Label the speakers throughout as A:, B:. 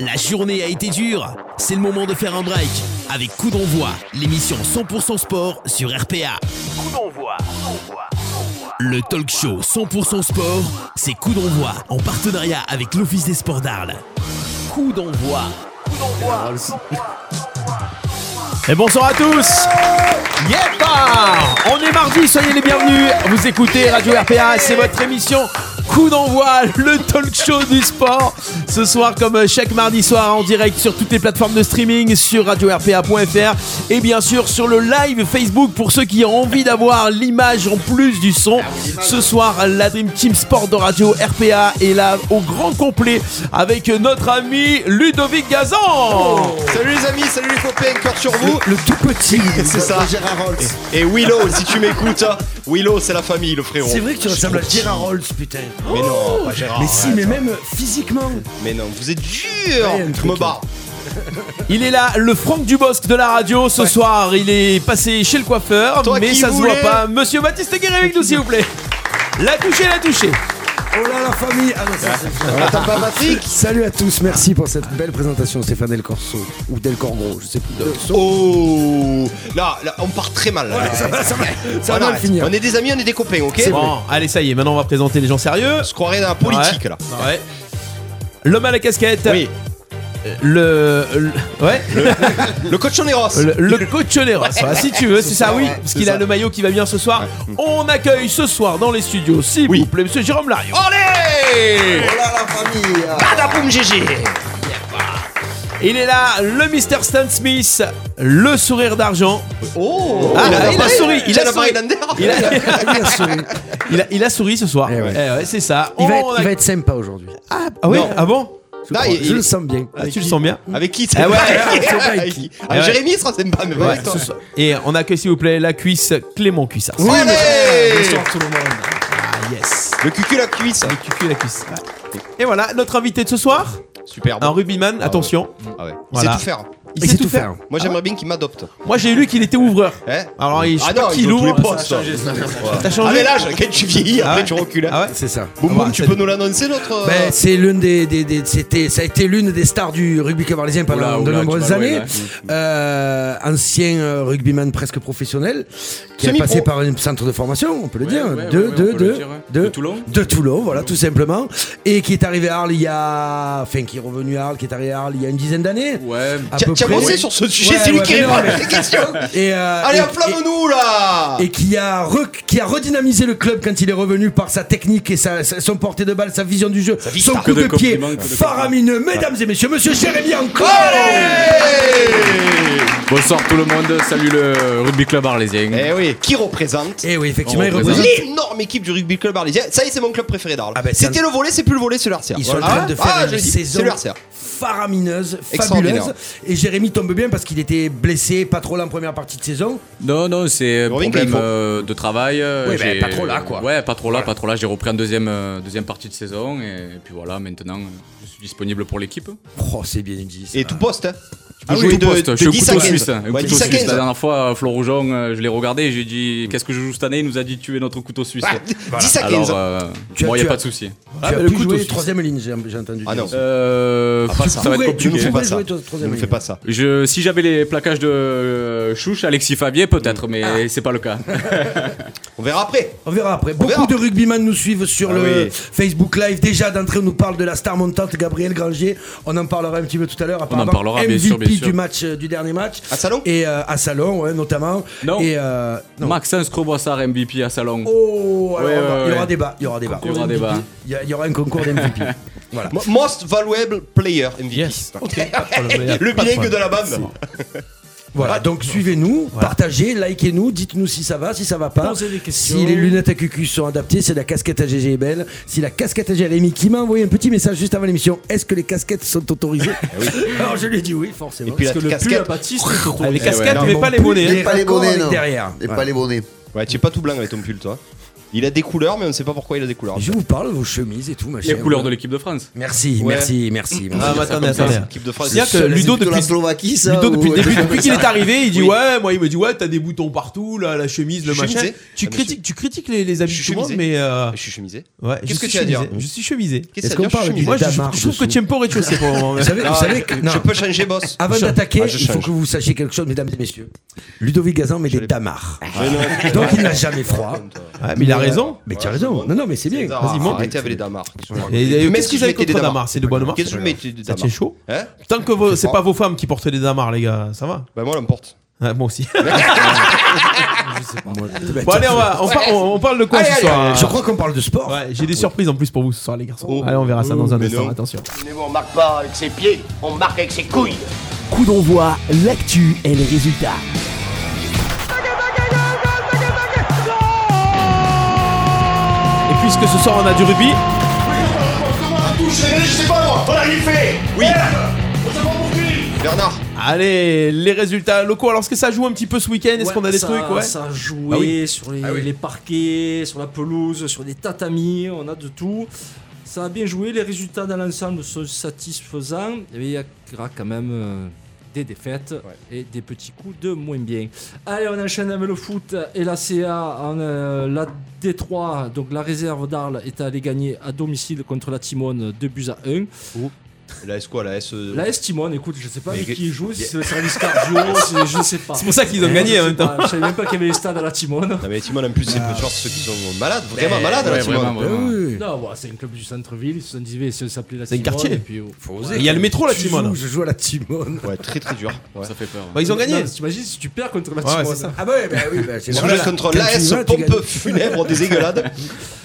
A: La journée a été dure, c'est le moment de faire un break avec Coup d'envoi, l'émission 100% sport sur RPA.
B: Coup
C: Eh
B: d'envoi.
A: Le talk show 100% sport, c'est Coup d'envoi en partenariat avec l'Office des sports d'Arles. Coup d'envoi.
D: Et bonsoir à tous Yepa On est mardi, soyez les bienvenus Vous écoutez Radio RPA, c'est votre émission Coup d'envoi, le talk show du sport Ce soir, comme chaque mardi soir, en direct sur toutes les plateformes de streaming, sur radio-rpa.fr et bien sûr sur le live Facebook pour ceux qui ont envie d'avoir l'image en plus du son. Ce soir, la Dream Team Sport de Radio RPA est là au grand complet avec notre ami Ludovic Gazan
C: Salut les amis, salut les copains, cœur sur vous.
D: le tout petit
C: C'est ça.
E: Gérard Rolls.
C: Et Willow, si tu m'écoutes, hein. Willow, c'est la famille, le frérot.
E: C'est vrai que tu ressembles à Oh, Gérard Rolls, putain. Oh.
C: Mais non, pas Gérard.
E: mais si,
C: arrête,
E: mais
C: hein.
E: même physiquement.
C: Mais non, vous êtes dur.
E: Ouais, un
C: Je me
E: truc.
C: barre.
D: Il est là, le Franck Dubosc de la radio. Ce soir, il est passé chez le coiffeur,
C: Toi
D: mais
C: qui
D: ça se
C: voulais.
D: voit pas. Monsieur Baptiste Guéret avec nous, s'il vous plaît. La toucher, la toucher.
E: Oh là la famille. Ah non, ça, c'est-
C: pas Patrick
E: Salut à tous, merci pour cette belle présentation, Stéphane Del Corso. Ou Del Corgro, je sais plus.
C: Oh Là, là, on part très mal. là.
E: Ça va, ça va, ça
C: On
E: va mal
C: arrête.
E: finir.
C: On est des amis, on est des copains, ok
E: C'est
D: Bon, allez, ça y est. Maintenant, on va présenter les gens sérieux.
C: On se croirait dans la politique
D: Ouais.
C: là.
D: Ouais. L'homme à la casquette.
C: Oui.
D: Le, le- ouais.
C: Le coach on est Ross.
D: Le, le cochoneros. Voilà, si tu veux, c'est ça, oui. Parce
C: c'est
D: qu'il a
C: ça.
D: le maillot qui va bien ce soir. On accueille ce soir dans les studios, s'il
C: Oui.
D: vous plaît, Monsieur Jérôme Larion.
C: Allez
E: Oh là la famille.
C: Badaboum GG
D: Il est là, le Mr. Stan Smith, le sourire d'argent.
C: Oh
D: Ah,
C: Il a
D: il
C: pas
D: a-
C: souri,
D: il
C: il
D: a
C: a la
D: souri.
C: Marylander
D: Il a,
E: Ah, bien sûr.
D: il a- il a souri ce soir.
E: Eh ouais.
D: Eh ouais, c'est ça.
E: Il va,
D: On
E: être,
D: a-
E: il va être sympa aujourd'hui.
D: Ah, ah ouais,
C: Non.
D: ah bon
E: Je,
C: Non,
E: crois.
C: il-
E: Je le
C: il-
E: sens bien.
D: Ah, Tu le sens bien
C: Avec qui
D: Ah ouais.
C: Avec qui
D: Ah
C: Ah,
D: ouais.
C: Jérémy il sera sympa, mais pas
D: Ouais,
C: avec toi.
D: ce soir. Et on accueille s'il vous plaît la cuisse Clément Cuissard.
E: Oui,
C: Allez
E: mais- Bonsoir tout le monde.
D: Ah yes
C: Le cucu la cuisse
D: Le cucu et la cuisse. Et voilà, notre invité de ce soir,
C: Superbe
D: un rugbyman, attention.
C: Ah ouais. Il
D: Voilà.
C: sait tout faire.
E: Il sait tout faire.
C: Moi j'aimerais bien qu'il m'adopte.
D: Moi j'ai lu qu'il était ouvreur.
C: Hein
D: Alors il, je sais
C: ah
D: pas hein,
C: non,
D: qui
C: ils ont tous
D: l'ouvre.
C: les postes. toi.
D: T'as
C: Ah
D: changé
C: mais l'âge, quand tu vieillis,
D: Ah
C: après
D: ouais.
C: tu recules. hein.
D: Ah ouais
E: C'est ça.
C: Boum
D: Ah
C: boum,
D: bah,
C: tu
D: ça-
C: peux nous l'annoncer notre euh,
E: Ben, c'est l'une des, des- des- c'était, ça a été l'une des stars du rugby cavalésien pendant de nombreuses années. Euh, ancien euh, rugbyman presque professionnel, qui est
C: Semi-pro.
E: passé par un centre de formation, on peut le dire,
F: ouais, ouais,
E: de,
F: on
E: de,
F: peut
E: de,
F: le dire, ouais.
E: de,
F: De Toulon.
E: de Toulon, voilà, tout simplement, et qui est arrivé à Arles il y a, enfin, qui est revenu à Arles, qui est arrivé à Arles il y a une dizaine d'années.
F: Ouais.
E: à
C: Tiens,
E: peu
C: tiens,
E: près.
C: bossé sur ce sujet,
E: Ouais,
C: c'est lui
E: ouais,
C: qui
E: mais
C: répond
E: non,
C: à
E: mais-
C: mes questions.
E: Et, euh,
C: Allez,
E: et-
C: enflamme-nous là
E: et qui a, re- qui a redynamisé le club quand il est revenu par sa technique et sa, sa- son portée de balle, sa vision du jeu,
C: vista.
E: son coup
F: Que de
E: de, pied
F: compliments, que de
E: faramineux. Mesdames et messieurs, monsieur Jérémy encore
F: Bonsoir tout le monde, salut le rugby club arlésien.
C: Eh oui, qui représente
E: Et Eh oui, effectivement,
F: On
E: il
F: représente.
E: représente.
C: L'énorme équipe du rugby club arlésien. Ça y est, c'est mon club préféré d'Arles.
E: Ah ben, c'est
C: C'était le volet, c'est plus le volet, c'est le RCR.
E: Ils sont
C: Voilà.
E: en train de faire
C: Ah, je
E: une
C: l'ai dit, C'est
E: saison
C: le RCR.
E: faramineuse,
C: Extraordinaire.
E: fabuleuse. Et Jérémy tombe bien parce qu'il était blessé, pas trop là en première partie de saison.
F: Non, non, c'est un
C: Robin,
F: problème
C: qu'il faut.
F: euh, de travail. euh,
E: Ouais,
F: j'ai-
E: ben, pas trop là, quoi.
F: Ouais, pas trop là, pas trop là. J'ai repris en deuxième, euh, deuxième partie de saison et, puis voilà, maintenant euh, je suis disponible pour l'équipe.
E: Oh, c'est bien dit. ça.
C: Et tout poste. hein. Tu peux
F: Je
C: jouer
F: joue
C: de,
F: au poste,
C: de
F: je suis au
C: 10 à
F: couteau
C: 15.
F: suisse. hein, au
C: Ouais,
F: couteau
C: 10 à
F: suisse.
C: 15.
F: La dernière fois, euh, Flo Rougeon, euh, je l'ai regardé et j'ai dit Qu'est-ce que je joue cette année Il nous a dit Tuer notre couteau suisse.
C: Ouais, 10 à Ah, 15.
F: Alors, euh,
E: Tu as-
F: bon, il n'y
E: tu
F: a
E: as-
F: pas de souci.
E: Tu as pu jouer troisième ligne, j'ai j'ai entendu.
C: Ah
E: dire.
C: non.
E: Tu
F: Euh,
C: Ah, pas
F: ça
C: ça.
F: va être
E: pourrais- tu
F: compliqué.
E: ne
C: Pas
E: pourrais
C: ça.
E: jouer toi-
C: Ne
E: troisième
C: me
E: ligne.
C: fais pas ça.
F: Je, si j'avais les plaquages de euh, Chouche, Alexis Fabier, peut-être, mais
E: Ah.
F: c'est pas le cas.
C: On verra après.
E: On verra après. Beaucoup
C: verra.
E: de rugbyman nous suivent sur
C: Ah
E: le
C: oui.
E: Facebook Live. Déjà d'entrée, on nous parle de la star montante Gabrielle Granger. On en parlera un petit peu tout à l'heure. apparemment,
F: parlera, bien
E: MVP
F: sûr, bien sûr.
E: du match, euh, du dernier match.
C: À Salon
E: Et euh, à Salon, ouais, notamment.
F: Non.
E: Et euh, non.
F: Maxence Croboissard, MVP à Salon.
E: Oh, alors
F: Ouais,
E: on va-
F: ouais,
E: il y aura
F: ouais.
E: débat. Il y aura débat.
F: Il y aura débat.
E: Il y, a- il y aura un concours d'MVP. voilà.
C: Mo- Most valuable player MVP.
D: Yes.
E: Oh,
C: Le bilingue de la bande.
E: Voilà, donc suivez-nous, partagez, likez-nous, dites-nous si ça va, si ça va pas.
D: Posez des questions.
E: Si les lunettes à cucu sont adaptées, si la casquette à GG est belle, si la casquette à Jérémy qui m'a envoyé un petit message juste avant l'émission, est-ce que les casquettes sont autorisées
C: Eh
E: Alors je lui ai dit oui,
C: Et
E: forcément.
C: puis la
F: Parce que le pull à
C: casquette.
F: Baptiste,
D: Les
F: Eh ouais,
D: casquettes,
C: non,
D: mais
E: mon
D: pas les
E: pull
D: monnaies.
E: est-
D: hein.
E: raccords avec derrière. Voilà. Ouais. pas
C: Ouais, tu es pas tout blanc avec ton pull, toi. Il a des couleurs, mais on ne sait pas pourquoi il a des couleurs.
E: Je vous parle de vos chemises et tout, machin.
F: Les couleurs de l'équipe de France.
E: Merci,
C: Ouais.
E: merci, merci. merci.
G: bah,
H: Ah, mais attendez, attendez.
C: L'équipe de France.
H: C'est-à-dire que Ludo,
I: de la
H: depuis,
I: Slovaquie, ça.
H: Ludo, depuis
I: ou-
H: le début, depuis qu'il est arrivé, il dit ouais, moi il me dit ouais, t'as des boutons partout, là, la chemise, le
C: Je suis
H: machin.
C: chemisé.
H: Tu
C: Ah, mais
H: critiques, tu critiques les, les habits
C: Je
H: de
C: suis
H: tout le monde,
C: chemisé.
H: mais euh,
C: Je suis chemisé.
H: ouais. je
C: Qu'est-ce que
H: suis
C: tu as à dire
H: chemisé. Je suis chemisé.
C: Qu'est-ce
E: Est-ce
C: que ça veut dire,
E: qu'on
C: je
E: parle
C: suis
E: du-
C: chemisé
H: Moi, je,
E: Damar
H: je trouve que
E: dessous.
H: tu aimes pas au rez-de-chaussée pour le moment. mais-
E: Vous savez, vous
C: Ah,
E: savez que- non.
C: Je peux changer, boss.
E: Avant d'attaquer,
C: Ah, je
E: il faut
C: change.
E: que vous sachiez quelque chose, mesdames et messieurs. Ludovic Gazan met des damars.
C: Mais non.
E: Donc il n'a jamais froid.
C: Ah,
H: Ouais, mais il a raison.
E: Mais tu as raison. Non, non, mais c'est bien.
C: Zara,
E: Vas-y, monte.
C: Arrêtez avec les damars.
H: Et, et
C: Mais
H: qu'est-ce qu'ils avaient
C: mettais
H: contre
C: des damars
H: Damar C'est de bonne marque.
C: Qu'est-ce que je mettais des
H: Ça
C: damars
H: tient chaud.
C: Hein
H: Tant que vos- c'est
C: pas.
H: pas vos femmes qui portent des damars, les gars, ça va.
C: Bah moi, elle me porte.
H: Ouais, moi aussi.
E: Bah,
H: Bon, allez, on, va- on par- on- on parle de quoi ce soir hein
E: Je crois qu'on parle de sport.
H: Ouais, j'ai des surprises en plus pour vous ce soir, les garçons.
C: Oh.
H: allez, on verra ça dans un
C: Mais
H: instant.
C: non.
H: Attention.
B: Nous, on marque pas avec ses pieds, on marque avec ses couilles.
J: Coup d'envoi, l'actu et les résultats.
H: Et puisque ce soir on a du rugby,
C: Oui Bernard
H: allez, les résultats locaux. Alors, est-ce que ça joue un petit peu ce week-end Est-ce
G: Ouais,
H: qu'on a des
G: ça-
H: trucs Ouais.
G: Ça a joué
H: Ah oui.
G: sur les, les parquets, sur la pelouse, sur les tatamis, on a de tout. Ça a bien joué, les résultats dans l'ensemble sont satisfaisants, mais il y aura quand même euh, des défaites et des petits coups de moins bien. Allez, on enchaîne avec le foot et la CA. En, euh, la D3, donc la réserve d'Arles, est allée gagner à domicile contre la Timone 2 buts à 1.
C: La S quoi La S. euh,
G: La S Timone, écoute, je sais pas
C: Mais
G: avec
C: que-
G: qui joue, si c'est le service cardio, si- je sais pas.
H: C'est pour ça qu'ils ont
G: Je
H: gagné
G: sais
H: en même temps.
G: pas, Je savais même pas qu'il y avait les stades à la Timone.
C: Non mais Timon en plus c'est peu sûr ceux qui sont malades, vraiment malades
F: Ouais,
C: là
F: vraiment,
C: Timon.
F: vraiment.
E: Ah. Bah Oui.
G: Non, bon, c'est un club du centre-ville, ils se sont dit, mais si on s'appelait la
H: C'est un
G: Timone.
H: quartier.
G: et puis, oh.
H: Il y a le métro, la
E: Tu
H: Timone.
E: joues, Je joue à la Timone.
C: Ouais très très dur. Ouais.
F: Ça fait peur.
H: Bah, ils ont gagné.
G: Non, T'imagines si tu perds contre la
H: Ouais,
G: Timone
H: c'est ça.
E: Ah bah ouais, bah oui, bah c'est
C: Ils sont
E: normal.
C: juste contre
E: Quand tu y
C: l'AS
E: vas, tu
C: pompe
E: gagnes.
C: funèbre des dégueulades.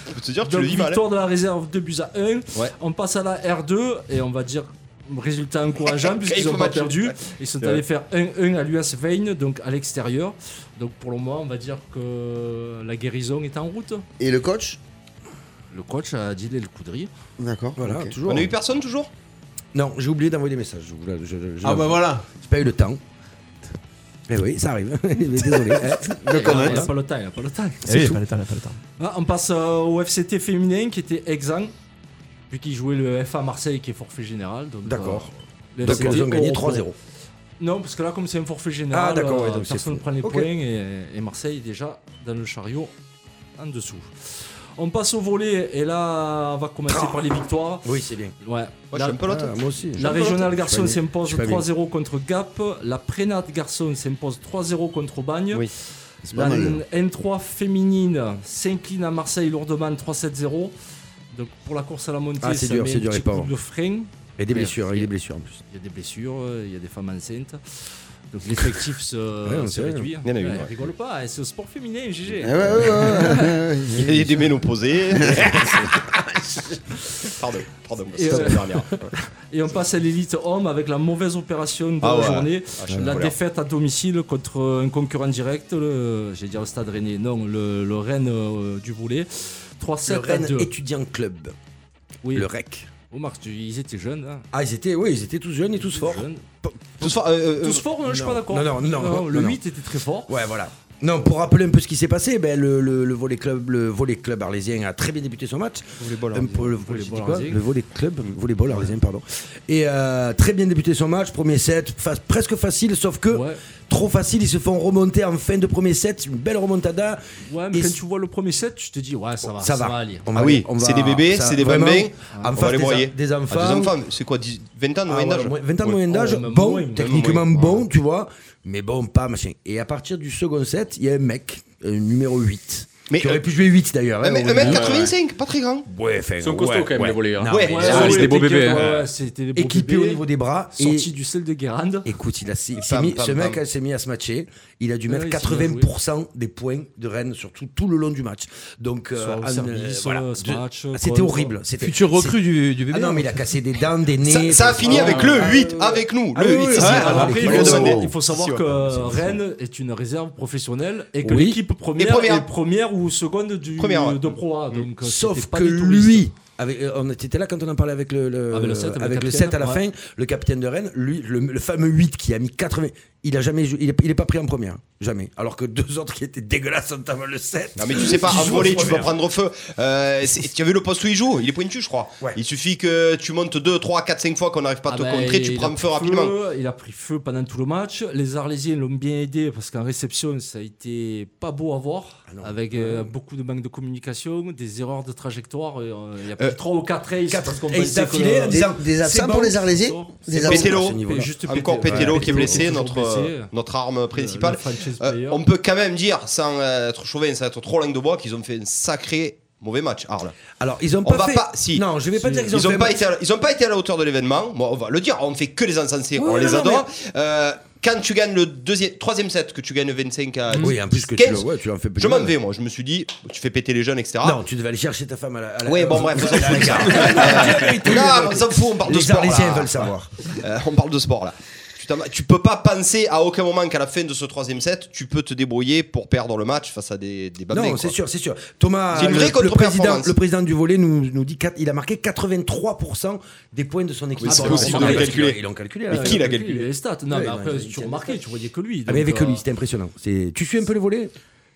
C: Je peux te dire que tu
G: Donc,
C: le vis mal. hein.
G: victoire de la réserve 2 buts à 1.
C: Ouais.
G: On passe à la R2 et on va dire résultat encourageant
C: Il
G: puisqu'ils
C: faut
G: n'ont pas
C: matcher.
G: perdu. Ils sont
C: C'est
G: allés faire 1-1 à l'US Vein, donc à l'extérieur. Donc pour le moment, on va dire que la guérison est en route.
I: Et le coach
G: Le coach a dit le coudrier.
I: D'accord.
E: Voilà,
I: ok.
E: toujours.
C: On a eu personne toujours
E: Non, j'ai oublié d'envoyer des messages. Je vous la- je- je- je-
H: Ah bah voilà.
E: J'ai pas eu le temps. Mais oui, ça arrive. Mais Désolé.
I: Le
G: Ah, Il
I: comment
G: n'a pas le temps, il n'a pas le temps.
H: Eh oui, pas le temps, pas le temps.
G: Ah, on passe euh, au FCT féminin qui était exempt, vu qu'il jouait le FA Marseille qui est forfait général. donc,
E: D'accord.
G: euh, le
E: Donc
G: FCT
E: ils ont gagné
G: au repos.
E: 3-0.
G: Oh, Non, parce que là, comme c'est un forfait général,
E: Ah, d'accord, ouais,
G: euh,
E: donc c'est
G: personne ne
E: fou.
G: prend les
E: Ok.
G: points et, et Marseille est déjà dans le chariot en dessous. On passe au volet et là, on va commencer par les victoires.
E: Ah. Oui, c'est bien.
G: Ouais.
C: Moi
G: La-
C: j'aime pas l'autre.
E: Ah, moi aussi.
G: la régionale garçon
E: Je suis
G: s'impose
E: pas bien.
G: 3-0 contre Gap. La prénate garçon s'impose 3-0 contre Bagne.
I: Oui, C'est
G: La
I: pas mal.
G: N3 féminine s'incline à Marseille lourdement 3-7-0. Donc pour la course à la montée,
E: Ah, c'est
G: ça
E: dur,
G: met
E: c'est
G: un
E: dur,
G: petit
E: les pauvres.
G: coup de frein.
E: Et des blessures, il y a des blessures en plus.
G: Il y a des blessures, euh, il y a des femmes enceintes. Donc l'effectif se,
E: on
F: hein.
G: se
E: sait.
G: euh,
E: Ah,
G: réduit.
C: Il y en a une, ouais.
G: rigole pas, hein, c'est au sport féminin, GG.
F: Ah
I: Eh ouais, ouais, ouais, ouais, ouais.
C: Il y a des ménopausés. pardon, pardon.
G: Et
C: C'est
G: euh,
C: la dernière.
G: Et on passe à l'élite homme avec la mauvaise opération de
C: Ah
G: la
C: ouais.
G: journée.
C: Ah, je suis
G: la
C: colère.
G: défaite à domicile contre un concurrent direct, le, j'allais dire le Stade Rennais, non, le, le Rennes euh, du Boulet. 3-7
E: Le
G: à
E: Rennes
G: 2.
E: étudiant club.
G: Oui,
E: Le REC.
G: Oh, Marc, tu- ils étaient jeunes. hein.
E: Ah, ils étaient, oui, ils étaient tous jeunes et tous forts.
G: Jeunes.
C: Tous forts, euh, euh,
G: Tous forts, non, je suis pas d'accord.
E: Non, non, non,
G: le
E: non, non.
G: 8 était très fort.
E: Ouais, voilà. Non, pour rappeler un peu ce qui s'est passé, ben, le, le, le volley club, le volley club arlésien a très bien débuté son match.
C: volleyball
E: Euh,
C: arlésien.
E: pour le
G: Volleyball
E: j'ai dit quoi
G: arlésien.
E: Le volley club, volleyball arlésien, pardon. Et euh, très bien débuté son match, premier set, fa- presque facile, sauf que
G: Ouais.
E: trop facile, ils se font remonter en fin de premier set, une belle remontada.
G: Ouais, mais
E: Et
G: quand
E: c-
G: tu vois le premier set, tu te dis, ouais, ça va,
E: ça, va.
G: aller.
E: On
C: Ah oui,
E: on
C: c'est des bébés,
E: ça-
C: c'est des
E: vraiment,
C: bambins.
E: En
C: on
E: face,
C: va les
E: des,
C: broyer.
E: des enfants.
C: Ah, des enfants, c'est quoi 10 20 ans de
E: Ah,
C: moyenne
E: voilà,
C: d'âge
E: moins- 20 ans de
C: Ah Ouais.
E: moyenne d'âge,
G: même
E: bon,
G: moins, même
E: techniquement
C: moins,
E: bon, tu vois, mais bon, pas machin. Et à partir du second set, il y a un mec, euh, numéro 8.
C: Mais- euh,
E: qui aurait pu jouer 8 d'ailleurs. hein,
C: Un mec-
E: on-
C: un mètre 85, pas très grand.
E: Ouais, enfin,
F: Ils sont costauds
E: ouais,
F: quand même,
E: ouais.
F: les
G: hein.
F: voleurs.
E: Non,
C: Ouais,
E: mais
C: ouais,
E: là,
F: ouais,
E: il
F: ouais.
E: est
F: des beaux bébés, hein.
G: Ouais, ouais, c'était des beaux
E: Équipé
G: bébés.
E: au niveau des bras. Et
G: Sorti du sel de Guérande.
E: écoute, il a, il
C: Et
E: s'est
C: pam,
E: mis,
C: pam,
E: ce mec
C: pam.
E: elle s'est mis à se matcher. Il a dû
G: Ouais,
E: mettre
G: il s'est mis à jouer.
E: 80% des points de Rennes, surtout tout le long du match. Donc, euh,
G: Soit au
E: en, euh,
G: service, euh, ce
E: De-
G: match,
E: ah,
G: quoi,
E: c'était horrible. C'était-
H: Futur recrue du, du
E: c'est-
H: VB.
G: hein.
E: Ah non, mais il a cassé des dents, des nez.
C: Ça, ça a
E: des-
C: fini
E: Ah,
C: avec le 8 avec nous.
E: Ah oui,
C: Le
E: oui,
C: 8.
E: oui,
C: c'est-
E: oui,
C: Ah,
E: oui,
C: après,
E: oui,
C: il
E: oui,
C: faut
E: oui,
C: demander.
E: oui,
G: Il faut savoir
C: Si, ouais.
G: que Rennes est une réserve professionnelle et que
E: Oui.
G: l'équipe première,
C: Et première.
G: est première ou seconde du,
C: Première, ouais.
G: de Pro A. Donc, euh,
E: Sauf
G: c'était pas
E: que
G: du tout liste.
E: lui, avec, euh, on était là quand on en parlait avec le, le-
G: Avec le sept, avec le
E: avec le
G: capitaine,
E: 7 à la
G: ouais.
E: fin, le capitaine de Rennes, lui, le, le fameux 8 qui a mis 80. il a jamais, jou- il est, il est pas pris en première, jamais. Alors que deux autres qui étaient dégueulasses, notamment le 7.
C: Non mais tu sais pas,
E: qui
C: en
E: jouent
C: volley tu
E: première.
C: peux prendre feu. Euh, c'est- tu as vu le poste où il joue Il est pointu je crois.
E: Ouais.
C: Il suffit que tu montes 2, 3, 4, 5 fois qu'on n'arrive pas à
G: Ah
C: te
G: bah,
C: contrer,
G: il-
C: tu
G: il
C: prends
G: a
C: feu
G: pris
C: rapidement.
G: Il a pris feu pendant tout le match. Les Arlésiens l'ont bien aidé parce qu'en réception, ça a été pas beau à voir,
E: non.
G: avec euh, beaucoup de manque de communication, des erreurs de trajectoire. et, euh, il y a
C: Euh,
G: pris 3 ou 4 aces.
E: quatre
G: parce qu'on
E: aces
G: pensait que
E: d'affilée,
G: le-
E: des-
I: Des, des absents pour les Arlésiens Des absents.
C: Pételo.
E: à ce niveau-là.
G: Et juste
C: Encore
G: pété-
C: Pételo
G: ouais,
C: qui est blessé,
G: toujours
C: notre,
G: blessé.
C: euh, notre arme
G: Le-
C: principale.
G: le franchise
C: Euh,
G: player.
C: on peut quand même dire, sans euh, être chauvin, sans être trop langue de bois, qu'ils ont fait un sacré mauvais match, Arles.
E: Alors, ils ont
C: On
E: pas
C: va
E: fait.
C: pas- si.
E: Non, je vais pas
G: Si.
E: dire qu'ils ont,
C: Ils n'ont
E: fait-
C: pas, été à la- ils ont pas été à la hauteur de l'événement. Bon, on va le dire, on ne fait que les encenser,
E: Oui,
C: on
E: oui,
C: les
E: non,
C: adore. Euh, quand tu gagnes le deuxième, troisième set, que tu gagnes 25 à
E: Mm. Oui, en plus que
C: 15,
E: tu, le- ouais, tu l'as fait.
C: je m'en vais, moi. Je me suis dit, tu fais péter les jeunes, etc.
E: Non, tu devais aller chercher ta femme à la. à la-
C: Oui, bon, bref, on s'en fout, les gars.
E: Non,
C: Non, on s'en fout, on parle de
E: Les
C: sport.
E: Arlésiens
C: là.
E: veulent savoir.
C: Euh, on parle de sport là. Tu, t'en- tu peux pas penser à aucun moment qu'à la fin de ce troisième set, tu peux te débrouiller pour perdre le match face à des, des bambins,
E: Non,
C: quoi.
E: c'est sûr, c'est sûr. Thomas,
C: C'est une
E: le,
C: vraie
E: le président,
C: contre-performance.
E: le président du volet nous, nous dit qu'il a marqué 83% des points de son équipe.
C: Oui, c'est
E: Ah,
G: bah,
C: possible
E: bon,
C: de
E: ils
C: le
E: l'ont-
C: calculer.
E: Ils l'ont calculé.
C: Mais
E: là.
C: qui l'a
G: Il a
C: calculé
G: les stats. Non,
E: Ouais,
G: mais
E: bah,
G: après,
E: il
G: tu
E: tient
G: remarquais, tu voyais que lui.
E: Ah, mais
G: donc,
E: avec lui,
G: euh,
E: c'était impressionnant. C'est- Tu suis un peu le volet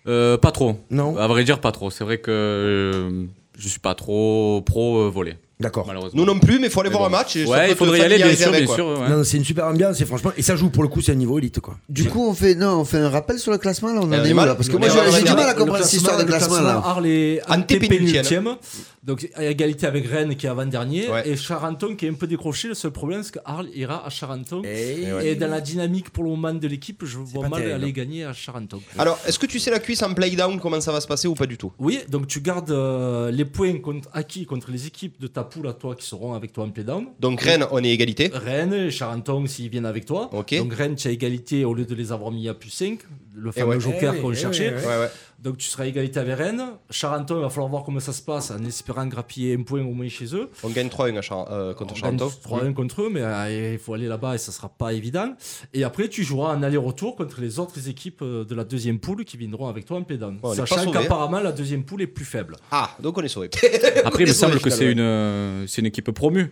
F: Euh, pas trop.
E: Non.
F: À vrai dire, pas trop. C'est vrai que euh, je suis pas trop pro euh, volley,
E: D'accord.
F: malheureusement.
C: Nous non plus, mais il faut aller
F: Mais
C: voir
F: bon.
C: un match. et ça
F: Ouais,
C: peut
F: il
C: te
F: faudrait y aller, bien
C: familiariser
F: sûr, bien
C: avec, quoi.
F: sûr. ouais.
E: Non, non, c'est une super ambiance, et franchement, et ça joue pour le coup, c'est un niveau élite, quoi.
I: Du coup, on fait, non, on fait un rappel sur le classement là, on en
C: Euh,
I: est
C: les
I: où là
C: mal-
I: Parce que
C: les
I: moi
C: mal-
I: j'ai j'ai du
C: regardez
I: mal à comprendre
G: le
I: cette histoire de classement là.
G: Arles est
C: Antépénultième.
G: antépénultième. Donc à égalité avec Rennes qui est avant-dernier
C: Ouais.
G: et Charenton qui est un peu décroché. Le seul problème c'est que Arles ira à Charenton. Et...
E: Et
G: dans la dynamique pour le moment de l'équipe, je vois
E: pas
G: mal
E: terrible.
G: aller gagner à Charenton.
C: Alors, est-ce que tu sais la cuisse en playdown, comment ça va se passer ou pas du tout
G: Oui, donc tu gardes euh, les points contre- acquis contre les équipes de ta poule à toi qui seront avec toi en play-down.
C: Donc Rennes, on est égalité.
G: Rennes et Charenton s'ils viennent avec toi.
C: Ok.
G: Donc Rennes, tu as égalité au lieu de les avoir mis à plus 5, le fameux
C: ouais.
G: joker
E: Eh oui,
G: qu'on
E: eh
G: cherchait.
E: oui, ouais.
C: ouais.
G: Donc tu seras à égalité avec Rennes. Charenton, il va falloir voir comment ça se passe en espérant grappiller un point au moins chez eux.
C: On gagne 3-1 à Char- euh, contre
G: On
C: Charenton.
G: gagne 3-1 contre eux, mais euh, il faut aller là-bas et ça sera pas évident. Et après, tu joueras en aller-retour contre les autres équipes euh, de la deuxième poule qui viendront avec toi en pédane.
C: Ouais, on Oh, est pas
G: Sachant
C: sauvés.
G: qu'apparemment, la deuxième poule est plus faible.
C: Ah, donc on est sauvé.
F: Après, il me
C: Désolé,
F: semble
C: je
F: que c'est
C: t'avais.
F: une, euh, c'est une équipe promue.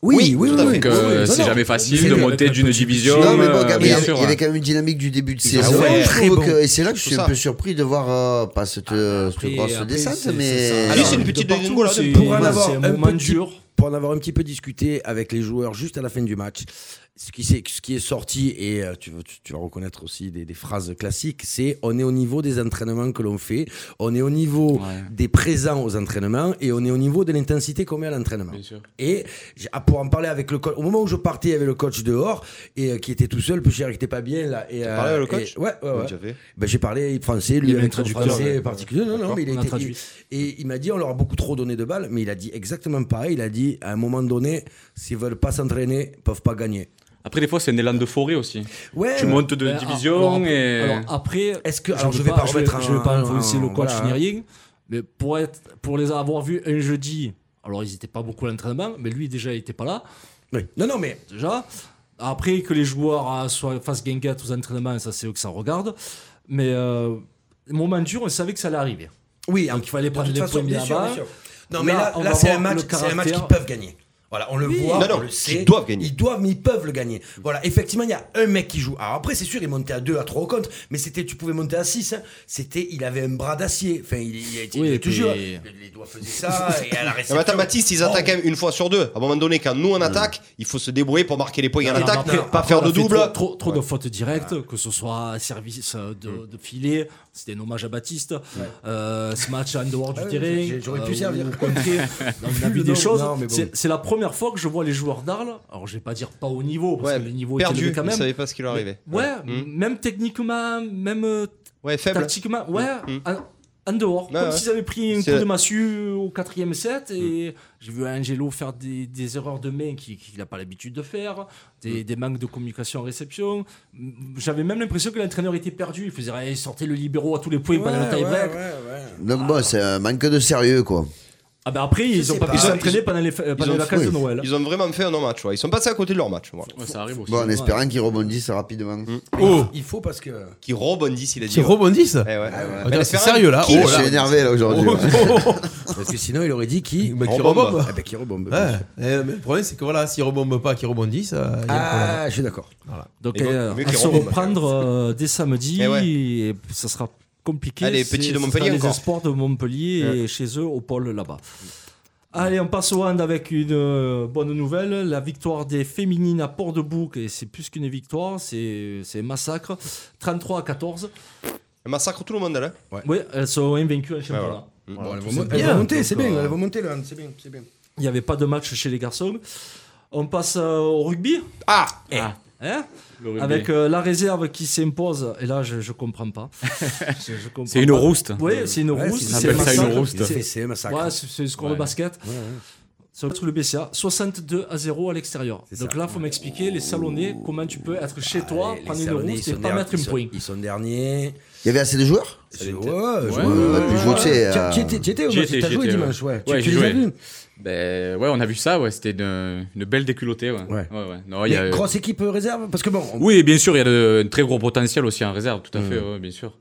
E: Oui, oui, oui.
C: tout à fait.
E: oui,
F: Donc, euh,
E: oui,
F: c'est
E: non,
F: jamais
E: non.
F: facile
E: Mais
F: de
E: oui,
F: monter
G: avec
F: d'une
G: la petite-
F: division.
I: Non, mais
F: euh,
I: bon, Gabriel,
F: bien
I: il y
F: sûr,
I: avait
F: ouais.
I: quand même une dynamique du début de
C: Ah
I: saison.
C: ouais,
I: je
E: très
I: trouve
E: bon.
I: que- et c'est là que je
C: Tout
I: suis
C: ça.
I: un peu surpris de voir euh, pas cette, euh, cette
G: Après,
I: grosse
G: après,
I: descente,
G: c'est-
I: mais.
G: c'est ça.
C: Ah,
I: Alors,
C: si, c'est une
G: de
C: petite
G: partout,
C: dégringolade.
G: c'est-
E: Pour en
G: c'est
E: avoir
G: un
E: un
G: moment
E: petit-
G: dur.
E: Pour en avoir un petit peu discuté avec les joueurs juste à la fin du match, ce qui, s'est- ce qui est sorti, et euh, tu, vas- tu- tu vas reconnaître aussi des, des phrases classiques, c'est on est au niveau des entraînements que l'on fait, on est au niveau
F: Ouais.
E: des présents aux entraînements, et on est au niveau de l'intensité qu'on met à l'entraînement.
F: Bien sûr.
E: Et j'ai- ah, pour en parler avec le coach, au moment où je partais, il y avait le coach dehors, et euh, qui était tout seul, plus cher, qui était pas bien là. Et,
C: T'as
E: euh,
C: parlé avec le coach
E: et- Ouais, ouais, ouais.
C: Tu as fait
E: Ben, j'ai parlé français,
G: Il
E: lui,
G: y avait
E: avec
G: un
E: son
G: traducteur,
E: français
G: ouais.
E: particulier. Non, non, mais il
G: On a
E: était-
G: traduit.
E: et il m'a dit, on leur a beaucoup trop donné de balles, mais il a dit exactement pareil. Il a dit, à un moment donné, s'ils veulent pas s'entraîner, ils peuvent pas gagner.
F: Après, des fois, c'est un élan d'euphorie aussi.
E: Ouais.
F: Tu montes de
G: Ben, ah,
F: division
G: alors,
F: et.
G: alors, après,
E: Est-ce que-
G: je
E: alors,
G: veux
E: je vais pas
G: je vais,
E: remettre
G: je vais
E: un-
G: pas
E: un-
G: influencer le coach
E: voilà,
G: ni
E: hein.
G: rien, mais pour être, pour les avoir vus un jeudi, alors ils n'étaient pas beaucoup à l'entraînement, mais lui déjà il n'était pas là
E: Oui. Non, non, mais
G: déjà. Après que les joueurs euh, soient fassent guinguette aux entraînements, ça c'est eux que ça regarde. Mais euh, moment dur, on savait que ça allait arriver.
E: oui, hein.
G: Donc, il fallait
E: de
G: prendre
E: toute
G: les
E: façon,
G: points
E: bien sûr,
G: là-bas.
E: bien sûr. Non, mais
G: Là,
E: là,
G: on
E: là,
G: va
E: c'est un
G: voir
E: match,
G: le
E: c'est un match qu'ils
G: caractère.
E: peuvent gagner. Voilà, on le
G: Oui.
E: voit,
C: Non, non,
E: on le
C: ils
E: sait.
C: doivent gagner.
E: Ils doivent, mais ils peuvent le gagner.
G: Mmh.
E: Voilà, effectivement, il y a un mec qui joue. Alors après, c'est sûr, il montait à 2, à 3 au compte, mais c'était, tu pouvais monter à 6. C'était, il avait un bras d'acier. Enfin, il, il a été
G: Oui,
E: il a
G: et puis- Ah,
E: toujours. Les doigts faisaient ça, et à
C: Non,
E: la réception.
C: mais attends, Baptiste, ils
E: Oh,
C: attaquent quand même une fois sur deux. À un moment donné, quand nous on attaque, il faut se débrouiller pour marquer les points en
G: Non,
C: attaque,
G: mais après-
C: pas
G: après,
C: faire
G: on a
C: de
G: fait
C: double.
G: Trop, trop- trop de fautes directes, que ce soit service euh, de,
E: Mm.
G: de filet, c'était un hommage à Baptiste, euh, ce match en dehors du
E: Ah oui,
G: terrain.
E: j'ai- j'aurais pu
G: euh,
E: servir.
G: ou contrer. Non, on a vu
E: Non,
G: des choses.
E: non, mais bon.
G: C'est- C'est la première fois que je vois les joueurs d'Arles, alors je vais pas dire pas au niveau, parce
C: Ouais,
G: que le niveau est
C: perdu,
G: élevé quand
C: ils
G: même.
C: savaient pas ce qui leur arrivait.
G: Ouais,
C: Mm.
E: Hmm.
G: même techniquement, même euh,
C: Ouais, faible.
G: tactiquement, ouais,
E: Hmm.
C: Mm.
G: en, en dehors.
C: Ouais,
G: comme
C: ouais.
G: s'ils avaient pris un coup
C: C'est-
G: de massue au quatrième set,
E: Hmm.
G: et j'ai vu Angelo faire des, des erreurs de main qu'il qu'il n'a pas l'habitude de faire,
E: Hmm.
G: des, des manques de communication en réception. J'avais même l'impression que l'entraîneur était perdu, il faisait sortir le libéraux à tous les points
E: ouais,
G: pendant le
E: ouais,
G: tie-break.
E: ouais, ouais.
I: Donc bon, c'est un manque de sérieux quoi.
G: Ah bah après, ils ont
E: sais
G: pas
E: pas.
G: pu
E: Ils ont-
G: s'entraîner pendant les, fa- pendant les
C: ont-
G: vacances de
I: oui.
G: Noël.
C: Ils ont vraiment fait un non-match. ouais. Ils sont passés à côté de leur match. Voilà. Mm.
F: Ouais, ça arrive aussi.
I: Bon, en espérant qu'ils rebondissent rapidement.
H: Oh
E: Il faut parce que.
C: Qui rebondissent, il a dit.
H: Qui rebondissent
C: Eh
I: Ah
C: ouais.
H: Attends,
C: Mais
H: c'est
C: Ferrand,
H: sérieux, là.
C: qui
H: Oh,
I: je suis
H: là.
I: énervé là aujourd'hui.
H: Oh,
I: ouais.
H: oh, oh.
E: Parce que sinon, il aurait dit qui
H: Bah, qui
C: Rebombe.
H: rebombe.
E: Ah bah, qui rebombe.
H: Ouais. Eh, mais le problème, c'est que voilà, s'ils rebombent pas, qu'ils rebondissent, euh, il y a un problème.
E: Ah, je suis d'accord.
G: Donc
C: Et donc,
G: euh,
C: mieux
G: à
C: qu'ils
G: se
C: remontent.
G: reprendre euh, dès samedi,
C: bah, Eh ouais.
G: et ça sera compliqué.
C: Allez,
G: C'est-
C: petits de
G: ce sera
C: Montpellier
G: Les
C: encore.
G: sports de Montpellier et chez eux au pôle là-bas. Allez, on passe au hand avec une euh, bonne nouvelle. La victoire des féminines à Port-de-Bouc, et c'est plus qu'une victoire, c'est c'est un massacre. 33 à 14.
C: Elle massacre tout le monde, là.
G: Oui, elles sont invaincues en championnat.
C: Ah, voilà. Mm.
E: Bon, elles
G: tout
E: vont-
G: simplement.
E: elles vont monter, c'est
G: Donc,
E: bien.
G: euh,
E: Elles vont monter le hand, c'est bien. c'est bien.
G: Il n'y avait pas de match chez les garçons. On passe euh, au rugby.
C: Ah
F: Ah,
G: Hein
F: le rugby.
G: Avec euh, la réserve qui s'impose, et là je ne comprends pas. Je- je comprends
F: C'est une
G: pas.
F: rouste.
G: Oui, c'est une
E: Ouais,
G: rousse.
E: c'est-
F: on appelle
G: un
F: ça une
G: massacre.
F: rouste.
G: C'est-
E: C'est c'est un massacre.
G: Ouais, c'est c'est le score de
F: Ouais.
G: basket.
E: Ouais, ouais.
G: Sur le BCA, 62 à 0 à l'extérieur.
E: C'est
G: Donc
E: ça.
G: là, faut m'expliquer, les salonnais, comment tu peux être chez toi,
E: Les- les
G: prendre une
E: Savonais,
G: rousse
E: ils
G: et
E: sont
G: pas
E: der-
G: mettre
E: ils
G: une
E: sont-
G: pointe.
E: Ils sont derniers.
I: Il y avait assez de joueurs
E: Ouais, ouais,
F: Ouais,
E: ouais,
I: On aurait
E: ouais,
I: pu
E: ouais.
I: jouer, tu sais,
E: Tu-
I: à-
E: tu étais- tu étais au
F: J'y
E: match,
F: étais,
E: t'as
F: j'y
E: joué
F: étais,
E: dimanche, ouais. Tu-
F: Ouais,
E: Tu
F: j'y
E: les as
F: jouais.
E: vus
F: Ben ouais, on a vu ça, ouais, c'était une, une belle déculottée. Ouais.
E: Ouais.
F: ouais. Non, il y
E: Mais
F: a-
E: grosse équipe euh, réserve Parce que bon, on-
F: Oui, bien sûr, il y a de, un très gros potentiel aussi en réserve, tout à fait, ouais, bien sûr.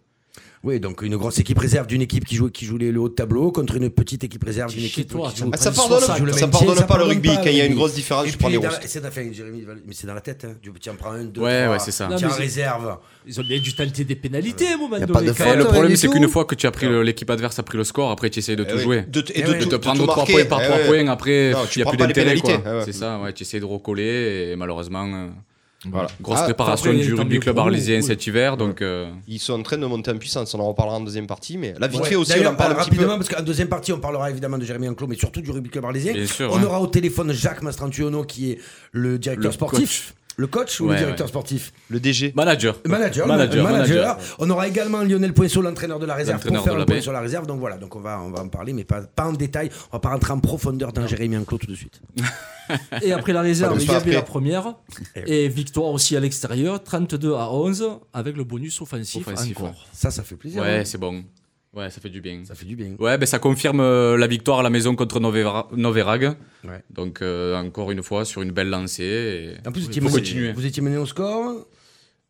E: oui, donc une grosse équipe réserve d'une équipe qui joue, qui joue les- le haut de tableau contre une petite équipe réserve d'une
G: Chez
E: équipe
G: toi,
E: qui
G: tu
E: joue.
G: me
C: Ah, ça
G: prends
C: pardonne,
G: sur
C: ça,
E: joue le même
C: pardonne
E: pied,
C: pas
E: ça
C: le
E: pardonne
C: rugby.
E: pas
C: Quand il y a
E: le
C: une
E: rugby.
C: grosse différence,
E: Et
C: je prends les
E: puis, dans-
C: roses.
E: C'est la fin, Jérémy. Val- Mais c'est dans la tête. Hein. Tu tu en prends un, deux,
F: Ouais,
E: trois.
F: ouais, c'est ça.
E: Tu es en
G: Non, mais-
E: réserve.
G: Ils ont bien dû tenter des pénalités à un moment
I: Y a
G: donné.
I: pas de
G: quand
F: Eh,
I: faute.
G: même.
F: le
I: rien
F: problème,
I: du
F: c'est
I: tout.
F: qu'une fois que tu as pris le- l'équipe adverse a pris le score, après tu essayes de
C: Eh
F: tout
C: oui.
F: jouer.
C: De- et
E: Eh
C: de,
E: ouais.
F: De
C: de-
F: te
C: de
F: prendre
C: tout
F: 3
C: marquer.
F: points par
C: Eh
F: 3
C: ouais.
F: points, après
C: Non,
F: il
C: tu
F: n'y a
C: prends
F: plus
C: pas les
F: d'intérêt. quoi.
C: pénalités, eh ouais.
F: C'est ça, ouais, tu essayes de recoller et malheureusement, euh,
C: Voilà.
F: grosse
C: Ah,
F: préparation
G: après,
F: du
G: tant
F: rugby
G: mieux
F: club
G: pour nous,
F: arlésien
G: oui.
F: cet hiver. Donc, euh,
C: Ils sont en train de monter en puissance. On en reparlera en deuxième partie. Mais là, vite
E: Ouais.
C: fait aussi, on
E: D'ailleurs,
C: en parle un petit peu.
E: rapidement, parce qu'en deuxième partie, on parlera évidemment de Jérémy Enclos, mais surtout du rugby club arlésien.
F: Bien sûr,
E: on
F: ouais.
E: aura au téléphone Jacques Mastrantuono, qui est le directeur
F: Le
E: sportif. Le coach ou
F: Ouais,
E: le directeur sportif
C: Le DG.
F: manager.
E: Manager,
F: Manager,
E: manager,
F: manager.
E: On aura également Lionel Poinceau, l'entraîneur de la réserve, pour
F: L'entraîneur
E: faire
F: de
E: le
F: la
E: point
F: baie.
E: sur la réserve. Donc voilà, donc on va, on va en parler, mais pas, pas en détail. On va pas rentrer en profondeur dans Jérémy Enclos tout de suite.
G: Et après la réserve,
C: Pas de
G: il y avait
C: après.
G: la première.
F: Eh
G: Et victoire aussi à l'extérieur, 32 à 11, avec le bonus offensif,
F: Offensif,
G: encore.
E: Ça, ça fait plaisir.
F: Ouais,
E: hein.
F: c'est bon. Ouais, ça fait du bien.
E: ça fait du bien.
F: Ouais, ben ça confirme euh, la victoire à la maison contre Novera- Noverag.
E: Ouais.
F: Donc euh, encore une fois sur une belle lancée. et-
E: En plus, vous
F: Oui,
E: étiez,
F: faut
E: mené,
F: continuer.
E: vous étiez mené au score.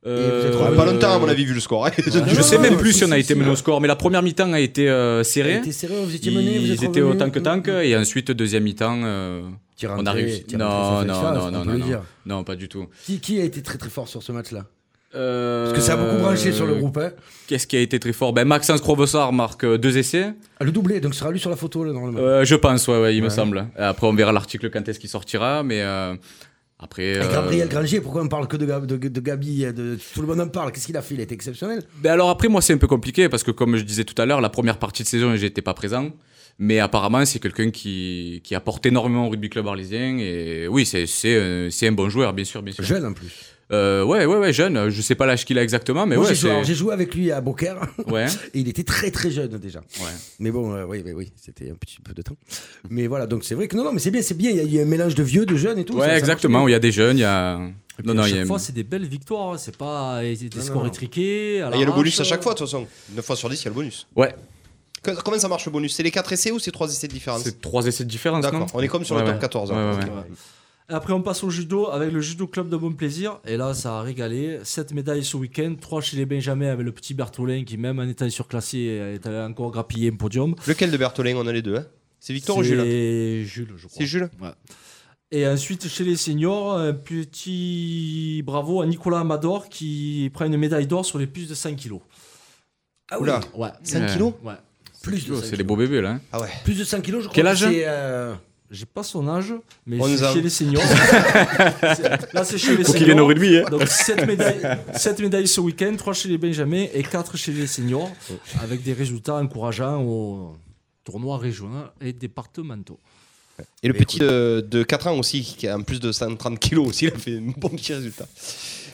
F: Euh,
E: êtes
C: On a Pas longtemps, à mon avis, vu le score. hein.
F: Ah, Je sais même plus si on a
E: si,
F: été
E: si,
F: mené au
E: ouais.
F: score, mais la première mi-temps a été euh,
E: Vous
F: serrée.
E: étiez serré, vous étiez
F: Ils
E: mené, vous êtes
F: étaient au
E: revenu.
F: tank tank et ensuite deuxième mi-temps. euh,
E: Tu es
F: on a
E: rentré,
F: réussi.
E: tu es
F: Non,
E: rentré,
F: non,
E: ça fait le
F: non,
E: sens,
F: non,
E: on peut
F: non,
E: le
F: non,
E: dire.
F: non, pas du tout.
E: Qui, qui a été très très fort sur ce match-là
F: Parce
E: Parce que ça a beaucoup branché sur le groupe. hein.
F: Euh, Qu'est-ce qui a été très fort ben, Maxence Crobessard marque euh, deux essais.
E: Ah, Le doublé, donc ce sera lui sur la photo là, normalement.
F: Euh, je pense, ouais, ouais, il me
E: Ouais.
F: semble. Après, on verra l'article quand est-ce qu'il sortira, mais euh, après.
E: Et
F: euh,
E: Gabriel Granger, pourquoi on parle que de, Gab- de, de Gabi euh, de, Tout le monde en parle. Qu'est-ce qu'il a fait Il a été exceptionnel.
F: Ben alors après, moi, c'est un peu compliqué parce que comme je disais tout à l'heure, la première partie de saison, j'étais pas présent. Mais apparemment, c'est quelqu'un qui, qui apporte énormément au rugby club arlésien. Et oui, c'est, c'est, un- c'est un bon joueur, bien sûr, bien sûr.
E: Jeune en plus.
F: Euh, ouais, ouais, ouais, jeune. Je sais pas l'âge qu'il a exactement, mais
E: Moi,
F: ouais,
E: j'ai joué-
F: c'est-
E: alors, j'ai joué avec lui à Beaucaire.
F: ouais,
E: Et il était très très jeune déjà.
F: ouais.
E: Mais bon, euh, oui, oui, oui, c'était un petit peu de temps. Mais voilà, donc c'est vrai que non, non, mais c'est bien, c'est bien. Il y a eu un mélange de vieux, de jeunes et tout.
F: Ouais,
E: ça- ça
F: exactement.
E: marche
F: Il y a des jeunes, il y a. Non, non,
G: à
F: il y
G: chaque
F: a.
G: fois, c'est des belles victoires. hein. C'est pas euh, des
E: non,
G: scores
E: non.
G: étriqués. à
C: Ah, Il y a le
G: l'arrache. euh.
C: bonus à chaque fois, de toute façon. 9 fois sur 10, il y a le bonus.
F: Ouais,
C: Que- Comment ça marche le bonus C'est les 4 essais ou c'est 3 essais de différence
F: c'est trois essais de différence. non
C: D'accord, on est comme sur le
F: Ouais,
C: top
F: ouais.
C: 14.
F: Ouais,
C: hein.
F: ouais, ouais.
C: Ok.
G: Et Après, on passe au judo avec le judo club de Bon Plaisir. Et là, ça a régalé. 7 médailles ce week-end, 3 chez les Benjamins avec le petit Bertolin qui, même en étant surclassé, est allé encore grappiller un podium.
C: Lequel de Bertolin On a les deux. hein c'est Victor ou
G: C'est
C: Jules
G: Jules, je crois.
C: C'est Jules
G: Et ensuite, chez les seniors, un petit bravo à Nicolas Amador qui prend une médaille d'or sur les plus de 5 kilos.
E: Ah oui,
C: Oula,
G: Ouais.
C: 5
F: Ouais.
C: kilos
G: Ouais.
E: plus de 5
F: C'est des beaux bébés là. hein.
C: Ah ouais.
E: Plus de 5 kilos, je crois.
F: Quel
E: que
F: âge
E: c'est, euh,
G: J'ai pas son âge, mais
C: Onze
G: c'est
C: ans.
G: chez les seniors. C'est- là, c'est chez les
F: Faut qu'il vienne au
G: seniors.
F: rugby. hein.
G: Donc 7 médailles, sept médailles ce week-end, 3 chez les Benjamins et 4 chez les seniors, avec des résultats encourageants au tournoi régional et départementaux.
C: Et le petit de, de 4 ans aussi, qui a en plus de 130 kilos aussi, il a fait un bon petit résultat.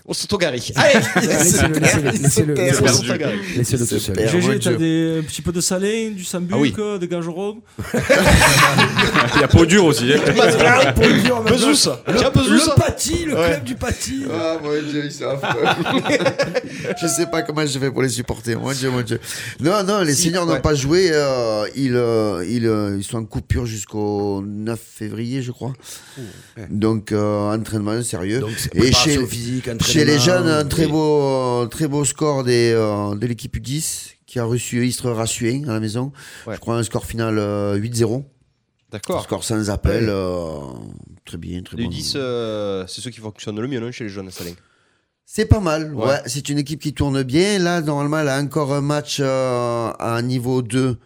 C: On se togari. Allez
E: Laissez-le, laissez-le, laissez-le,
C: On
E: laissez-le,
C: se togari.
E: laissez-le tout seul.
I: Et alors,
G: GG,
I: moi,
G: t'as
I: je-
G: des- un petit peu de salé, du sambuc,
C: Ah oui.
G: euh, de gageron
F: Il y a peau dure aussi. hein.
C: Passe blanc.
E: Pour le dire, maintenant,
C: Bezos Tiens, Bezos
E: Le pâti, le le
C: Ouais.
E: club du Paty.
I: Ah, mon Dieu, ils savent. je sais pas comment je vais pour les supporter. Mon Dieu, mon Dieu. Non, non, les seniors n'ont
C: ouais.
I: pas joué. euh, ils, euh, ils, euh, ils sont en coupure jusqu'au 9 février, je crois. Donc, euh, entraînement sérieux. Et chez,
E: physique,
I: chez les jeunes, un très
E: et-
I: beau, euh, très beau score des, euh, de l'équipe U10 qui a reçu Istres Rassuin à la maison.
C: Ouais.
I: Je crois un score final euh, 8-0.
C: D'accord.
I: Score sans appel. euh, très bien, très
C: Les
I: bien.
C: 10, euh, c'est ceux qui fonctionnent le mieux non, chez les jeunes, Salin.
I: C'est pas mal, ouais.
C: Ouais.
I: C'est une équipe qui tourne bien. Là, normalement, elle a encore un match euh, à un niveau 2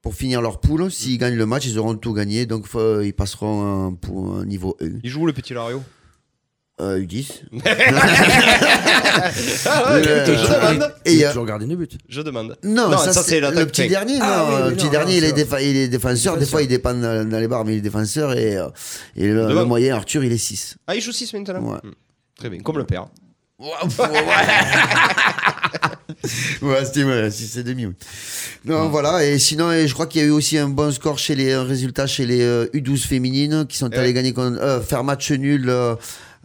I: pour finir leur
C: Mm.
I: poule. S'ils gagnent le match, ils auront tout gagné. Donc, faut- ils passeront euh, pour un niveau 1.
C: Ils jouent où, le petit Lario
I: Euh, U10.
C: Ah ouais,
I: Le-
C: je demande.
I: Et il y a-
E: toujours gardien de but.
C: Je demande.
I: Non,
C: Non,
I: ça,
C: ça, c'est
I: c'est le
C: l'attaque
I: petit
C: fake.
I: dernier.
E: Ah
I: non,
E: oui,
I: le
E: oui,
I: petit
E: non,
I: dernier,
E: non,
I: il est,
E: c'est
I: défa- il est défenseur. Des fois, il dépend dans, dans les bars, mais il est défenseur. Et, euh, et le,
C: Devant.
I: le moyen, Arthur, il est 6.
C: Ah, ils jouent 6 maintenant
I: Ouais.
C: Hmm. Très bien, comme le père.
I: Ouais, c'était ouais, si c'est demi, oui. Non, voilà. Et sinon, et je crois qu'il y a eu aussi un bon score chez les un résultat chez les euh, U12 féminines qui sont
C: Eh
I: allées
C: ouais.
I: gagner contre- euh, faire match nul euh,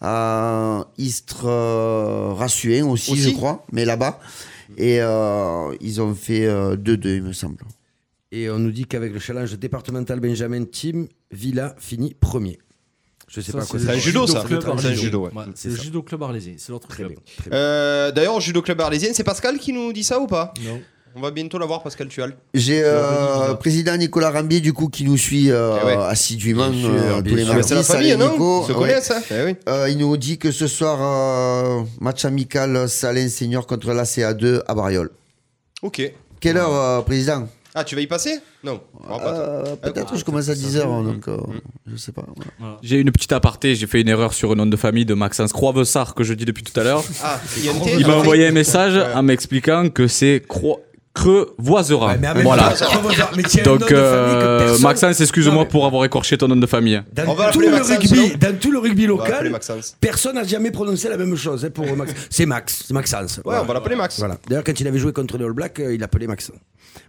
I: à Istres euh, Rassuin aussi,
C: Aussi
I: je crois, mais là-bas. Et euh, ils ont fait euh, 2-2, il me semble.
E: Et on nous dit qu'avec le challenge départemental Benjamin Tim, Villa finit premier. Je sais pas quoi
C: le
G: le
C: un
E: c'est.
C: judo, ça.
G: club
E: C'est un
G: arlésien.
C: judo, ouais.
G: Ouais,
E: C'est
G: C'est le
E: ça.
G: judo club arlésien, c'est l'autre
E: Très
G: club.
E: bien. très bien.
C: Euh, D'ailleurs, Judo Club Arlésienne, c'est Pascal qui nous dit ça ou pas
G: Non.
C: On va bientôt l'avoir, Pascal Tual.
I: J'ai
G: redis,
I: euh,
G: dis-le.
I: président Nicolas Rambier du coup qui nous suit euh,
C: Eh ouais.
I: assidûment
E: Bien sûr,
I: euh,
E: bien
I: tous les
E: sûr.
C: Ah,
I: mardis.
C: c'est la famille,
I: Salut,
C: non
I: Nico.
C: Ils se
I: Ouais.
C: connaissent, hein Eh oui.
I: Euh, il nous dit que ce soir, euh, match amical Salin Senior contre la CA2 à Bariol.
C: Ok.
I: Quelle heure, euh, président
C: Ah, tu vas y passer Non. on aura pas toi.
I: Euh,
C: Ah,
I: Peut-être
C: quoi.
I: je commence à 10h, donc euh, je sais pas. voilà.
F: J'ai une petite aparté, j'ai fait une erreur sur le nom de famille de Maxence Croivesard que je dis depuis tout à l'heure.
C: Ah, il y a un thé,
F: Il m'a
C: après.
F: envoyé un message en m'expliquant que c'est Cro... Creux-Voisera.
E: Ouais, Ah, mais avec-
F: voilà.
E: Mais tiens, nom
F: Donc,
E: de famille que
F: euh,
E: personne-
F: Maxence,
E: Non,
F: excuse-moi
E: mais-
F: pour avoir écorché ton nom de famille.
C: On va
E: Dans tout,
C: l'appeler
E: le
C: Maxence,
E: rugby,
C: non
E: dans tout le rugby
C: On va l'appeler
E: local,
C: Maxence.
E: personne n'a jamais prononcé la même chose hein, pour Max. C'est Max, c'est Maxence.
C: Ouais, on va l'appeler Max.
E: Voilà. D'ailleurs, quand il avait joué contre les All Blacks, euh, il l'appelait Maxence.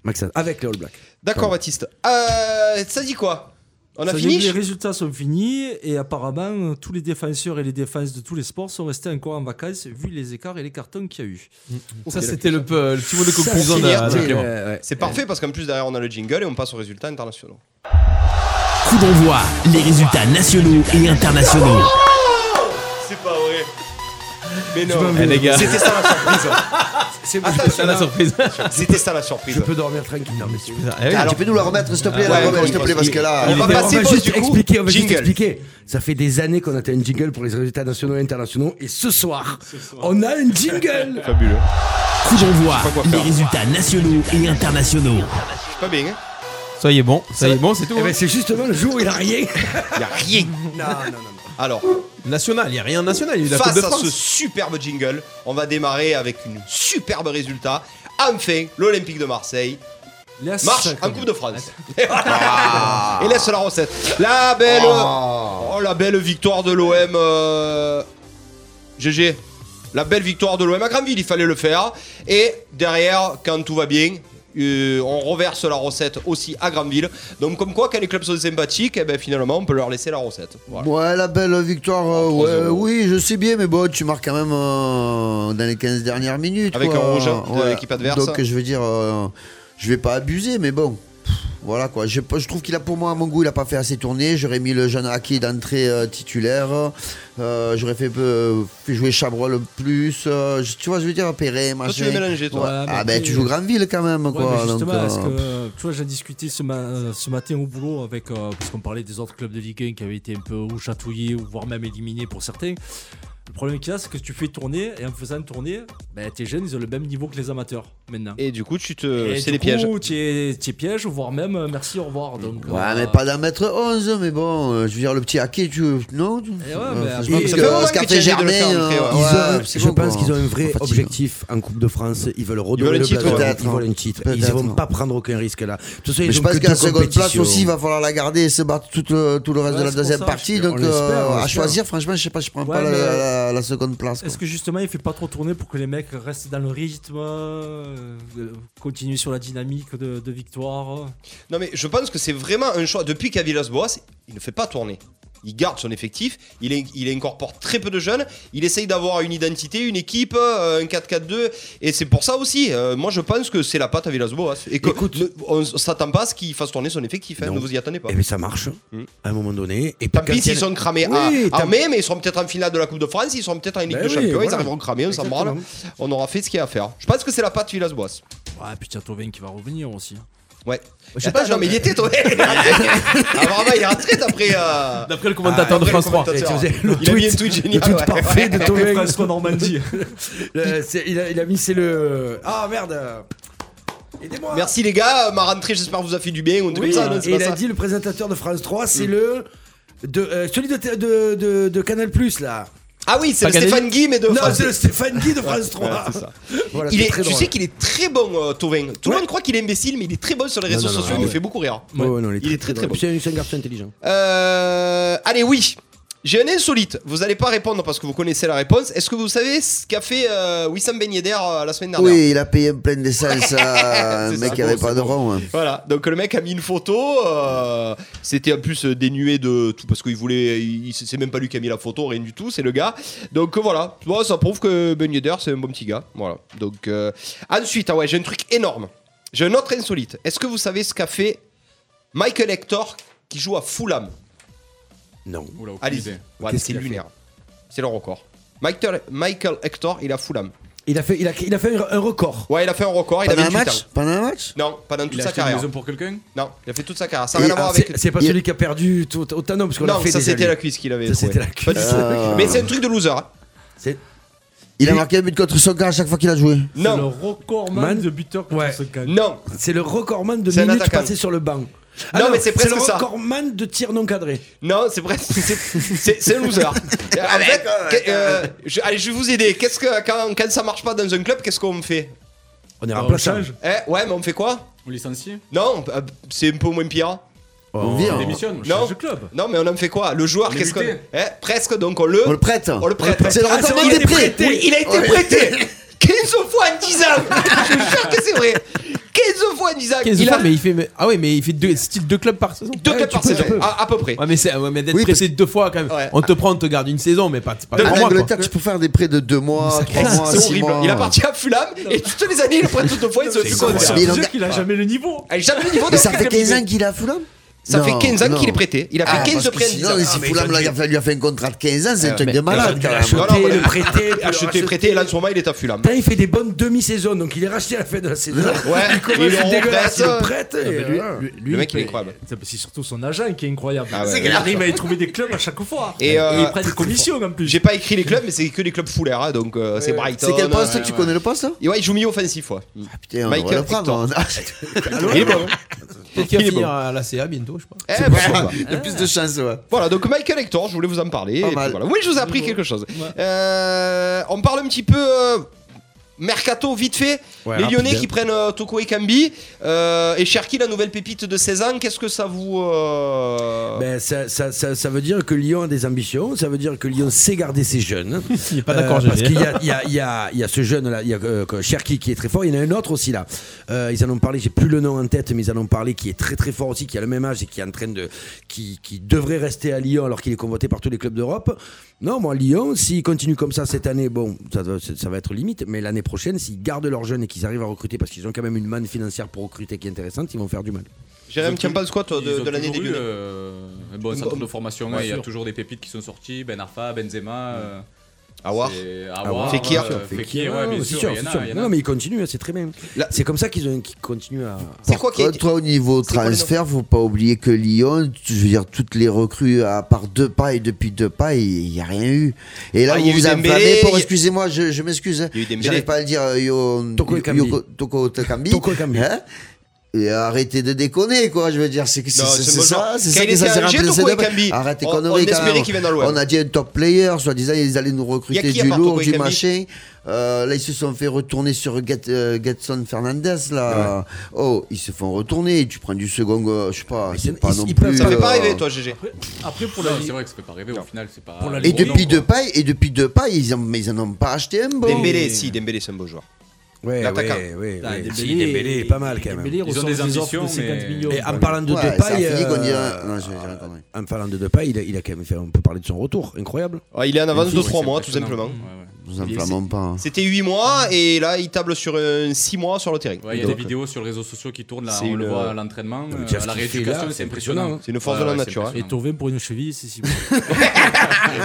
E: Maxence, avec les All Blacks.
C: D'accord, Baptiste. Euh, ça dit quoi On a
G: Ça
C: fini
G: veut dire que Les résultats sont finis et apparemment euh, tous les défenseurs et les défenses de tous les sports sont restés encore en vacances vu les écarts et les cartons qu'il y a eu.
E: Mm,
D: Ça, c'était le, peu- le petit mot de conclusion de,
E: Ça, c'est
D: de
E: bien.
D: Clément.
E: Euh, ouais.
C: C'est parfait parce qu'en plus derrière on a le jingle et on passe aux résultats internationaux.
J: Coup d'envoi, les résultats nationaux et internationaux.
C: C'est pas vrai. Mais
D: Je m'en
C: non. Eh,
D: vais, les gars.
C: C'était ça la surprise.
E: C'est bon,
C: Attends,
E: je peux-
D: C'est la surprise.
C: C'était ça la surprise.
E: je peux dormir tranquille. Non, mais c'est-
D: Eh oui.
I: Ah, tu peux nous la remettre, s'il te plaît,
C: Ouais,
I: la remettre,
C: oui,
I: s'il te plaît, parce que là.
C: Il
E: On
C: est
E: va,
C: pas
E: on
C: passé
E: va
C: boss,
E: juste
C: du coup.
E: expliquer, on va juste
C: Jingle.
E: expliquer. Ça fait des années qu'on attend un jingle pour les résultats nationaux et internationaux. Et ce soir, on a un jingle
C: Fabuleux.
J: Coup d'envoi,
C: quoi
J: les
C: faire.
J: résultats nationaux et internationaux.
C: C'est pas bien. hein
D: Soyez bon, soyez bon, c'est tout.
E: Eh ben,
D: hein.
E: C'est justement le jour où il a rien.
C: Y a rien.
E: non, non, non.
C: Alors,
D: National, il y a rien de national, il y a eu la Coupe
C: face
D: de
C: à ce
D: France.
C: superbe jingle, on va démarrer avec une superbe résultat. Enfin, l'Olympique de Marseille
G: Laisse
C: marche
G: ça, quand
C: en
G: même.
C: Coupe de France. et laisse la recette. La belle, oh, la belle victoire de l'OM. euh, GG. La belle victoire de l'OM à Granville, il fallait le faire. Et derrière, quand tout va bien, euh, on reverse la recette aussi à Granville. Donc comme quoi, quand les clubs sont sympathiques, eh ben, finalement, on peut leur laisser la recette. Voilà.
I: Ouais, la belle victoire. euh,
C: 3-0.
I: ouais, oui, je sais bien, mais bon, tu marques quand même euh, dans les 15 dernières minutes.
C: Avec
I: quoi.
C: un rouge hein, de l'équipe adverse.
I: Donc, je veux dire, euh, je vais pas abuser, mais bon. Pff, Voilà quoi, je, je trouve qu'il a pour moi à mon goût il a pas fait assez tourner, j'aurais mis le jeune Haki d'entrée euh, titulaire, Euh, j'aurais fait, euh, fait jouer Chabrol plus, Euh, je- tu vois je veux dire Perret,
C: Toi, tu
I: machin.
C: veux mélanger, toi.
I: Ouais.
G: Ouais, mais
I: ah
G: après-
I: ben tu joues Grandville quand même
G: Ouais,
I: quoi.
G: mais justement,
I: donc, euh,
G: est-ce que, tu vois, j'ai discuté ce, ma- euh, ce matin au boulot avec, euh, parce qu'on parlait des autres clubs de Ligue 1 qui avaient été un peu ou chatouillés, ou voire même éliminés pour certains. Le problème qu'il y a, c'est que tu fais tourner, et en faisant tourner, ben, tes jeunes, ils ont le même niveau que les amateurs maintenant.
C: Et du coup, tu te.
G: Et
C: C'est
G: du
C: les pièges.
G: coup, Tu es, tu es piège, voire même euh, merci, au revoir. Donc,
I: Ouais,
G: euh,
I: mais pas d'un mètre 11, mais bon, euh, je veux dire, le petit hacké, tu. Non tu-
G: Eh ouais,
I: euh,
G: mais après-
I: franchement, parce
C: Ça fait un moment
I: que
C: que tu as
I: Scarfé
C: envie de le
I: Germain.
C: faire entrer, ouais.
I: euh,
E: Ils
I: ouais,
E: ont-
I: c'est
E: je
I: bon,
E: pense
I: quoi.
E: qu'ils ont un vrai
I: Fatigue.
E: objectif en Coupe de France. Ils veulent
C: veulent
E: redorer
C: le
E: le
C: titre,
E: blason.
I: peut-être,
E: Ils veulent
I: hein.
E: un titre. Ils
I: Peut-être,
E: vont
I: hein.
E: pas prendre aucun risque là. De toute façon,
I: Mais
E: ils
I: je
E: ont
I: pense
E: que
I: qu'à la
E: deux
I: seconde place
E: compétitions.
I: aussi, il va falloir la garder et se battre tout le, tout le reste
G: Ouais,
I: de la
G: c'est pour
I: deuxième
G: ça.
I: partie.
E: On
I: Donc,
E: l'espère,
I: euh,
E: on
I: à
E: l'espère.
I: choisir, franchement, je sais pas, je prends
G: Ouais,
I: pas la,
G: mais-
I: la- la seconde place. quoi.
G: Est-ce que justement il fait pas trop tourner pour que les mecs restent dans le rythme, euh, euh, continuent sur la dynamique de, de victoire
C: Non mais je pense que c'est vraiment un choix. Depuis qu'à Villas-Boas, il ne fait pas tourner. il garde son effectif, il, est- il incorpore très peu de jeunes, il essaye d'avoir une identité, une équipe, euh, un 4-4-2, et c'est pour ça aussi, euh, moi je pense que c'est la patte à Villas-Boas. Et que ne- on ne s'attend pas à ce qu'il fasse tourner son effectif, hein,
E: Non.
C: ne vous y attendez pas.
E: Et bien ça marche
C: Mm.
E: à un moment donné. Et
C: Tant
E: puis quand
C: pis
E: il y a-
C: s'ils sont cramés
E: Oui,
C: à- en
E: tant-
C: mai, mais ils seront peut-être en finale de la Coupe de France, ils seront peut-être en Ligue des
E: Ben oui,
C: Champions, ils
E: voilà.
C: arriveront cramés, on s'en branle. On aura fait ce qu'il y a à faire. Je pense que c'est la patte Villas-Boas.
G: Ouais, puis Tchatoven qui va revenir aussi. hein.
C: Ouais. Je sais pas, non, mais il y était, toi. ah, vraiment, il est rentré d'après. euh,
D: D'après le commentateur
C: d'après
D: de
C: le
D: France 3.
C: commentateur.
E: Et tu sais, le
C: Il a mis un
E: tweet-
C: tweet
E: Le
C: génial.
E: tweet
C: ouais.
E: parfait de Thomas.
G: François Normandie.
E: Le- c'est- il, a, il a mis, c'est le. Ah merde euh, Aidez-moi
C: Merci les gars, ma rentrée, j'espère vous a fait du bien. Ou un truc
E: Oui,
C: comme ça, non,
E: et
C: c'est
E: il
C: pas
E: a
C: ça.
E: dit le présentateur de France 3, c'est le. De, euh, celui de, de, de, de Canal Plus là.
C: Ah oui, c'est le
D: Paganelli
C: Stéphane Guy, mais de.
E: Non,
C: France.
E: c'est le Stéphane Guy de France
C: Ouais,
E: 3.
C: c'est ça.
E: Voilà,
C: Il
E: c'est
C: est,
E: très
C: tu
E: drôle.
C: sais qu'il est très bon, euh, Thauvin. Tout le
E: Ouais.
C: monde croit qu'il est imbécile, mais il est très bon sur les réseaux
E: non, non,
C: sociaux.
E: ah
C: il me
E: ouais.
C: fait beaucoup rire.
E: Ouais, ouais, non,
C: Il est très, très bon.
E: drôle. C'est un- c'est un garçon intelligent.
C: Euh, allez, oui. J'ai un insolite. Vous allez pas répondre parce que vous connaissez la réponse. Est-ce que vous savez ce qu'a fait euh, Wissam Ben Yedder euh, la semaine dernière
I: Oui, il a payé plein d'essence à un
C: C'est
I: mec
C: ça,
I: qui avait
C: bon, c'est
I: pas de
C: bon.
I: rond. hein.
C: Voilà, donc le mec a mis une photo. euh, c'était en plus euh, dénué de tout parce qu'il voulait. il- il- c'est même pas lui qui a mis la photo, rien du tout, c'est le gars. Donc euh, voilà, Bon, ça prouve que Ben Yedder c'est un bon petit gars. Voilà. Donc euh, ensuite, ah ouais, j'ai un truc énorme. J'ai un autre insolite. Est-ce que vous savez ce qu'a fait Michael Hector qui joue à Fulham
E: Non.
F: Oula, aucune
C: Allez,
F: idée.
C: voilà,
E: Qu'est-ce
C: c'est
E: qu'il a fait
C: lunaire. C'est le record. Michael, Michael Hector, il a Fulham.
E: Il a fait, il a, il a fait un un record.
C: Ouais, il a fait un record. Ah, Il
I: Pendant
C: avait
I: un
C: 28
I: match
C: ans.
I: Pendant un match
C: Non, pendant toute
F: Il a
C: sa
F: acheté une
C: carrière.
F: maison pour quelqu'un
C: Non, il a fait toute sa carrière. Ça n'a
I: Et-
C: rien à voir avec.
E: ah, C'est c'est pas
I: il-
E: celui qui a perdu tout, au Thanos, parce qu'on a
C: Non,
E: fait
C: ça
E: déjà,
C: c'était
E: lui.
C: la cuisse qu'il avait.
E: Ça,
C: trouvé.
E: c'était la cuisse.
C: Pas du tout.
I: Euh.
C: Mais c'est un truc de loser. hein.
E: C'est-
I: Il a marqué un but contre son gars à chaque fois qu'il a joué.
G: C'est le
C: Non,
G: recordman
E: Man.
G: de buteur contre
E: Ouais.
G: ce gars.
C: non.
E: C'est le recordman de
C: C'est un
E: minutes
C: attaquant.
E: passées sur le banc. Ah
C: Non, mais c'est presque
E: C'est
C: ça.
E: le recordman de tirs non cadrés.
C: Non, c'est presque. c'est- C'est c'est un loser. en fait, que- euh, je, allez, je vais vous aider. Qu'est-ce que quand, quand ça marche pas dans un club, qu'est-ce qu'on fait
E: On est
F: Ah, on
E: remplaçant.
F: change.
C: Eh, ouais, mais on fait quoi
F: On licencie
C: Non, euh, c'est un peu moins pire.
I: On vire.
F: On démissionne
C: Non,
G: Le club.
C: non, mais on en fait quoi Le joueur,
F: On est
C: qu'est-ce qu'on.
F: buté.
C: Eh, presque, donc on le.
I: On le prête.
C: on le prête.
I: C'est le
C: Ah,
I: retournement
C: il a
I: des
C: été
I: prêts.
C: prêté. Oui, il a été prêté 15 fois en 10 ans Je vous jure que c'est vrai 15 fois en 10 ans
D: 15
C: Il
D: fois,
C: a
D: mais il fait. mais- Ah ouais, mais il fait deux, style deux clubs par saison.
C: deux clubs par saison, à, à peu près.
D: Ouais, mais, c'est- ouais, mais d'être
I: Oui,
D: pressé deux fois quand même.
C: Ouais.
D: On te prend, on te garde une saison, mais pas, pas
I: En
D: trois mois. quoi.
I: Angleterre, tu peux faire des prêts de 2 mois, 3 mois,
C: C'est
I: 6
C: horrible.
I: mois.
C: Il a parti à Fulham et toutes les années, il le prend tout deux fois, il se
E: C'est
C: conserve.
I: Mais il en-
G: C'est qu'il a jamais le niveau.
C: Allez, jamais le niveau
I: Mais
C: d'un
I: ça
C: club
I: fait 15
C: privé.
I: ans qu'il est à Fulham
C: Ça fait
I: Non,
C: 15 ans
I: non.
C: qu'il est prêté. Il a fait
I: Ah,
C: 15
I: parce
C: de
I: que
C: prêt en 10
I: sinon,
C: ans.
I: si Fulham là, il a Ah, fait- lui a fait un contrat de 15
C: Ah,
I: ans, c'est un truc de malade quand même.
C: Voilà, voilà.
E: prêté, puis le
C: Acheté,
E: racheter.
C: prêté, et là, en ce moment, il est à Fulham.
E: Putain, il fait des bonnes demi-saisons, donc il est racheté à la fin de la saison.
C: Ouais,
E: il commence
C: et
E: à
C: le
E: être dégueulasse, il
C: reprête.
E: le prête. et voilà.
C: Le mec, il est incroyable.
G: C'est surtout son agent qui est incroyable.
C: Ah ouais,
G: C'est
C: ouais.
G: qu'il arrive à y trouver des clubs à chaque fois.
C: Et, euh,
G: il prend des commissions en plus.
C: J'ai pas écrit les clubs, mais c'est que des clubs foulaires, hein, donc euh, c'est Brighton.
I: C'est quel poste
C: euh,
I: tu connais le poste là
C: Et ouais, il joue milieu offensif, ouais.
I: Ah, Putain, on
C: Michael
I: va le prendre. hein.
C: Il est bon.
D: Peut-être qu'il va
C: Il est
D: finir à la CA bientôt, je sais pas.
C: Eh,
E: ben,
C: pourquoi pas.
I: Il a plus de chance, ouais.
C: Voilà, donc Michael Hector, je voulais vous en parler.
I: Pas
C: et puis
I: mal.
C: voilà. Oui, je vous ai appris quelque chose. Euh, on parle un petit peu euh, mercato vite fait. les Lyonnais qui prennent euh, Toko et Kambi euh, et Cherki, la nouvelle pépite de 16 ans. Qu'est-ce que ça vous euh,
E: Ben, ça, ça, ça, ça veut dire que Lyon a des ambitions, ça veut dire que Lyon sait garder ses jeunes.
D: Il est pas d'accord,
E: Euh, Parce
D: Jérémy.
E: qu'il y a, il y, a, il y, a, il y a ce jeune-là, il y a euh, que- Cherki qui est très fort, il y en a un autre aussi là. Euh, ils en ont parlé, j'ai plus le nom en tête, mais ils en ont parlé, qui est très très fort aussi, qui a le même âge et qui est en train de. qui, qui devrait rester à Lyon alors qu'il est convoité par tous les clubs d'Europe. Non, moi, Lyon, s'ils continuent comme ça cette année, bon, ça, va- ça va être limite, mais l'année prochaine, s'ils gardent leurs jeunes et qu'ils arrivent à recruter, parce qu'ils ont quand même une manne financière pour recruter qui est intéressante, ils vont faire du mal.
C: Jérémy,
F: Ils ont
C: tiens
F: tout-
C: pas le squat toi,
F: ils
C: de,
F: ont
C: de l'année des
F: toujours eu,
C: Lyonnais
F: euh, un bon centre de formation, hein, il y a toujours des pépites qui sont sorties, Ben Arfa, Benzema, euh,
C: À voir.
F: c'est-
E: Aouar,
F: Aouar,
C: Fekir.
F: euh, Fekir,
E: Ah,
F: ouais, bien
E: c'est
F: sûr,
E: sûr,
F: il y en
E: c'est
F: a,
E: sûr.
F: il y en a.
E: Non, mais ils continuent, hein, c'est très bien.
C: La-
E: C'est comme ça qu'ils ont- qu'ils continuent à.
C: C'est quoi qui est-
I: Toi, toi, au niveau
C: C'est quoi les
I: transfert, faut pas oublier que Lyon, tu- je veux dire, toutes les recrues, à part deux pailles, depuis deux pailles, il n'y a rien eu. Et là,
C: Ah, il y
I: vous
C: a eu
I: vous
C: Dembélé,
I: enflammez
C: il y
I: pour,
C: a-
I: excusez-moi, je, je m'excuse. hein.
C: Il y a eu Dembélé.
I: J'arrive pas à le dire, euh, Yo-
E: Toko
I: Yo-
E: Ekambi.
I: Yoko- Toko Ekambi.
E: Toko Ekambi.
I: Hein et arrêtez de déconner, quoi. Je veux dire, c'est que c'est
C: Non,
I: c'est-
C: c'est
I: c'est
C: bon
I: ça,
C: genre.
I: c'est
C: Quand
I: ça
C: il était
I: que ça s'est
C: à Alger,
I: rempli le
C: Toko
I: CDF.
C: Ekambi.
I: Arrête tes
C: On-
I: conneries,
C: on
I: quand
C: espérait
I: même.
C: qu'il vienne à l'OM.
I: On a dit un top player, soi-disant, ils allaient nous
C: Y a qui
I: recruter
C: à
I: du
C: part
I: lourd,
C: Toko
I: du
C: Ekambi
I: machin. Euh, là, ils se sont fait retourner sur Get- euh, Getson Fernandez, là. Oh, ils se font retourner. Tu prends du second, euh, je sais pas,
E: Mais
I: c'est
E: ils-
I: pas
E: ils-
I: non
E: ils
I: plus.
E: peuvent-
C: Ça fait pas
I: euh,
C: rêver, toi, GG.
G: Après, pour la
F: Non,
G: Ligue-
F: c'est vrai que ça fait pas rêver au final, c'est pas.
G: Pour la
I: Et
G: Ligue
I: depuis
F: deux
I: deux pailles, et depuis deux pailles, ils en, mais ils en ont pas acheté un bon.
C: Dembélé, si, Dembélé, c'est un beau joueur.
E: Ouais,
C: L'attaquant.
E: ouais, ouais,
G: Ah,
E: ouais.
G: Dembélé,
E: Si, Dembélé est pas mal quand même.
G: Dembélé
F: Ils ont
G: ressort
F: des
G: offres
F: ambitions,
G: de 50
F: mais-
G: millions.
E: Et en parlant de
I: Ouais, ça
E: Depay,
I: a fini qu'on dirait-
E: euh,
I: non, je vais dire une connerie.
E: en parlant de Depay, il a, il a quand même fait. On peut parler de son retour, incroyable.
C: Ah, il est en avance de
F: Ouais,
C: 3
F: c'est
C: mois, tout
F: impressionnant.
C: simplement.
I: Nous enflammons pas. hein.
C: C'était 8 mois et là, il table sur 6 mois sur le terrain.
F: Ouais, ouais. Ouais, il y a
C: Donc,
F: des vidéos sur les réseaux sociaux qui tournent, là,
C: C'est
F: on
C: une-
F: le voit à l'entraînement,
E: mais
F: euh,
E: tiens,
F: à
E: ce
F: la
E: qu'il fait
F: rééducation,
E: là,
F: c'est impressionnant.
C: C'est une force de la nature, hein.
G: Et Tovin pour une cheville, c'est si bon.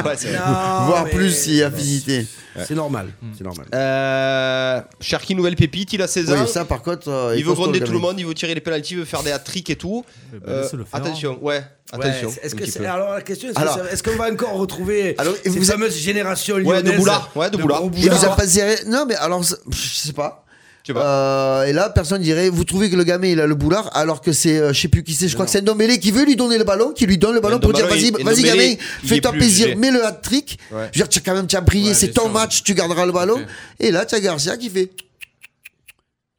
C: ouais, c'est vrai.
I: Voire plus si affinité.
E: C'est normal, c'est normal.
C: Euh, Cherki, nouvelle pépite, il a 16 ans.
I: Oui, ça par contre. euh,
C: il veut
I: costaud,
C: gronder
I: gamin.
C: tout le monde, il veut tirer les pénalties, il veut faire des hat-tricks et tout.
G: Eh ben,
C: Euh,
G: laisse-le faire.
C: attention, ouais, attention.
E: Ouais, est-ce
C: un
E: que
C: petit
E: c'est-
C: peu.
E: alors la question, est-ce, que
I: Alors-
E: ça- est-ce qu'on va encore retrouver
I: Alors, et
E: cette
I: vous a-
E: fameuse génération
C: Ouais,
E: lyonnaise
C: de Boulard. Ouais, de Boulard.
E: gros
I: Il vous a
E: Boulard.
I: pas serré- Non, mais alors, c'est- je sais pas.
C: Je sais pas.
I: Euh, et là, personne dirait, vous trouvez que le gamin il a le boulard, alors que c'est, euh, je sais plus qui c'est, je crois que c'est Ndombele qui veut lui donner le ballon, qui lui donne le ballon pour dire,
C: Ndombele,
I: vas-y,
C: il-
I: vas-y
C: Ndombele,
I: gamin,
C: il est
I: fais-toi
C: plus
I: plaisir,
C: jugé.
I: mets le hat-trick.
C: Ouais.
I: Je veux dire, tu as quand même, tu as brillé,
F: Ouais,
I: c'est
F: bien
I: ton
F: sûr.
I: match, tu garderas le ballon.
F: Ok.
I: Et là, tu as Garcia qui fait,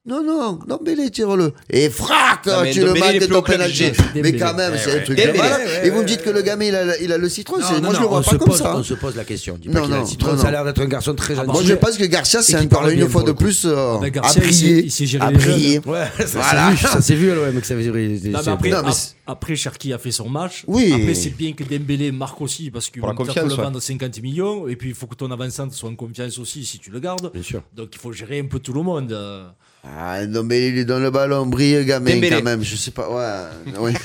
I: non, non, Ndombele, tire-le. Et frac,
C: Non, mais
I: tu le
C: Ndombele, il est
I: marques de
C: plus au
I: ton
C: club
I: penalty.
C: jugé.
I: Mais quand même, c'est un truc de
C: Dembélé.
I: malade.
E: Ouais, ouais,
I: Et vous
E: ouais.
I: me dites que le gamin il a, il a le citron,
E: Non,
I: c'est-
E: non,
I: moi je
E: non,
I: le vois
E: on
I: pas
E: se
I: comme
E: pose-
I: ça. hein.
E: On se pose la question. Dis
I: Non,
E: pas qu'il Ah, a
I: non,
E: le citron,
I: non,
E: ça a
I: non. Ah,
E: l'air d'être un garçon très gentil.
I: Moi, je pense que Garcia, c'est
E: qu'il
I: encore
E: parle
I: une
E: bien
I: fois
E: pour
I: de
E: le coup.
I: plus euh,
G: Ben,
I: à
G: Garcia, il sait-
I: briller.
G: il sait gérer
I: à
G: les jeunes.
I: briller.
E: Ouais, ça
I: Voilà.
E: s'est vu, ça s'est vu à l'OM que ça avait
G: Non, mais
E: c'est-
G: après,
I: Non, mais
G: ap-
I: c'est-
G: après, Cherki a fait son match.
I: Oui.
G: Après, c'est bien que Dembélé marque aussi parce que
C: Pour la
G: ça peut
C: confiance,
G: le
C: ouais.
G: vendre 50 millions. Et puis, il faut que ton avant-centre soit en confiance aussi si tu le gardes.
E: Bien sûr.
G: Donc, il faut gérer un peu tout le monde. euh.
I: Ah, non, mais il lui donne le ballon, brille, gamin,
C: Dembélé.
I: quand même. Je sais pas, ouais. ouais.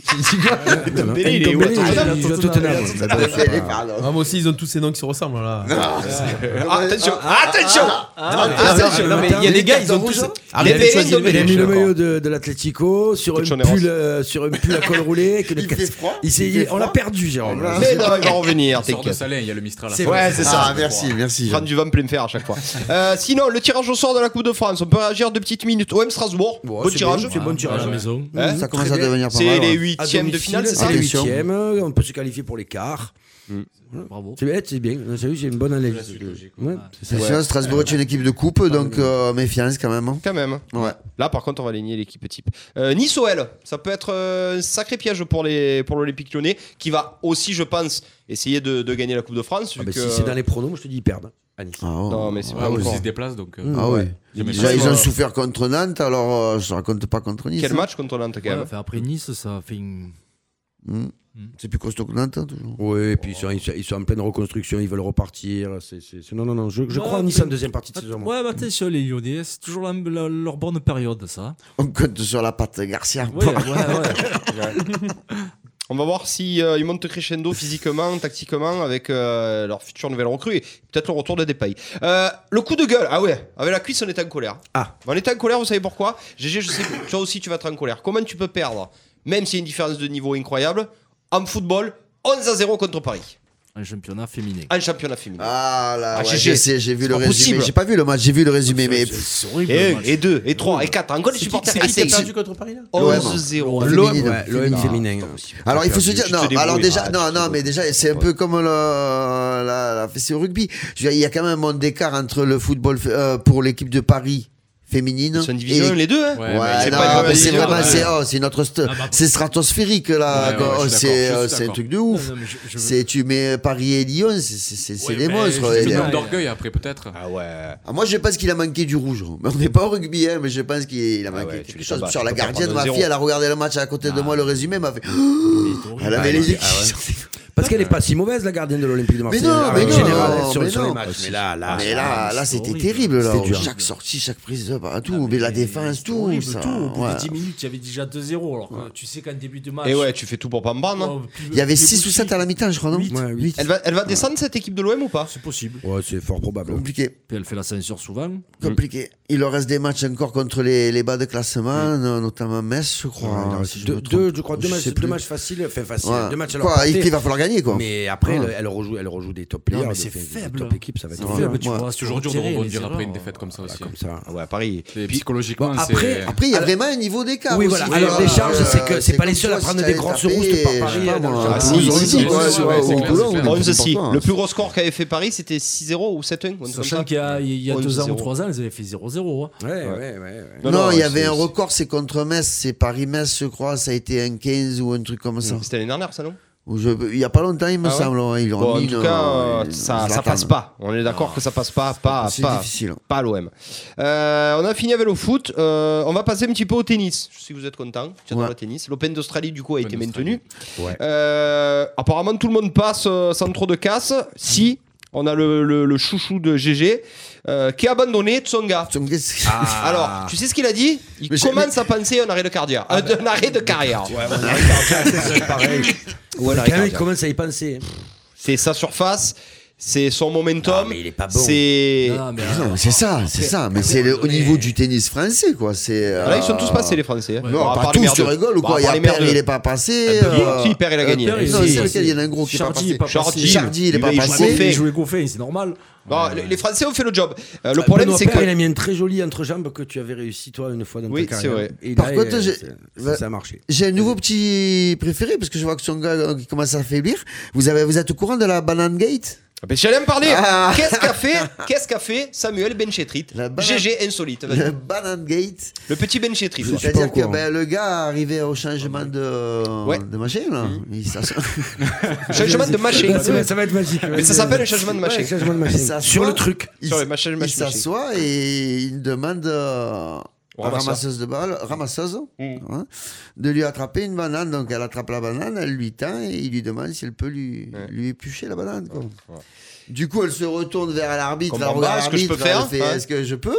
E: Dembélé,
C: il est où, à
E: joue-
G: Tottenham
E: il joue à Tottenham. Bah, bah, c'est
I: Dembélé,
E: pas-
I: pardon.
D: Moi aussi, ils ont tous ces noms qui se ressemblent là.
C: Ah, attention, attention
E: Ah,
D: Attention, Ah, non, mais il y a des gars, ils ont tous. Ah, Arrêtez de
C: Dembélé,
D: choisir
E: Il a mis le
C: D'accord.
E: maillot de, de l'Atlético sur un
C: Cochoneros.
E: pull euh, sur un pull à col roulé. que le
I: Il
E: quatre-
I: fait froid,
E: il s'est-
I: il fait
E: il- on l'a
I: froid.
E: perdu, Jérôme. là.
C: Mais non, il va revenir,
F: Sort de
C: t'inquiète.
F: Salin, il y a le Mistral. à
E: C'est
F: fond.
E: vrai.
C: Ouais, c'est ça.
I: Ah, merci, merci.
C: Fran du me faire à chaque fois. Euh, sinon, le tirage au sort de la Coupe de France, on peut réagir deux petites minutes. OM Strasbourg,
E: Ouais,
C: bon
E: c'est
C: tirage.
E: bien, c'est bon
G: Ah, à
E: tirage.
G: la maison.
C: Hein
I: Ça commence à Ah, devenir pas
C: c'est
I: mal. hein.
C: les
I: ouais.
E: À
C: huitièmes de
E: domicile,
C: finale, c'est
E: C'est
C: ça
E: les
I: Attention.
E: huitièmes. euh, On peut se qualifier pour les quarts.
I: Mm.
G: Bravo.
E: C'est bien, c'est bien. J'ai vu, j'ai une bonne analyse. Ouais.
I: Ah, C'est sûr, Strasbourg est une équipe de coupe, donc euh, méfiance quand même. hein.
C: Quand même.
I: Ouais.
C: Là, par contre, on va aligner l'équipe type. Euh, nice OL, ça peut être euh, un sacré piège pour les pour l'Olympique Lyonnais, qui va aussi, je pense, essayer de, de gagner la Coupe de France.
E: Ah
C: vu
E: bah,
C: que-
E: Si c'est dans les pronoms, je te dis ils perdent. à Nice.
I: euh, Ah, oh.
C: Non, mais c'est
F: Ouais,
C: pas
F: donc
C: encore.
F: ils se déplacent, donc. euh,
I: Ah ouais.
F: j'ai mes
I: Déjà,
F: chances,
I: ils ont
F: euh,
I: souffert contre Nantes, alors euh, je raconte pas contre Nice.
C: Quel
I: hein.
C: match contre Nantes, quand
G: Ouais,
C: même.
G: enfin, après Nice, ça fait une.
I: Hmm. C'est plus costaud que Nantes, hein, toujours.
E: Oui, et puis ils sont, ils sont- ils sont en pleine reconstruction, ils veulent repartir. c'est- c'est- c'est- Non, non, non, je, je
G: Ouais,
E: crois en Nice en deuxième partie de saison. moi.
G: Ouais, mais attention, les Lyonnais, c'est toujours la- la- leur bonne période, ça.
I: On compte sur la patte Garcia.
G: Ouais, ouais, ouais.
C: On va voir si euh, ils montent crescendo physiquement, tactiquement, avec euh, leur future nouvelle recrue et peut-être le retour de Depay. Euh, le coup de gueule, ah ouais, avec la cuisse, on était en colère.
E: Ah.
C: On était en colère, vous savez pourquoi GG, je sais que toi aussi tu vas être en colère. Comment tu peux perdre, même s'il y a une différence de niveau incroyable, en football, 11 à 0 contre Paris,
G: Un championnat féminin.
C: en championnat féminin
I: Ah là,
C: Ah,
I: ouais,
C: GG.
I: je sais, j'ai vu
C: C'est
I: le
C: pas
I: résumé.
C: possible.
I: J'ai pas vu le match, j'ai vu le résumé, mais. pff,
G: C'est horrible.
C: Et
G: le
C: 1,
G: match.
C: et 2, et 3, et 4, encore les supporters.
I: qui- c'est qui a perdu
C: contre Paris là
I: L'OM.
C: 11 0.
I: Ouais.
E: L'OM,
I: féminine.
E: ouais, l'OM féminin.
I: Alors il faut se dire
C: tu te
I: non.
C: débrouilles.
I: Alors déjà
E: bah,
C: Ah,
I: non
C: tu
I: non
C: te
I: mais déjà c'est un peu comme le la, la- c'est au rugby. Je veux dire, Il y a quand même un monde d'écart entre le football euh, pour l'équipe de Paris féminine
C: Ils sont division,
I: et
C: les deux, hein
F: Ouais,
I: Ouais,
F: mais c'est
I: non,
F: pas une
I: mais
F: bonne
I: c'est
F: idée,
I: vraiment
F: ouais.
I: c'est oh, c'est notre st-
G: Ah, bah,
I: c'est stratosphérique là.
F: Ouais,
I: quoi.
F: ouais,
I: Oh,
F: je suis
I: c'est
F: d'accord, je
I: euh,
F: suis
I: c'est un
F: d'accord.
I: truc de
G: Non,
I: ouf.
G: non, mais je- je-
I: C'est tu mets Paris et Lyon, c'est- c'est c'est- c'est
F: ouais,
I: des
F: mais
I: monstres. eh
F: juste
I: les
F: le
I: gars.
F: manque d'orgueil après, peut-être.
C: Ah ouais.
I: Ah, moi je pense qu'il a manqué du rouge. Mais on n'est pas au rugby, hein, mais je pense qu'il a manqué
C: ouais, tu
I: quelque
C: les
I: chose.
C: tabasses,
I: Sur
C: tu
I: la
C: peux pas
I: gardienne,
C: prendre
I: ma
C: zéro.
I: fille, elle a regardé le match à côté de moi, le résumé m'a fait. Elle
E: Ah
I: avait les yeux qui sortaient.
E: Parce qu'elle n'est pas si mauvaise, la gardienne de l'Olympique de Marseille.
I: non,
E: en
I: Ah. mais non,
E: général,
I: mais
E: sur, sur les
I: non.
E: matchs. Mais là, là.
I: mais là,
G: c'est
I: là c'était
G: horrible.
I: terrible. Là,
E: C'était dur.
I: Chaque sortie, chaque prise de balle, tout. mais la défense,
G: C'est
I: tout.
G: horrible,
I: ça,
G: tout. Au bout
I: ouais.
G: de 10 minutes, il y avait déjà 2-0. Alors que tu sais qu'en début de match.
C: Et Eh ouais, tu fais tout pour pas me prendre. hein.
G: oh, plus-
I: Il y avait
G: plus
I: 6 ou
G: possible.
I: 7 à la mi-temps, je crois, non
G: Huit.
E: Ouais, huit.
C: Elle va, elle va descendre cette équipe de l'OM ou pas
G: C'est possible.
E: Ouais, c'est fort probable.
I: Compliqué,
G: Puis elle fait l'ascenseur souvent.
I: compliqué. Il leur reste des matchs encore contre les, les bas de classement, no- notamment Metz, je crois.
E: Ouais,
I: si je
E: deux,
I: me trompe.
E: deux, je crois, deux
I: Je
E: matchs,
I: sais
E: deux
I: plus.
E: matchs faciles, enfin faciles,
I: Ouais.
E: deux matchs à leur
I: Quoi,
E: portée.
I: il va falloir gagner, quoi.
E: Mais après,
I: Ouais.
E: elle, elle rejoue, elle rejoue des top players.
G: mais
E: des-
G: c'est
E: des- des
G: faible.
E: Top équipes, ça va être
I: Ouais.
E: faible.
G: Faible, tu
I: Ouais.
G: vois,
F: C'est toujours dur de
G: retirer les
F: rebondir après
G: erreurs.
F: une défaite comme ça aussi.
E: Comme ça.
C: Ah Ouais, Paris.
F: Et
C: Puis-
F: Psychologiquement,
E: Bon,
F: c'est.
E: après-
I: Après, il y a vraiment un niveau d'écart.
E: Oui,
I: aussi. Euh,
E: voilà.
C: hein.
E: Alors, les charges, c'est que c'est pas les
I: comme
E: seuls à
I: toi, si
E: prendre des
I: t'allais
E: grosses
I: taper,
E: roustes par
I: je sais
E: Paris,
I: pas,
E: euh, dans le
I: moi,
E: jardin.
I: à
C: Ah, si,
I: Toulouse,
C: si,
I: on
C: si,
I: dit,
C: ouais,
I: ouais,
C: ouais,
I: ouais,
C: ouais,
I: au
C: c'est hein.
F: clair, c'est
I: Toulon, on dit,
E: hein.
F: clair.
C: 11 6
I: pourquoi
C: le plus gros score qu'avait fait Paris, c'était 6-0 ou 7-1. ou un truc comme
G: Sachant
C: ça.
G: qu'il y a, il y a
C: On
G: 2 ans ou
C: zéro.
G: 3 ans, ils avaient fait 0-0. hein.
E: Ouais, ouais, ouais, ouais.
C: Non,
I: Non,
C: non,
I: il y
C: c'est-
I: avait un
C: c'est-
I: record, c'est contre Metz, c'est Paris-Metz, je crois, ça a été un 15 ou un truc comme ça.
C: hein. C'était l'année dernière, ça, non
I: Je- Il y a pas longtemps, il me
C: Mm. Ah ouais
I: semble. ouais, ils ont
C: Bon, en
I: mis
C: tout
I: le-
C: cas, euh,
I: le-
C: ça, ça
I: Zlatan.
C: passe pas. On est d'accord que ça passe pas, pas,
I: C'est
C: pas,
I: difficile. hein.
C: pas à l'OM. Euh, on a fini avec le foot. Euh, on va passer un petit peu au tennis. Je sais que vous êtes content. J'adore
I: Ouais.
C: le tennis. L'Open d'Australie, du coup, a été maintenu.
E: Ouais.
C: Euh, apparemment, tout le monde passe euh, sans trop de casse. Si on a le, le- le chouchou de GG euh, qui a abandonné Tsonga. Alors, tu sais ce qu'il a dit Il
I: Mais Ah bah. j'ai-
C: commence à penser à un arrêt de carrière. Un, un arrêt de carrière.
E: Ouais,
C: la
E: quand même,
C: regarde.
E: il commence à y penser.
C: C'est sa surface, c'est son momentum.
E: Ah, mais il est pas bon.
C: C'est.
G: Non, mais,
I: Non, c'est ça, c'est ça. Mais c'est le- au niveau du tennis français, quoi. C'est. euh,
C: Ah, Là, ils sont tous passés, les Français. hein. Bon,
I: Non,
C: à
I: pas
C: part les
I: tous,
C: merdeux.
I: tu rigoles ou
C: Bon,
I: quoi
C: à
I: Il y
C: part
I: a
C: les
I: Perle,
C: merdeux.
I: il est pas passé. euh,
C: Si, Père, il a gagné.
G: Père,
I: Non, c'est lequel Il y en a un gros qui est pas
G: Chardy
I: passé.
G: est pas
C: Chardy.
G: passé.
I: Chardy, il est
C: Il
I: pas
C: a- il joue
I: passé. Euh,
C: fait.
G: Il jouait Goffin, c'est normal.
C: Bon, les- les Français ont fait le job. Euh, le
E: Ah,
C: problème,
E: Benoît
C: c'est
E: Paire,
C: que.
E: Il a mis un très joli entrejambe que tu avais réussi, toi, une fois dans
C: Oui,
E: ta
C: c'est
E: carrière.
C: vrai.
E: Et
I: Par
E: là,
I: contre,
E: euh,
I: j'ai-
E: c'est-
C: Bah,
I: va-
E: ça a marché.
I: J'ai un nouveau petit préféré parce que je vois que son gars euh, qui commence à faiblir. Vous, avez, vous êtes au courant de la Banane Gate
C: Ah, ben, J'allais me parler.
I: Ah.
C: Qu'est-ce qu'a fait, qu'est-ce qu'a fait Samuel Benchetrit
I: La banane.
C: GG insolite. vas-y.
I: Le Banane Gate.
C: Le petit Ben Benchetrit.
E: Je- suis pas au
C: hein.
I: C'est-à-dire que
E: courant.
I: ben, le gars arrivé au changement de,
C: Ouais. Mhm.
I: de machine. Là. Il s'as-
C: Changement de machine.
E: Ça va- ça va être magique.
C: Mais ça s'appelle un changement de
E: Ouais,
C: machine.
E: changement de machine.
I: Ça
E: Sur le
I: soit-
E: truc.
I: il
C: Sur
I: s-
C: le machin-
I: il
C: machine.
I: s'assoit et il demande euh,
C: Au
I: à
C: ramasseur.
I: ramasseuse de balles, ramasseuse,
C: Mm.
I: hein, de lui attraper une banane. Donc elle attrape la banane, elle lui tend et il lui demande si elle peut lui, lui éplucher la banane. quoi. Du coup, elle se retourne vers l'arbitre.
C: Comme
I: elle
C: en
I: regarde
C: bas, est-ce que je
I: l'arbitre,
C: peux faire
I: elle fait,
C: Ouais.
I: Est-ce que je peux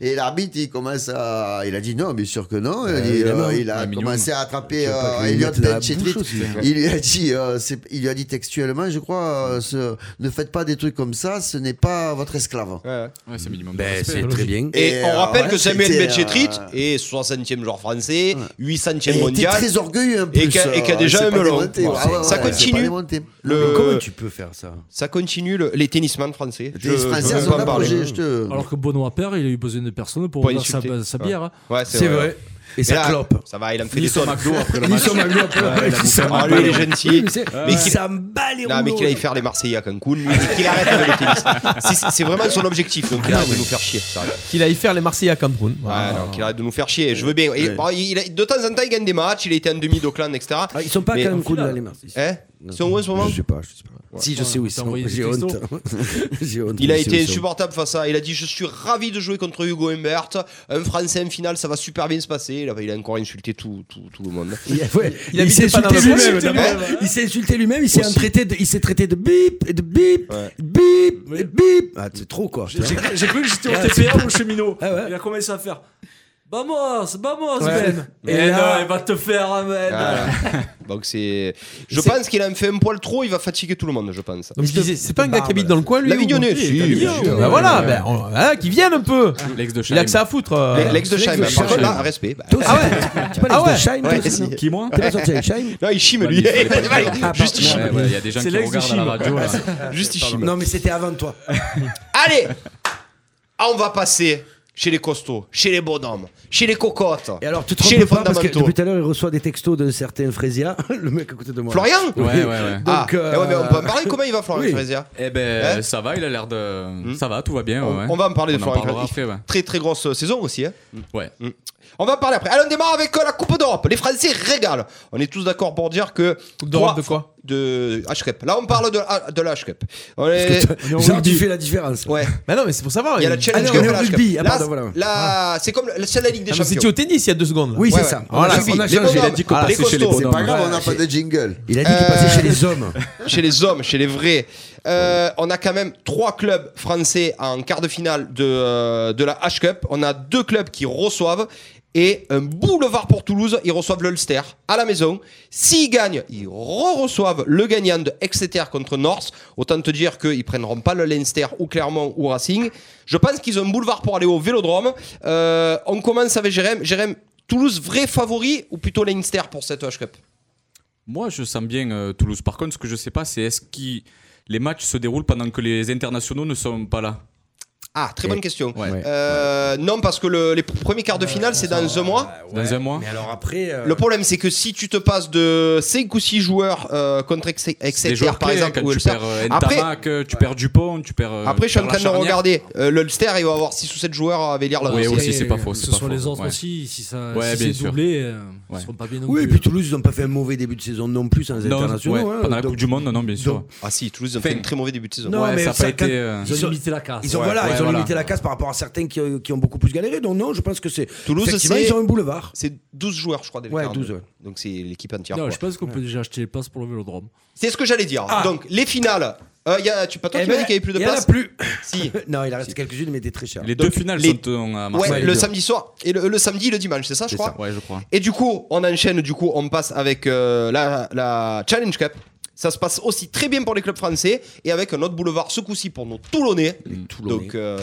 I: Et l'arbitre, il commence à. Il a dit non, bien sûr que non. Il, dit,
E: évidemment.
I: euh, il a
F: Ah, mignon.
I: commencé à attraper
E: Je veux pas
I: euh,
E: que lui
I: Elliot
E: mette la
I: Benchetrit.
E: bouche aussi.
I: Il lui a dit, euh, c'est- il lui a dit textuellement, je crois, euh, ce- ne faites pas des trucs comme ça, ce n'est pas votre esclave.
C: Ouais.
F: Ouais, c'est minimum. de
E: Ben,
F: respect.
E: c'est très bien.
C: Et,
I: Et,
C: on
I: euh,
C: rappelle
I: ouais,
C: que Samuel
I: c'était,
C: Benchetrit
I: euh,
C: est 60e joueur français, 800e
I: Et il était
C: mondial.
I: très orgueilleux en plus.
C: qu'a- et
I: euh,
C: qu'a déjà
I: c'est
C: un
I: pas
C: melon.
I: démonté, Ah
C: Ouais,
I: ouais, ouais,
C: ça
I: ouais, c'est
C: continue.
I: pas démonté.
C: Le-
E: Comment tu peux faire ça
C: Ça continue le- les tennismans français.
I: Les Français
C: veux
I: sont
C: pas en
I: un
C: parler.
I: projet, je te.
G: Alors que Benoît Père, il a eu besoin de personne pour
C: Pour
G: boire sa,
C: insulter.
G: sa bière. hein.
C: Ouais,
E: C'est vrai. Et
C: Et
E: ça
C: là,
E: clope.
C: Ça va, il en fait
F: Ni
C: des
F: son
C: tonnes.
F: McDo après le
E: Ni
F: match.
E: sur ma gloire, après,
F: Ouais, il a bouffé un
C: Ah,
F: McDo.
C: lui, il est gentil.
E: Mais c'est-
C: Mais
E: il
C: qu'il-
E: s'en bat les
C: Non, mais
E: rouleaux.
C: qu'il aille faire les Marseillais à Cancun, lui, et qu'il arrête avec le tennis. C'est- C'est vraiment son objectif, donc il arrête de nous faire chier. sérieux.
D: Qu'il aille faire les Marseillais à Cameroun.
C: Ah, non, qu'il arrête de nous faire chier, je veux bien. Il- bon, il a- de temps en temps, il gagne des matchs, il a été en demi d'Auckland, etc.
E: Ah, Ils sont pas
C: Mais-
E: quand même cool,
G: final.
E: les Marseilles.
C: Hein Ils sont où en ce moment
E: Je sais pas, je sais pas. Si, je sais où ils
G: T'as
E: sont.
G: envoyé des
E: J'ai honte.
G: textos
E: J'ai honte.
C: Il
E: je
C: a
E: sais où
C: été
E: ils sont.
C: insupportable face à. Il a dit Je suis ravi de jouer contre Hugo Humbert. Un Français en finale, ça va super bien se passer. Là, il a encore insulté tout, tout, tout le monde.
E: Il, a- ouais, il,
D: habitait
E: s'est
D: pas dans
E: insulté
D: le
E: lui-même.
D: bus,
E: d'abord. Il s'est insulté lui-même. Il s'est
C: Aussi.
E: traité de, il s'est traité de bip et de bip, bip et bip. Ah, c'est trop quoi.
G: J'ai cru- j'ai cru que j'étais au
E: Ouais,
G: TPA ou au cheminot.
E: Ah ouais.
G: Il a commencé à faire. Vamos, vamos,
E: Ouais.
G: Ben.
E: Et
G: Et
E: là-
G: là, il va te faire, hein, Ben.
C: Ah, donc c'est. Je
E: C'est-
C: pense qu'il a fait un poil trop, il va fatiguer tout le monde, je pense.
D: Donc je disais, c'est pas un gars qui habite dans le coin, lui
C: La
D: ou-
C: mignonnée, si, bien sûr.
D: Bah voilà, ben, on- voilà, qui vienne un peu.
F: L'ex de
D: Il a que ça
F: Schalke.
D: à foutre. euh.
C: L'ex de
E: l'ex
C: Scheim,
E: de
C: par contre,
E: Scheim.
C: là, respect. bah.
E: Toi aussi, t'es pas
D: Ah
E: l'ex
D: ouais.
E: de Scheim, toi
C: Ouais,
E: aussi,
C: si.
E: non
G: Qui, moi
E: T'es pas sorti avec Scheim
C: Non, il chime, lui.
E: Ah,
C: Juste, il
E: pardon.
C: chime.
F: Ouais, ouais, il y a des gens
G: C'est
F: qui
G: l'ex de
F: regardent à la
G: Chim.
F: radio. là.
C: Juste, il chime.
E: Non, mais c'était avant toi.
C: Allez Ah, On va passer chez les costauds, chez les bonhommes, chez les cocottes,
E: Et alors, Ah, tu te
C: chez les
E: trompes pas parce que
C: fondamentaux.
E: depuis tout à l'heure, il reçoit des textos d'un certain Frésia, le mec à côté de moi.
C: Florian
E: Oui.
F: Ouais, ouais, ouais.
E: Donc,
C: Ah,
E: euh,
C: eh ouais, mais on peut en parler comment il va, Florian
E: oui.
C: Frazier
F: Eh ben,
C: Hein Hmm.
F: ça va, il a l'air de. Ça va, tout va bien. ouais.
C: on, on va en parler de
F: On en
C: Florian
F: parlera
C: Frazier.
F: après, ouais.
C: Très très grosse euh, saison aussi. hein.
F: Ouais.
C: On va en parler après. Allez, on démarre avec euh, la Coupe d'Europe. Les Français régalent. On est tous d'accord pour dire que.
D: Coupe d'Europe de
C: trois-
D: quoi
C: De HCUP. Là, on parle de, ah, de la HCUP. On est-
E: Genre, tu fais la différence.
C: Ouais.
D: Bah non, mais c'est pour savoir.
C: Il y a la
D: il-
C: Challenge
E: Ah non,
C: Cup
E: on est
C: et
E: au
C: la HCUP.
E: rugby. Ah,
C: Là,
E: pardon, voilà.
C: là, c'est comme le- c'est la Ligue des
D: Ah, mais C'était
C: Champions.
D: au tennis il y a deux secondes.
E: Oui,
C: Ouais, ouais.
E: c'est ça.
D: Voilà,
E: on a, on a
C: les
E: changé.
C: bonhommes,
F: Il a dit qu'on
C: Ah,
F: passait
C: les
F: chez les
C: costauds.
F: bonhommes.
I: C'est pas grave, on n'a
E: Ouais,
I: pas de jingle.
E: Il a dit qu'il passait chez les hommes.
C: Euh, chez les hommes, chez les vrais. Euh, on a quand même trois clubs français en quart de finale de, euh, de la H-Cup. On a deux clubs qui reçoivent. Et un boulevard pour Toulouse, ils reçoivent l'Ulster à la maison. S'ils gagnent, ils re-reçoivent le gagnant de Exeter contre North. Autant te dire qu'ils prendront pas le Leinster ou Clermont ou Racing. Je pense qu'ils ont un boulevard pour aller au Vélodrome. Euh, on commence avec Jérém. Jérém, Toulouse, vrai favori ou plutôt Leinster pour cette H-Cup
F: Moi, je sens bien euh, Toulouse. Par contre, ce que je sais pas, c'est est-ce que les matchs se déroulent pendant que les internationaux ne sont pas là
C: Ah, très bonne question.
F: Ouais.
E: Ouais.
C: Euh, Non, parce que le, les premiers quarts de finale, c'est dans un mois.
E: Ah,
F: Dans
E: ouais,
F: un mois.
E: Mais alors après. euh,
C: Le problème, c'est que si tu te passes de 5 ou 6 joueurs euh, contre Ex- Exeter,
F: Des joueurs
C: par
F: clés, hein,
C: exemple,
F: quand
C: ou
F: tu
C: Ulster,
F: perds euh,
C: Après-
F: Ntamak, euh, tu perds Dupont, tu perds. euh,
C: après, je
F: tu
C: suis en
F: perds
C: train de
F: la charnière.
C: regarder. Euh, L'Ulster, il va avoir 6 ou 7 joueurs à Vélir là
F: Oui,
C: dedans
F: oui. aussi, c'est pas faux,
G: Que
F: c'est
G: ce
F: pas
G: soit
F: faux,
G: les autres
F: ouais.
G: aussi, si ça
F: Ouais,
G: si
F: bien
G: c'est
F: sûr.
G: doublé, euh,
F: Ouais.
G: ils seront pas bien non
E: Oui, et
G: plus.
E: puis Toulouse, ils n'ont pas fait un mauvais début de saison non plus sans les
F: Non,
E: internationaux.
F: ouais,
E: hein.
F: pendant la
E: Donc,
F: Coupe du Monde, non, non, bien sûr.
C: Ah si, Toulouse, ils ont fait
F: Enfin,
C: un très mauvais début de saison.
E: Non,
F: ouais,
E: mais
F: ça n'a
E: ça,
F: pas été.
E: quand-
F: euh,
G: Ils
E: Ils
G: ont
E: ont-
G: limité la casse.
E: Ils ont,
F: Ouais,
E: voilà,
F: ouais,
E: ils ont
F: voilà.
E: limité la casse par rapport à certains qui, euh, qui ont beaucoup plus galéré. Donc non, je pense que c'est.
C: Toulouse,
E: effectivement,
C: c'est-
E: ils ont un boulevard.
C: C'est 12 joueurs, je crois, des
E: Ouais,
C: quarts de-
E: 12, ouais.
C: Donc c'est l'équipe entière.
G: Non,
C: quoi.
G: je pense qu'on peut déjà acheter les places pour le vélodrome.
C: C'est ce que j'allais dire. Donc, les finales. Euh, y a, tu pas toi
E: Ah. Eh
C: qui m'as
E: ben,
C: dit qu'il y avait plus de
E: il y en a
C: place
E: plus.
C: Si.
E: non, il en reste quelques-unes, mais des très chères.
F: Les
C: Donc,
F: deux finales
C: les-
F: sont euh, à
C: Ouais,
F: Marseille.
C: le samedi soir. Et le, le samedi et le dimanche, c'est ça, je crois
F: Ouais, je crois.
C: Et du coup, on enchaîne, du coup, on passe avec euh, la, la Challenge Cup. Ça se passe aussi très bien pour les clubs français et avec un autre boulevard, ce coup-ci pour nos Toulonnais.
F: Mm.
E: Toulonnais.
C: Donc, euh,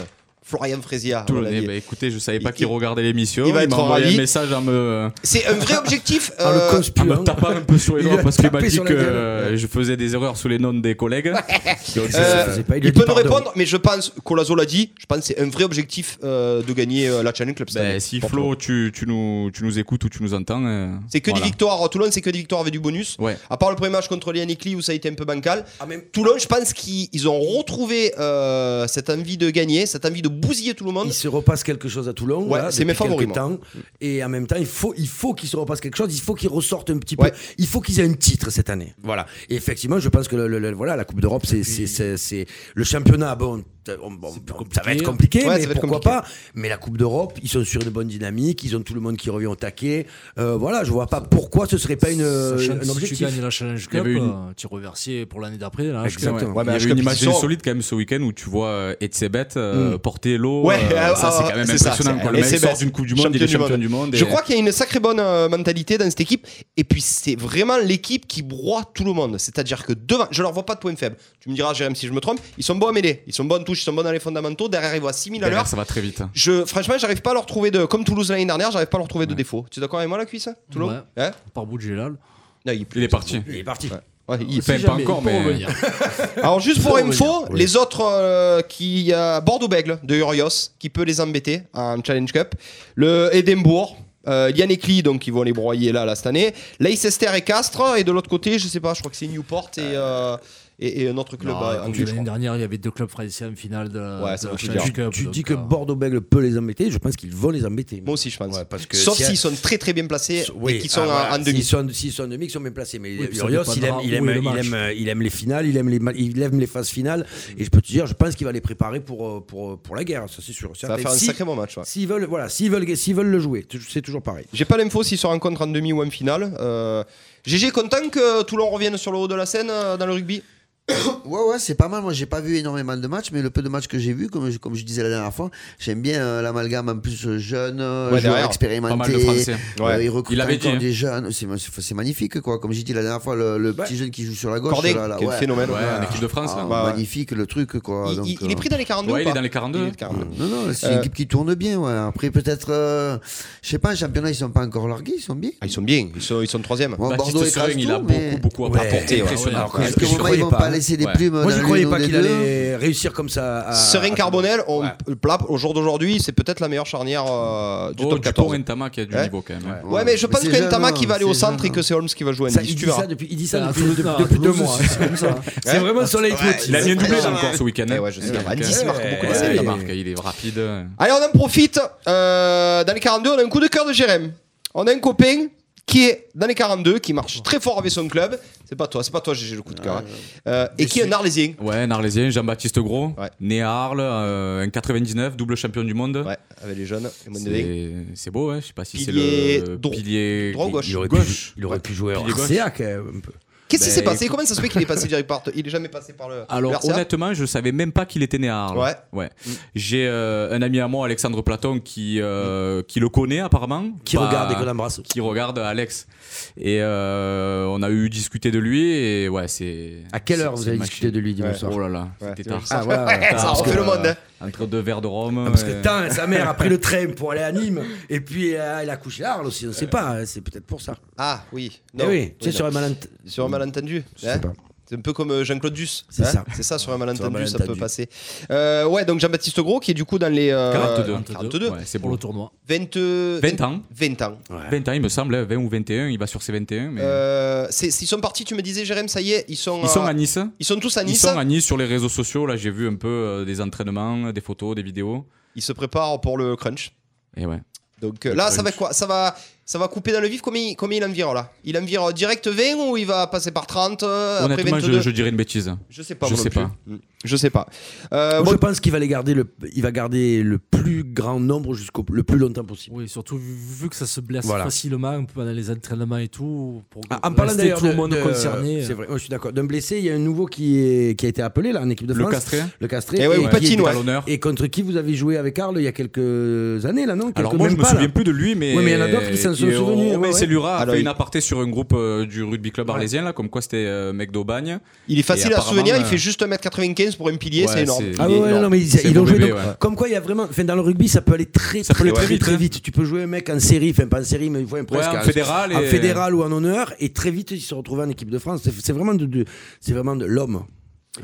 C: Florian Fréziat. à mon
F: Toulonnais,
C: avis.
F: bah écoutez, je savais
C: Il-
F: pas qu'il
C: il-
F: regardait l'émission.
C: il va être
F: m'a envoyé
C: ravi.
F: un message en me,
C: C'est un vrai objectif.
E: Ah,
C: euh,
E: le conspuant.
F: en me tapant un peu sur les
E: Il
F: doigts
E: a
F: parce qu'il m'a
E: tapé
F: dit
E: sur la
F: que
E: gueule.
F: euh, je faisais des erreurs sous les noms des collègues. Donc,
C: euh,
E: Ça se faisait pas, il
C: il
E: lui a dit
C: peut nous
E: pardon.
C: répondre, mais je pense, Colazo l'a dit, je pense que c'est un vrai objectif euh, de gagner euh, la Challenge Cup. cette
F: Ben,
C: année,
F: si
C: pour
F: Flo,
C: Toulon.
F: tu, tu nous, tu nous écoutes ou tu nous entends. euh,
C: C'est que
F: voilà.
C: des victoires. à Toulon, c'est que des victoires avec du bonus.
F: Ouais.
C: À part le premier match contre les Anikli où ça a été un peu bancal.
E: Ah, mais
C: Toulon, je pense qu'ils ils ont retrouvé euh, cette envie de gagner, cette envie de bousiller tout le monde.
E: Il se repasse quelque chose à Toulon.
C: Ouais,
E: voilà,
C: c'est mes
E: depuis
C: favoris,
E: quelques
C: moi. Mm.
E: temps. Et en même temps, il faut, il faut qu'ils se repasse quelque chose. Il faut qu'ils ressortent un petit
C: Ouais.
E: peu. Il faut qu'ils aient un titre cette année. Voilà. Et effectivement, je pense que le- le- le- voilà, la Coupe d'Europe, c'est, c'est, c'est, c'est- le championnat. Bon, t- on- bon, ça va être compliqué,
C: Ouais, ça
E: mais
C: va être
E: pourquoi
C: compliqué.
E: pas. Mais la Coupe d'Europe, ils sont sur une bonne dynamique. Ils ont tout le monde qui revient au taquet. Euh, voilà, je vois pas pourquoi ce serait pas une, euh,
G: Sachant
E: un
G: que si tu
E: objectif.
G: gagnes la Challenge
F: y
G: Cup,
F: avait une-
G: euh, tu es reversé pour l'année d'après.
C: Hein,
G: là, je-
E: Exact. Exactement.
F: Ouais,
C: mais
F: il y
C: H
F: a eu
C: Cup,
F: une
C: ils
F: image
C: sont-
F: insolite quand même ce week-end où tu vois euh, Etzebet euh,
C: Mm.
F: porter l'eau.
C: Ouais,
F: euh, ça
C: ah,
F: c'est
C: ah,
F: quand même
C: c'est ça,
F: impressionnant.
C: c'est-
F: quoi. Le mec
C: Etzebet,
F: sort d'une Coupe du Monde, il est champion du monde. et-
C: Je crois qu'il y a une sacrée bonne euh, mentalité dans cette équipe. Et puis, c'est vraiment l'équipe qui broie tout le monde. C'est-à-dire que devant, je leur vois pas de point faible. Tu me diras, Jérém, si je me trompe, ils sont bons à mêler. Ils sont bons en touche, ils sont bons dans les fondamentaux. Derrière, ils voient 6000 à
F: derrière,
C: l'heure.
F: ça va très vite.
C: Je, franchement, j'arrive pas à leur trouver de. Comme Toulouse l'année dernière, j'arrive pas à leur trouver de défaut. Tu es d'accord avec moi, la cuisse hein, Toulon
G: Ouais.
C: Hein
G: Par bout de Gélal.
C: Non, il est plus-
F: Il est parti.
E: Il est parti.
C: Ouais, il-
F: Enfin, pas encore, mais-
C: Alors juste pour
G: Faut
C: info,
G: revenir, oui.
C: les autres euh, qui il y a Bordeaux-Bègle de Urios qui peut les embêter en Challenge Cup, le Édimbourg, euh, Yann et Clee, donc ils vont les broyer là, là cette année, Leicester et Castres et de l'autre côté, je sais pas, je crois que c'est Newport et, euh, et, et un autre club euh, anglais, je
G: L'année
C: crois.
G: dernière, il y avait deux clubs français en finale de la-
C: Ouais,
G: de
C: ça
G: la
C: veut tout
G: Challenge
C: dire.
G: Cup,
E: Tu
G: donc,
E: dis que
G: euh,
E: Bordeaux-Bègle peut les embêter. Je pense qu'ils vont les embêter.
C: Moi aussi je pense.
E: Ouais, parce que
C: Sauf
E: si-
C: s'ils sont très très bien placés et qu'ils sont
E: ah,
C: en-
E: voilà,
C: en demi.
E: S'ils sont, s'ils sont en demi, ils sont bien placés. Mais
G: Oui, puis ça
E: Urios, il aime,
G: dépendra
E: il,
G: où
E: aime,
G: est le
E: il,
G: match.
E: aime, euh, il aime les finales, il aime les, ma- il aime les phases finales. Et je peux te dire, je pense qu'il va les préparer pour, euh, pour, pour la guerre, ça c'est sûr.
C: Ça va faire un
E: Si-
C: sacré bon match. ouais.
E: S'ils veulent, voilà, s'ils veulent, s'ils veulent le jouer, tu- c'est toujours pareil.
C: J'ai pas l'info s'ils se rencontrent en demi ou en finale. Euh, GG content que Toulon revienne sur le haut de la scène euh, dans le rugby.
I: Ouais, ouais, c'est pas mal. Moi, j'ai pas vu énormément de matchs, mais le peu de matchs que j'ai vu, comme je, comme je disais la dernière fois, j'aime bien euh, l'amalgame en plus euh, jeune, euh,
C: Ouais,
I: joueur
C: derrière,
I: expérimenté.
F: pas mal de Français.
I: Euh,
C: Ouais.
I: ils recrutent
F: Il l'avait
I: encore
F: dit, hein.
I: des jeunes. C'est, c'est- c'est magnifique, quoi. Comme j'ai dit la dernière fois, le, le petit jeune qui joue sur la gauche.
C: Cordé,
I: là, là,
C: quel
I: ouais.
C: phénomène.
F: Ouais, en équipe de France.
I: Ah,
F: là.
C: bah ouais.
I: Magnifique le truc, quoi.
C: Il,
I: Donc,
C: il- il est
I: euh,
C: pris dans les 42
F: Ouais,
C: ou
F: il est
C: pas
F: dans les 42.
C: Il est de 42.
I: Non, non, c'est
C: Euh,
I: une équipe qui tourne bien. ouais. Après, peut-être, euh, je sais pas, en championnat, ils sont pas encore largués, ils sont bien.
C: Ah, ils sont bien, ils sont, ils sont troisième.
I: Bon,
F: Baptiste
I: Bordeaux et
F: Sering, il a
I: Craston, mais-
F: beaucoup, beaucoup
E: Ouais,
F: apporté.
C: ouais,
F: impressionnant.
E: alors que-
I: À
E: Parce
I: quel
E: j'y
I: moment ils
E: croyais
I: vont
E: pas,
I: pas
E: hein.
I: laisser des
F: Ouais.
I: plumes
E: Moi,
I: dans
E: je
I: l'une
E: croyais
I: ou
E: pas
I: des
E: qu'il
I: deux
E: allait réussir comme ça. à-
C: Serein
E: à-
C: Carbonel, on
E: Ouais.
C: le plape, au jour d'aujourd'hui, c'est peut-être la meilleure charnière euh, du
F: Oh,
C: top
F: Dupont
C: 14.
F: et Ntama qui a du
C: Ouais.
F: niveau quand même. hein.
C: Ouais, mais je
I: Mais
C: pense
I: c'est
C: que
I: jeune,
C: Ntama
I: hein,
C: qui va aller au
I: c'est
C: centre et
I: jeune,
C: que c'est Holmes qui va jouer en
E: Ça,
C: 10,
E: il
C: tu
E: dit
C: verras.
E: ça depuis, il dit ça
G: Ah,
E: depuis,
G: Toulouse,
E: de-
G: non,
E: depuis deux
G: Toulouse,
E: mois. hein,
G: c'est comme ça.
E: C'est vraiment soleil
F: Il a mis un doublé
C: Ouais.
F: encore ce week-end.
C: Ouais,
F: hein.
C: ouais, je sais.
F: Donc,
C: À 10,
F: euh,
C: il marque
F: ouais,
C: beaucoup.
F: ouais,
E: Ouais.
F: Il marque, il est rapide.
C: Allez, on en profite. euh, dans les 42, on a un coup de cœur de Jérém. On a un copain qui est dans les 42, qui marche très fort avec son club. C'est pas toi, c'est pas toi, j'ai le coup de cœur. hein. Euh, et qui est un Arlésien.
F: Ouais, un Arlésien, Jean-Baptiste Gros,
C: Ouais.
F: né à Arles, euh, un 99, double champion du monde.
C: Ouais, avec les jeunes. les moins de dingue.
F: C'est- C'est beau, hein. je sais pas si c'est
C: Pilier
F: le
C: dro-
F: pilier
C: droit ou gauche
F: il aurait pu-
E: Gauche. Il aurait pu jouer au
F: Pilier gauche.
E: RCA quand même euh, un peu.
C: Qu'est-ce qui
E: Bah,
F: Ben,
C: s'est passé Comment ça se fait qu'il est passé direct par Il est jamais passé par le.
F: Alors
C: le RCA?
F: honnêtement, je savais même pas qu'il était né à Arles.
C: Ouais. Mm.
F: J'ai euh, un ami à moi, Alexandre Platon, qui, euh, qui le connaît apparemment.
E: Qui
F: Pas-
E: regarde et qu'on embrasse.
F: Qui regarde Alex. Et euh, on a eu discuté de lui et ouais, c'est.
E: À quelle heure
F: c'est-
E: vous
F: c'est
E: avez
F: une
E: discuté de lui dimanche
F: machine.
E: soir
F: Oh là là,
C: Ouais,
F: c'était
C: c'est
F: tard.
C: ça.
E: ouais, ouais.
C: Ça
F: Parce
C: refait
F: que,
C: le monde,
F: euh,
C: hein.
F: Entre deux verres de rhum.
E: Ah, parce
F: euh,
E: que tant, sa mère a pris le train pour aller à Nîmes et puis euh, elle a couché à Arles aussi, on ne sait pas, hein, c'est peut-être pour ça.
C: Euh. Ah oui.
E: Mais
C: Non.
E: oui, tu sais,
C: non.
E: sur un malent-
C: Sur un malentendu.
E: Je sais
C: hein.
E: pas.
C: C'est un peu comme euh, Jean-Claude Duss.
E: C'est ça.
C: C'est ça, sur un
E: Sur un
C: malentendu, ça
E: malentendu.
C: peut passer. Euh, ouais, donc Jean-Baptiste Gros, qui est du coup dans les. euh,
F: 42.
C: 42.
F: Ouais, c'est
A: pour
F: pour
A: le
F: le
A: tournoi.
C: 20,
F: 20 ans.
C: 20 ans.
E: Ouais.
F: 20 ans, il me semble, hein, 20 ou 21, il va sur ses 21. Mais...
C: Euh, c'est- ils sont partis, tu me disais, Jérém, ça y est, ils sont,
F: ils sont
C: euh,
F: à Nice.
C: ils sont tous à
F: Ils
C: Nice.
F: sont à Nice sur les réseaux sociaux. Là, j'ai vu un peu euh, des entraînements, des photos, des vidéos.
C: Ils se préparent pour le crunch.
F: Et ouais.
C: Donc euh, là, ça va quoi ça va, ça va couper dans le vif combien, il- combien il environ là Il environ direct 20 ou il va passer par 30 euh, après
F: Honnêtement,
C: 22
F: je, je dirais une bêtise.
C: Je sais pas.
F: je
C: moi non
F: sais
C: plus.
F: pas.
C: Mm. Je sais pas. Euh,
E: Moi,
C: bon,
E: je pense qu'il va les garder le, il va garder le plus grand nombre jusqu'au le plus longtemps possible.
A: Oui, surtout vu, vu que ça se blesse
E: Voilà.
A: facilement, un peu dans les entraînements et tout. Pour
E: Ah, en parlant
A: rester
E: d'ailleurs
A: tout le
E: de-
A: monde
E: de-
A: concerné. euh.
E: c'est vrai, moi, je suis d'accord. D'un blessé, il y a un nouveau qui, est, qui a été appelé là en équipe de
F: Le
E: France.
F: castré
E: Le Castré.
C: Eh ouais, ou
E: qui
C: Patine,
E: était-
C: ouais.
F: Talonneur.
E: Et contre qui vous avez joué avec Arles il y a quelques années là, non
F: Alors
E: Quelques-
F: moi, je
E: même
F: me
E: pas,
F: souviens
E: là.
F: plus de lui, mais.
E: Ouais, mais il y en a d'autres qui s'en sont
F: et-
E: souvenus,
F: Romain
E: ouais, ouais.
F: Cellura a
C: Alors,
F: fait
C: Ah, il-
F: une aparté sur un groupe euh, du rugby club arlésien, là, comme quoi c'était euh, mec d'Aubagne.
C: il est facile
F: Et
C: à se souvenir, il
F: apparemment, euh,
C: fait juste 1m95 pour un pilier,
F: Ouais,
C: c'est énorme.
F: c'est-
E: Ah
C: Il est
E: ouais, ouais,
C: énorme.
E: non, mais ils,
F: C'est
E: ils
F: bon
E: ont joué.
F: bébé,
E: donc-
F: ouais.
E: Comme quoi, il y a vraiment. Enfin, dans le rugby, ça peut aller très,
F: Ça peut
E: très,
F: aller
E: très,
F: très
E: très
F: vite,
E: vite. Tu peux jouer un mec en série, enfin pas en série, mais ouais, presque.
F: en
E: en-
F: fédéral
E: en
F: et-
E: fédéral ou en honneur, et très vite, il se retrouve en équipe de France. C'est c'est vraiment de, de- c'est vraiment de l'homme.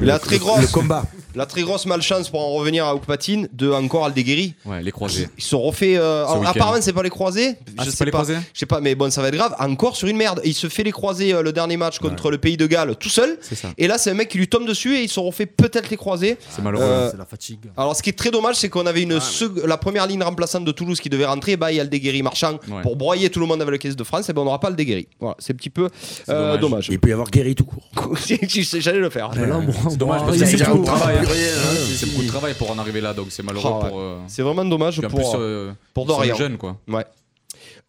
C: La très
E: Le-
C: grosse.
E: Le combat.
C: La très grosse malchance pour en revenir à Oukpatine de encore Aldeguerri.
F: Ouais, les croisés.
C: Ils se sont refaits. euh,
F: Ce week-end.
C: apparemment, c'est pas les croisés.
F: Ah,
C: je
F: c'est
C: sais
F: pas les croisés
C: Je sais pas, mais bon, ça va être grave. Encore sur une merde. Et il se fait les croisés euh, le dernier match contre le pays de Galles tout seul.
F: C'est ça.
C: Et là, c'est un mec qui lui tombe dessus et ils se refait peut-être les croisés.
F: C'est malheureux. Ah,
C: Euh,
A: C'est la fatigue.
C: Alors, ce qui est très dommage, c'est qu'on avait une sec- la première ligne remplaçante de Toulouse qui devait rentrer. Bah, il y a Aldeguerri marchand
F: Ouais.
C: pour broyer tout le monde avec le 15 de France. Et ben, on n'aura pas Aldeguerri. Voilà, c'est un petit peu euh, dommage.
E: Il peut y avoir guéri tout court.
C: J'allais le
E: Ah,
F: Ah,
C: faire.
A: Là, on- on-
F: C'est dommage
A: on-
F: parce
A: il
F: que
A: y a-
F: c'est
A: il y a-
F: beaucoup de travail. hein.
I: Pluriel, hein, c'est-
F: C'est beaucoup de travail pour en arriver là, donc c'est malheureux
C: Ah,
F: pour. euh,
C: C'est vraiment dommage
F: puis en
C: pour.
F: plus, euh,
C: pour
F: ils sont
C: Dorian.
F: jeunes, quoi.
C: Ouais.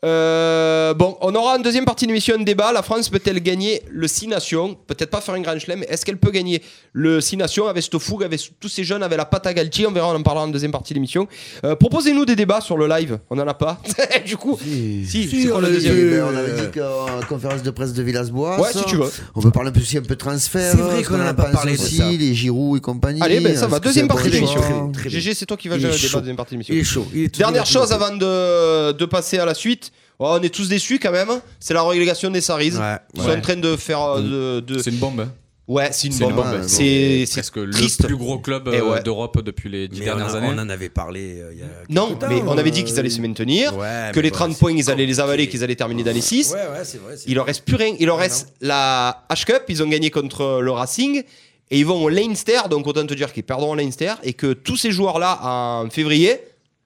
C: Euh, bon, on aura en deuxième partie de l'émission un débat. La France peut-elle gagner le 6 Nations Peut-être pas faire un grand chelem, mais est-ce qu'elle peut gagner le 6 Nations avec cette fougue, avec tous ces jeunes, avec la pâte à galtier On verra, on en parlera en deuxième partie de l'émission. Euh, Proposez-nous des débats sur le live. On en a pas. du coup,
I: Si,
C: si,
I: si,
C: c'est quoi
I: on
C: le
I: avait dit,
C: deuxième
I: ben, on
E: euh,
I: avait dit qu'en conférence de presse de Villas-Boas,
C: ouais, si tu veux.
I: on peut parler un peu aussi un peu de transfert.
E: C'est vrai
I: ce
E: qu'on en a
I: en
E: pas
I: pense
E: parlé de
I: aussi,
E: ça.
I: les Giroud et compagnie.
C: Allez, ben, ça
I: Est-ce
C: va.
I: que
C: Deuxième
I: c'est un
C: partie de
I: bon
C: l'émission.
I: choix
E: très bien.
C: GG, c'est toi qui vas
E: Il est
C: gérer le débat
E: chaud.
C: de deuxième partie de l'émission.
E: Il est chaud. Il est tout
C: Dernière
E: débattu.
C: chose avant de, de passer à la suite. Oh, on est tous déçus quand même. C'est la relégation des Saris.
E: Ouais,
C: Ils
E: ouais.
C: sont en train de faire euh, de- de,
F: C'est une bombe. hein.
C: Ouais, c'est une
F: C'est
C: bombe.
F: une bombe.
C: ben, C'est c'est
F: presque
C: triste.
F: le plus gros club
C: Eh
F: euh,
C: ouais.
F: d'Europe depuis les dix
E: Mais on,
F: dernières
E: a-
F: années.
E: on en avait parlé euh, il y a.
C: Non,
E: quelques
C: mais
E: temps,
C: on avait dit
E: euh,
C: qu'ils allaient se maintenir,
E: ouais,
C: que
E: mais
C: les
E: bon,
C: 30
E: c'est
C: points, ils allaient les avaler,
E: compliqué.
C: qu'ils allaient terminer dans les 6.
E: Ouais, ouais, c'est vrai. c'est
C: Il leur reste plus rien. Il
E: Ah
C: leur reste la H-Cup, ils ont gagné contre le Racing. Et ils vont au Leinster, donc autant te dire qu'ils perdront au Leinster. Et que tous ces joueurs-là, en février,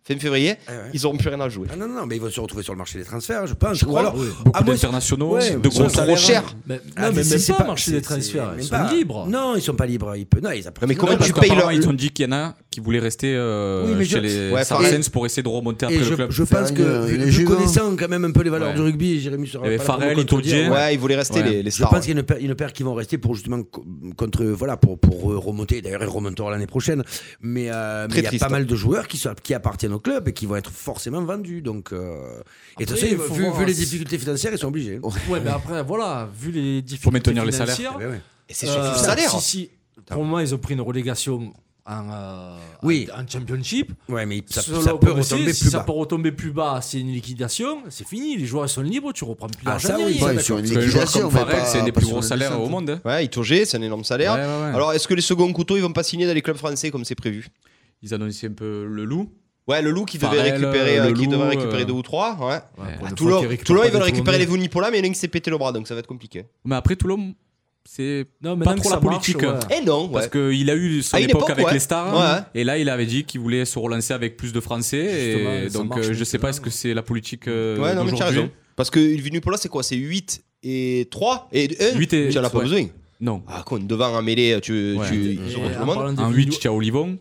C: fin février,
E: Ah ouais.
C: ils n'auront plus rien à jouer.
E: Ah non, non, non, mais ils vont se retrouver sur le marché des transferts, je pense. Ou
C: crois,
E: alors,
F: Beaucoup
E: à moins-
F: d'internationaux,
E: Ouais,
F: de
E: ouais,
F: gros
E: ça a
C: Trop
E: l'air-
C: cher.
A: Mais, non,
E: Ah,
A: mais même
E: c'est
A: pas marché
E: c'est-
A: des
E: c'est-
A: transferts.
E: même
A: Ils sont
E: pas.
A: libres.
E: Non, ils sont pas libres. Ils peuvent- non, ils apprennent-
C: mais
E: non,
C: comment
E: parce
C: tu
E: que-
C: payes
F: Apparemment,
C: leur-
F: ils t'ont dit qu'il y en a qui voulaient rester euh,
E: Oui, mais je-
F: chez les
C: Ouais,
F: Saracens pour essayer de remonter après
E: Et
F: le
E: je,
F: club.
E: je pense
I: Faire
E: que,
C: euh,
I: une- une
E: je
I: Juve, hein.
E: connaissant quand même un peu les valeurs
F: Ouais.
E: du rugby, Jérémy sera
F: Il y avait
E: pas là pour
F: Farrell,
E: me contredire.
F: Itoudjian.
C: Ouais, ils voulaient rester
F: Ouais.
C: les, les
E: Je
C: stars.
E: pense qu'il y a une paire, une paire qui vont rester pour justement co- contre voilà pour pour euh, remonter. D'ailleurs, ils remonteront l'année prochaine. Mais euh, mais
C: Très
E: il y a
C: triste.
E: pas mal de joueurs qui sont qui appartiennent au club et qui vont être forcément vendus. Donc euh, et de toute
A: Après,
E: façon,
A: faut
E: vu,
A: voir,
E: vu les
A: c'est-
E: difficultés financières, ils sont obligés.
A: Ouais, mais après, voilà, vu les difficultés.
F: maintenir les salaires.
A: financières,
E: Eh ben ouais.
C: Et c'est surtout
A: euh,
C: le salaire.
A: Si, si. Pour moi, ils ont pris une relégation en, euh,
E: Oui.
A: en- en championship.
E: Ouais, mais ça,
A: Selon
E: ça
A: le
E: peut
A: comité,
E: retomber
A: si
E: plus
A: ça
E: bas.
A: peut retomber plus bas, c'est une liquidation. C'est fini, les joueurs ils sont libres, tu reprends plus
E: Ah,
A: d'argent.
E: ça, oui.
A: ni
E: Ouais,
A: rien.
I: Ouais, sur une
F: Parce qu'un joueur
I: liquidation,
F: comme
I: mais
F: Farrell,
I: pas-
F: c'est un des
I: pas
F: plus
I: sur
F: gros
I: une
F: salaires au
I: descente.
F: monde. hein.
C: Ouais, Itogé, c'est un énorme salaire.
F: Ouais, ouais, ouais.
C: Alors, est-ce que les seconds couteaux, ils vont pas signer dans les clubs français comme c'est prévu
F: Ils annonçaient un peu le loup.
C: Ouais, le loup qui devait
F: Farrell,
C: récupérer,
F: euh,
C: euh,
F: le
C: qui
F: loup,
C: devrait récupérer
F: euh,
C: deux ou trois. Ouais. Bah, Ah,
F: Ouais.
A: Pour une fois
C: Toulon,
A: qu'ils récupèrent
C: Toulon,
A: pas
C: ils veulent
A: de Toulon.
C: récupérer les Vunipola, mais il y en a un qui s'est pété le bras, donc ça va être compliqué.
F: Mais après, Toulon, c'est pas
A: Non, maintenant que
F: trop
A: ça
F: la politique.
A: marche, ouais.
C: Eh non, ouais.
F: Parce qu'il a eu son
C: À une
F: époque,
C: époque,
F: avec
C: ouais.
F: les stars,
C: Ouais.
F: et là il avait dit qu'il voulait se relancer avec plus de Français,
A: Justement,
F: et
A: ça
F: donc
A: marche
F: euh, je sais
A: maintenant.
F: pas est-ce que c'est la politique euh,
C: ouais, non, mais tu as raison.
F: d'aujourd'hui.
C: Parce que le Vunipola, c'est quoi C'est 8 et 3 et 1
F: Huit et-
C: Eh, Tu en as pas
F: ouais.
C: besoin.
F: Non.
C: Ah, con, devant un mêlé, tu,
F: Ouais.
C: tu,
A: Et
C: ils sont
A: en
C: contre tout le
A: parlant
C: monde.
A: de
F: En
A: Vigno-
F: 8, il y a Olivon,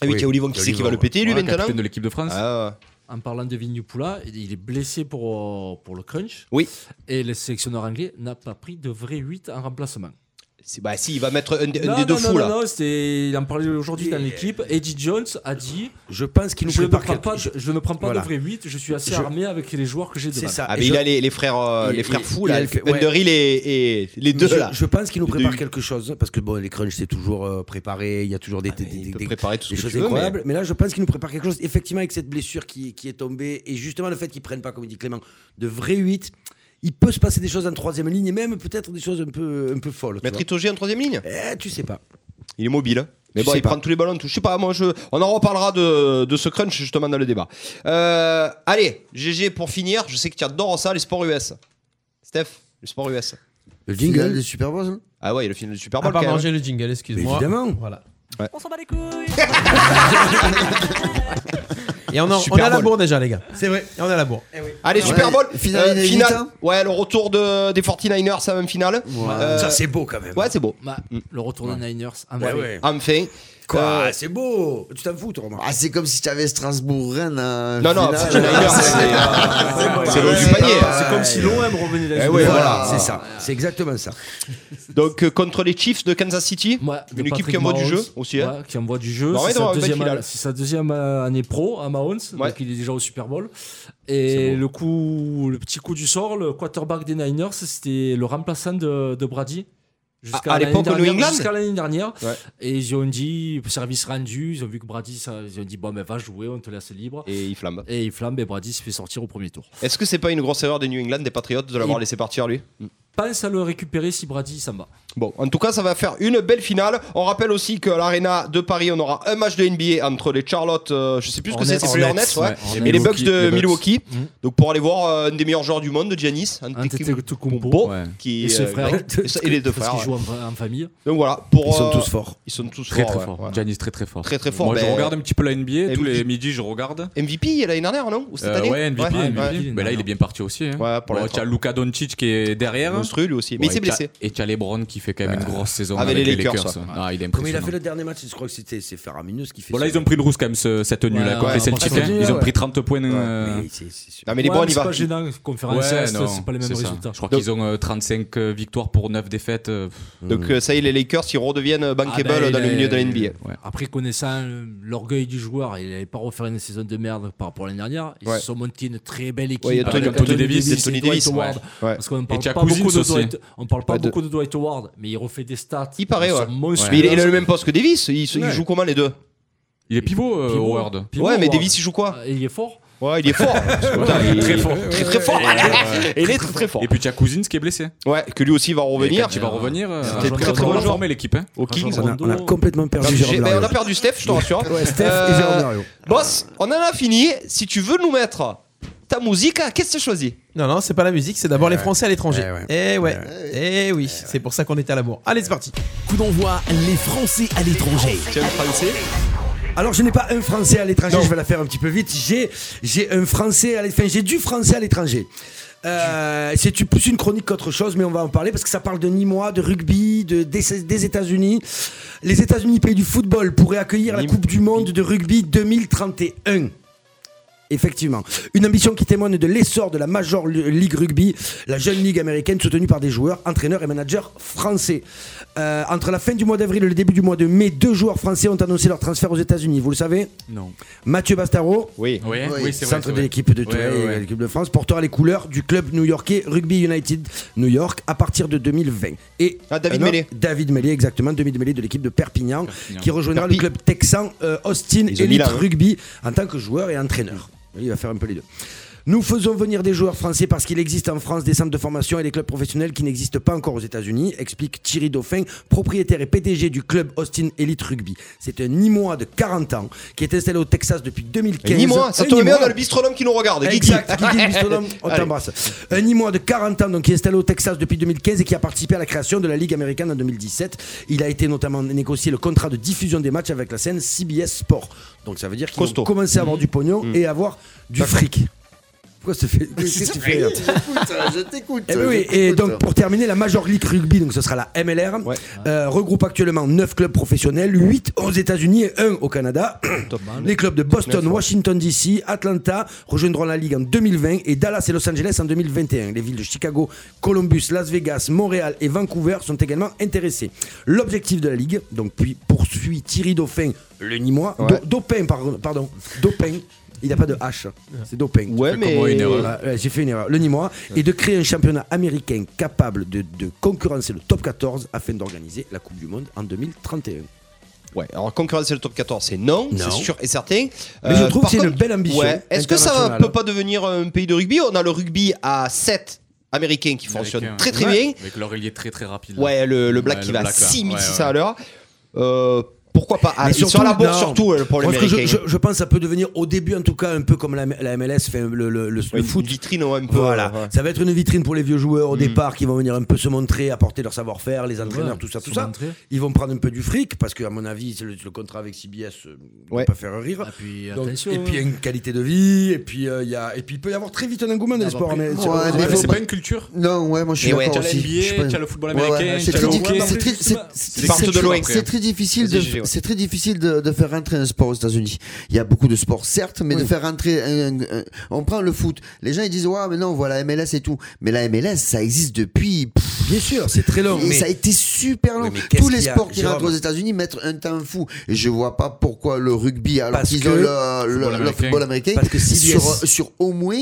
C: Ah oui,
E: Oui,
C: qui a Olivon qui
E: il y a
C: sait qui
E: Olivon,
C: va le péter, lui,
F: voilà,
C: maintenant
F: capitaine de l'équipe de France.
C: Ah, ouais.
A: En parlant de Vignupula, il est blessé pour, euh, pour le crunch.
C: Oui.
A: Et le sélectionneur anglais n'a pas pris de vrai 8 en remplacement.
C: C'est- Bah, si, il va mettre un, des- un
A: non,
C: des deux
A: non,
C: fous,
A: non,
C: là.
A: Non, non, c'était- il en parlait aujourd'hui dans l'équipe. Eddie Jones a dit
E: Je pense qu'ils nous
A: je, ne
E: préparent
A: prends
E: quelque-
A: pas, je, je ne prends pas
E: Voilà.
A: de vrai 8, je suis assez
E: Je-
A: armé avec les joueurs que j'ai
E: C'est
A: devant.
E: ça.
C: Ah,
E: Et
C: mais
E: je-
C: il a les, les frères, euh,
E: Et-
C: les frères
E: et-
C: fous,
E: il
C: là.
E: a le fait- ouais.
C: Underhill et, et les deux,
E: je,
C: là.
E: je pense qu'ils nous
C: Les deux
E: préparent
C: huit.
E: quelque chose parce que bon, les crunchs c'est toujours euh, préparé, il y a toujours des, des- des-
C: Ah, Il peut
E: des-
C: préparer tout ce
E: des
C: que
E: choses
C: tu veux, mais
E: incroyables. Mais... là, je pense qu'ils nous préparent quelque chose. Effectivement, avec cette blessure qui, qui est tombée et justement le fait qu'ils prennent pas, comme dit Clément, de vrais 8, il peut se passer des choses en troisième ligne et même peut-être des choses un peu, un peu folles. tu
C: Mettre Itogier en troisième ligne
E: vois. Eh, tu sais pas.
C: Il est mobile. hein. Mais
E: Je
C: bon,
E: sais
C: il
E: pas.
C: prend tous les ballons, tout. Je sais pas, moi, je... on en reparlera de, de ce crunch justement dans le débat. Euh, allez, GG pour finir. Je sais que tu adores ça, les sports US. Steph, les sports US.
E: Le
I: Jingle
E: jingle
I: des Super Bowl. hein
C: Ah ouais, il y a le final du Super
D: On
C: Bowl.
D: pas
C: quand même.
D: manger le jingle, excuse-moi.
E: Évidemment.
D: Voilà.
K: On s'en bat les couilles
D: Et on, en- on
C: Super
D: est à la
C: Bowl.
D: bourre déjà, les gars. C'est vrai. Eh Et on est à la bourre.
A: Eh
C: Allez,
I: Ouais,
C: Super Bowl. euh,
I: finale inédite, hein.
C: Ouais, le retour de, des 49ers, à même finale. Euh,
E: Ça, c'est beau quand même.
C: ouais, c'est beau.
A: Bah,
E: Mm.
A: le retour des Niners, à
E: Ouais,
A: Marais.
E: ouais.
C: Mm. Enfin.
E: Quoi
C: Euh,
E: C'est beau Tu t'en fous, toi, remarque.
I: Ah, c'est comme si tu avais Strasbourg-Rennes. hein,
C: Non, non,
I: finale. ah,
C: c'est les Niners, c'est, euh, c'est l'eau du panier.
I: C'est
G: Comme si l'OM revenait
C: Eh
G: là
C: ouais,
E: Voilà,
C: voilà.
E: c'est ça. C'est exactement ça.
C: Donc, euh, contre les Chiefs de Kansas City,
A: Ouais, de
C: une équipe
A: Patrick
C: qui envoie du
A: Mahomes.
C: jeu aussi. hein.
A: Ouais, qui envoie du jeu.
C: Bah ouais,
A: c'est,
C: non,
A: sa
C: belle
A: deuxième,
C: finale.
A: c'est sa deuxième euh, année pro à Mahomes,
C: Ouais.
A: donc il est déjà au Super Bowl.
C: C'est
A: Et
C: beau.
A: le coup, le petit coup du sort, le quarterback des Niners, c'était le remplaçant de, de Brady. Jusqu'à
C: À- à
A: l'année
C: l'époque, au New
A: dernière-
C: England
A: Jusqu'à l'année dernière.
C: Ouais.
A: Et ils ont dit, service rendu, ils ont vu que Brady, ça, ils ont dit, bon, mais va jouer, on te laisse libre.
C: Et il flambe.
A: Et il flambe et Brady se fait sortir au premier tour.
C: Est-ce que c'est pas une grosse erreur des New England, des Patriots, de l'avoir
A: Il-
C: laissé partir lui
A: Pense à le récupérer si Brady s'en va.
C: Bon, en tout cas, ça va faire une belle finale. On rappelle aussi que à l'Arena de Paris, on aura un match de NBA entre les Charlotte, euh, je sais plus ce que c'est, c'est plus les Hornets, ouais, et les Bucks de Milwaukee.
A: Mhm.
C: Donc pour aller voir euh, un des meilleurs joueurs du monde, Giannis
A: Antetokounmpo.
C: Antetokounmpo,
F: Ouais.
C: qui
A: Et ses
C: euh,
A: frères.
C: et ça- et les deux
A: Parce
C: frères.
A: qu'ils
C: ouais.
A: jouent en, en famille.
C: Donc voilà, pour
E: Ils sont
C: euh,
E: tous forts.
C: ils sont tous
F: Très
C: forts,
F: très
C: ouais,
F: fort.
C: ouais.
F: Giannis très très fort.
C: Très, très fort,
F: Moi je
C: ben-
F: regarde un petit peu la NBA, tous
C: MVP.
F: les midis je regarde.
C: MVP l'année dernière, non Ou cette
F: Euh,
C: année
F: ouais, MVP,
C: Ouais,
F: MVP.
C: ouais.
F: Ben là, il est bien parti aussi. Hein.
C: Ouais, pour
F: Bon,
C: l'instant.
F: tu as Luka Doncic qui est derrière.
C: Monstrueux lui aussi,
F: Bon,
C: mais il s'est
F: et t'as-
C: blessé. Euh,
F: Et tu as LeBron qui fait quand même une grosse saison
C: Avec
F: avec,
C: les
F: les
C: Lakers,
F: Lakers.
C: ouais.
F: Ah, il est
E: Comment il a
F: impressionnant.
E: fait le dernier match Je crois que c'était c'est faramineux ce qu'il fait.
F: Bon, là,
E: ce-
F: ils ont pris une rousse quand même, ce- cette nuit
A: Ouais,
F: là, contre
A: ouais,
F: les
A: on
F: Celtics.
A: va pas
F: hein.
E: se le
F: Ils ont
E: dire,
F: pris 30 points. euh,
E: Mais c'est- c'est sûr.
C: Non mais LeBron
A: Ouais, mais
C: il
A: c'est
C: va
A: pas gênant, conférence
F: Ouais,
A: Est,
F: non,
A: c'est pas les mêmes
F: c'est ça.
A: résultats.
F: Je crois
C: Donc-
F: qu'ils ont euh, 35 euh, victoires pour 9 défaites. euh, pff,
C: Donc euh, ça y est, les Lakers ils redeviennent euh, bankable
F: ah ben,
C: dans le
F: il est-
C: milieu de la NBA.
F: Ouais. Ah,
A: Après, connaissant euh, l'orgueil du joueur, il n'allait pas refaire une saison de merde par rapport à l'année dernière. Ils
C: Ouais.
A: se sont montés une très belle équipe.
C: Ouais, il y a
A: avec
C: Tony-
A: Anthony
C: Tony Davis,
A: Davis,
C: c'est Tony
A: et Dwight
C: Davis,
A: Howard.
C: ouais.
A: Parce qu'on ne parle
F: Jack
A: pas, beaucoup
F: Cousins
A: de,
F: aussi.
A: Dwight, on parle pas
C: Ouais, de-
A: beaucoup de Dwight Howard, mais il refait des stats.
C: Il paraît,
A: Ils sont
C: ouais.
A: monstrueux.
C: Mais il, est- il a le même poste que Davis, il, se- il
F: Ouais.
C: joue comment les deux
F: Il est pivot, euh,
A: Pivot,
F: Howard.
A: pivot,
C: Ouais, mais
A: Howard.
C: Davis euh, il joue quoi
A: Ah, et il est fort.
C: Ouais, il est fort. Putain, il est très fort. Très très fort. Et euh, Il est très très fort.
F: Et puis tu as Cousins qui est blessé.
C: Ouais, que lui aussi va revenir.
F: Qui va revenir. euh, très
C: C'était très, très
F: très
C: bon
F: bon
C: joueur.
F: formé l'équipe. hein.
C: Au Kings.
E: on, a, on a complètement
C: Non,
E: perdu
C: j'ai-
E: Jérôme
C: mais on a
E: Dario.
C: perdu Steph, je te rassure.
E: Ouais, Steph et
C: Euh,
E: Jérôme Dario.
C: Boss, on en a fini. Si tu veux nous mettre ta musique, hein, qu'est-ce que tu choisis
D: Non, non, c'est pas la musique, c'est d'abord les Français à l'étranger.
E: Eh ouais.
D: Eh ouais. Eh oui, c'est pour ça qu'on était à la bourre. Allez, c'est parti.
J: Coup d'envoi, les Français à l'étranger.
C: Tu aimes français
E: Alors, je n'ai pas un Français à l'étranger, je vais la faire un petit peu vite. J'ai, j'ai un Français à l'étranger, j'ai du Français à l'étranger. Euh, c'est tu- plus une chronique qu'autre chose, mais on va en parler parce que ça parle de Nîmois, de rugby, de, des, des États-Unis. Les États-Unis, pays du football, pourraient accueillir la Coupe du Monde de rugby 2031. Effectivement. Une ambition qui témoigne de l'essor de la Major League Rugby, la jeune ligue américaine soutenue par des joueurs, entraîneurs et managers français. Euh, entre la fin du mois d'avril et le début du mois de mai, deux joueurs français ont annoncé leur transfert aux États-Unis. Vous le savez
F: Non.
E: Mathieu Bastaro,
C: Oui.
F: Oui,
I: Oui,
F: oui, c'est vrai.
E: centre
F: c'est
E: de
F: vrai.
E: l'équipe de
F: Ouais,
E: Toulon
F: ouais,
E: et
F: ouais.
E: de l'équipe de France, portera les couleurs du club new-yorkais Rugby United New York à partir de 2020. Et
C: Ah, David
E: un autre-
C: Mêlé.
E: David Mêlé, exactement, David Mêlé de l'équipe de Perpignan,
F: Perpignan.
E: qui rejoindra
C: Perpi.
E: le club texan euh, Austin
C: Ils ont mis
E: Elite
C: là, hein.
E: Rugby en tant que joueur et entraîneur. Il va faire un peu les deux. Nous faisons venir des joueurs français parce qu'il existe en France des centres de formation et des clubs professionnels qui n'existent pas encore aux États-Unis, explique Thierry Dauphin, propriétaire et PDG du club Austin Elite Rugby. C'est un Nîmois de 40 ans qui est installé au Texas depuis 2015.
C: Dis-moi, ça
E: Un
C: tombe bien,
E: Nîmois.
C: on a le bistronome qui nous regarde. Guigui.
E: Eh, Exact, Guigui le Bistronome, on
C: Allez.
E: t'embrasse. Un Nîmois de 40 ans, donc, qui est installé au Texas depuis 2015 et qui a participé à la création de la Ligue américaine en 2017. Il a été notamment négocié le contrat de diffusion des matchs avec la scène CBS Sport. Donc ça veut dire qu'ils
C: Costaud. Mmh.
E: vont commencer à avoir du pognon et avoir du fric. Pourquoi ça fait Qu'est-ce que tu fais là
I: J'écoute, je t'écoute.
E: Eh ben oui,
I: je
E: et
I: t'écoute.
E: donc pour terminer, la Major League Rugby, donc ce sera la MLR, euh, regroupe actuellement 9 clubs professionnels, 8 aux États-Unis et 1 au Canada. Les clubs de Boston, Washington DC, Atlanta rejoindront la Ligue en 2020 et Dallas et Los Angeles en 2021. Les villes de Chicago, Columbus, Las Vegas, Montréal et Vancouver sont également intéressées. L'objectif de la Ligue, donc puis poursuit Thierry Dauphin, le Nîmois,
C: Ouais.
E: Do- Dauphin, pardon, pardon, Dauphin, il n'a pas de H, c'est Dauphin.
C: Ouais, mais.
F: moi, une erreur.
E: Voilà, euh, ouais, j'ai fait une erreur. Le Nîmois. Et de créer un championnat américain capable de, de concurrencer le top 14 afin d'organiser la Coupe du Monde en 2031.
C: Ouais, alors concurrencer le top 14, c'est non,
E: Non.
C: c'est sûr et certain. Euh,
E: Mais je trouve
C: par
E: que c'est une belle ambition
C: Ouais. Est-ce que ça
E: internationale.
C: peut pas devenir un pays de rugby On a le rugby à 7 américain qui fonctionne
F: Américain,
C: très très
F: ouais.
C: bien.
F: Avec leur ailier très très rapide.
C: Ouais, le, le black
F: Ouais,
C: qui
F: le
C: va à
F: black, là.
C: 6600
F: Ouais, ouais.
C: à l'heure. Euh, pourquoi pas Ah,
E: Mais
C: et Sur la bourse,
E: non.
C: surtout euh, pour les
E: Moi, ce que
C: Américains.
E: je, je- je pense que ça peut devenir, au début en tout cas, un peu comme la, la MLS, fait le, le, le- le
C: Une
E: foot.
C: vitrine, ouais, un peu.
E: Voilà,
C: ouais. Mm.
E: ça va être une vitrine pour les vieux joueurs au départ qui vont venir un peu se montrer, apporter leur savoir-faire, les entraîneurs, tout ça, tout ça. Ils vont prendre un peu du fric parce qu'à mon avis, c'est le, le contrat avec CBS euh, ne
C: Ouais.
E: peut pas faire rire.
A: Ah, Puis
E: Donc,
A: attention. hein.
E: et puis il y a une qualité de vie, et puis euh, il y a, et puis il peut y avoir très vite un engouement dans les sports. Mais,
I: bah, Ouais, mais
F: Ouais, mais
I: faut
F: c'est
I: pas-
F: pas une culture.
I: Non, ouais, moi je suis
C: Et ouais,
I: d'accord
F: T'as
I: aussi. Je suis
F: l'NBA,
I: pas-
F: t'as le football
I: Ouais, ouais,
F: américain.
I: c'est
F: t'as
I: très
F: le
I: difficile.
F: hockey.
I: C'est très, c'est-
C: Ils partent
I: c'est-
C: de loin.
I: c'est très difficile
C: Vas-y,
I: de,
C: Gégé, ouais.
I: c'est très difficile de, de faire rentrer un sport aux États-Unis. Il y a beaucoup de sports, certes, mais de faire rentrer. un- un- un- on prend le foot. Les gens ils disent ouais, mais non, on voit la MLS et tout. Mais la MLS, ça existe depuis. pff,
E: Bien sûr, c'est très long.
I: et
E: Mais
I: ça a été super long.
E: Oui, mais qu'est-ce
I: Tous les
E: qu'il y a,
I: sports qui
E: Jérôme
I: rentrent aux États-Unis mettent un temps fou. Et je vois pas pourquoi le rugby, alors
E: Parce
I: qu'ils
E: que
I: ont le, le- le
F: football américain.
I: football américain,
E: Parce que si
I: sur,
E: yes.
I: sur au moins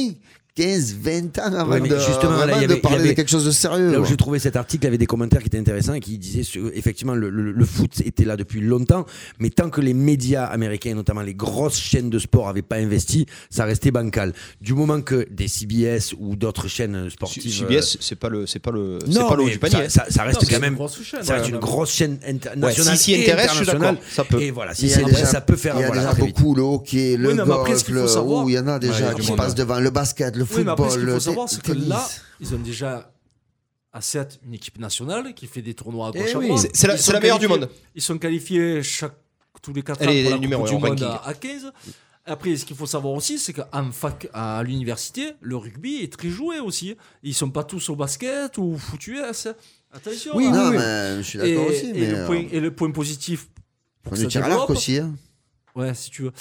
I: 15, 20 ans avant
E: Ouais, mais
I: Ah, de,
E: justement, là,
I: avant
E: il y
I: de
E: avait-
I: parler
E: il y avait-
I: de quelque chose de sérieux.
E: Là où
I: quoi.
E: j'ai trouvé cet article, il y avait des commentaires qui étaient intéressants et qui disaient sur- effectivement le, le- le foot était là depuis longtemps, mais tant que les médias américains, et notamment les grosses chaînes de sport, n'avaient pas investi, ça restait bancal. Du moment que des CBS ou d'autres chaînes sportives. euh,
C: CBS, c'est pas le, c'est pas le, euh, c'est
E: Non,
C: pas le haut
E: mais
C: du panier. hein.
E: ça, ça- ça reste
A: Non, c'est
E: quand
A: une
E: même.
A: grosse chaîne,
E: ça
A: ouais,
E: reste une
A: même.
E: grosse chaîne
C: Ouais,
E: internationale.
C: si s'y
E: et
C: intéresse, je suis
E: internationale.
C: d'accord. Ça peut.
E: Et voilà, si
I: Il y a
E: s'y
I: déjà-
E: intéresse, ça peut faire.
I: Il y a
E: voilà,
I: déjà
E: très vite.
I: beaucoup le hockey, le
A: Oui, non, mais après, ce
I: golf,
A: qu'il faut
I: le-
A: savoir-
I: ouh, il y en a
F: Ouais, il y
I: déjà
F: a du
I: qui
F: monde,
I: passent
F: ouais.
I: devant le basket, le
A: Oui, mais après,
I: football,
A: ce qu'il
I: le
A: faut
I: té-
A: savoir, c'est que
I: tennis.
A: là, ils ont déjà à 7 une équipe nationale qui fait des tournois à gauche
E: Eh
A: à
E: oui.
A: droite.
C: C'est- c'est la-
A: Ils
C: c'est
A: sont
C: la meilleure du
A: qualifiés-
C: monde.
A: Ils sont qualifiés chaque, tous les 4
C: Elle
A: ans
C: est
A: pour la
C: numéro
A: Coupe
C: un
A: du
C: au
A: Monde hein.
C: ranking.
A: à, à 15. Après, ce qu'il faut savoir aussi, c'est qu'en fac, à l'université, le rugby est très joué aussi. Ils sont pas tous au basket ou au foot US. Attention.
E: Oui,
A: hein.
I: Non, mais je suis
A: et,
I: d'accord aussi,
A: et
I: mais
A: le
I: euh,
A: point, et le point positif. pour
I: on
A: que
I: le
A: ça
I: tire à
A: développe,
I: l'arc aussi. hein.
A: Ouais, si tu veux.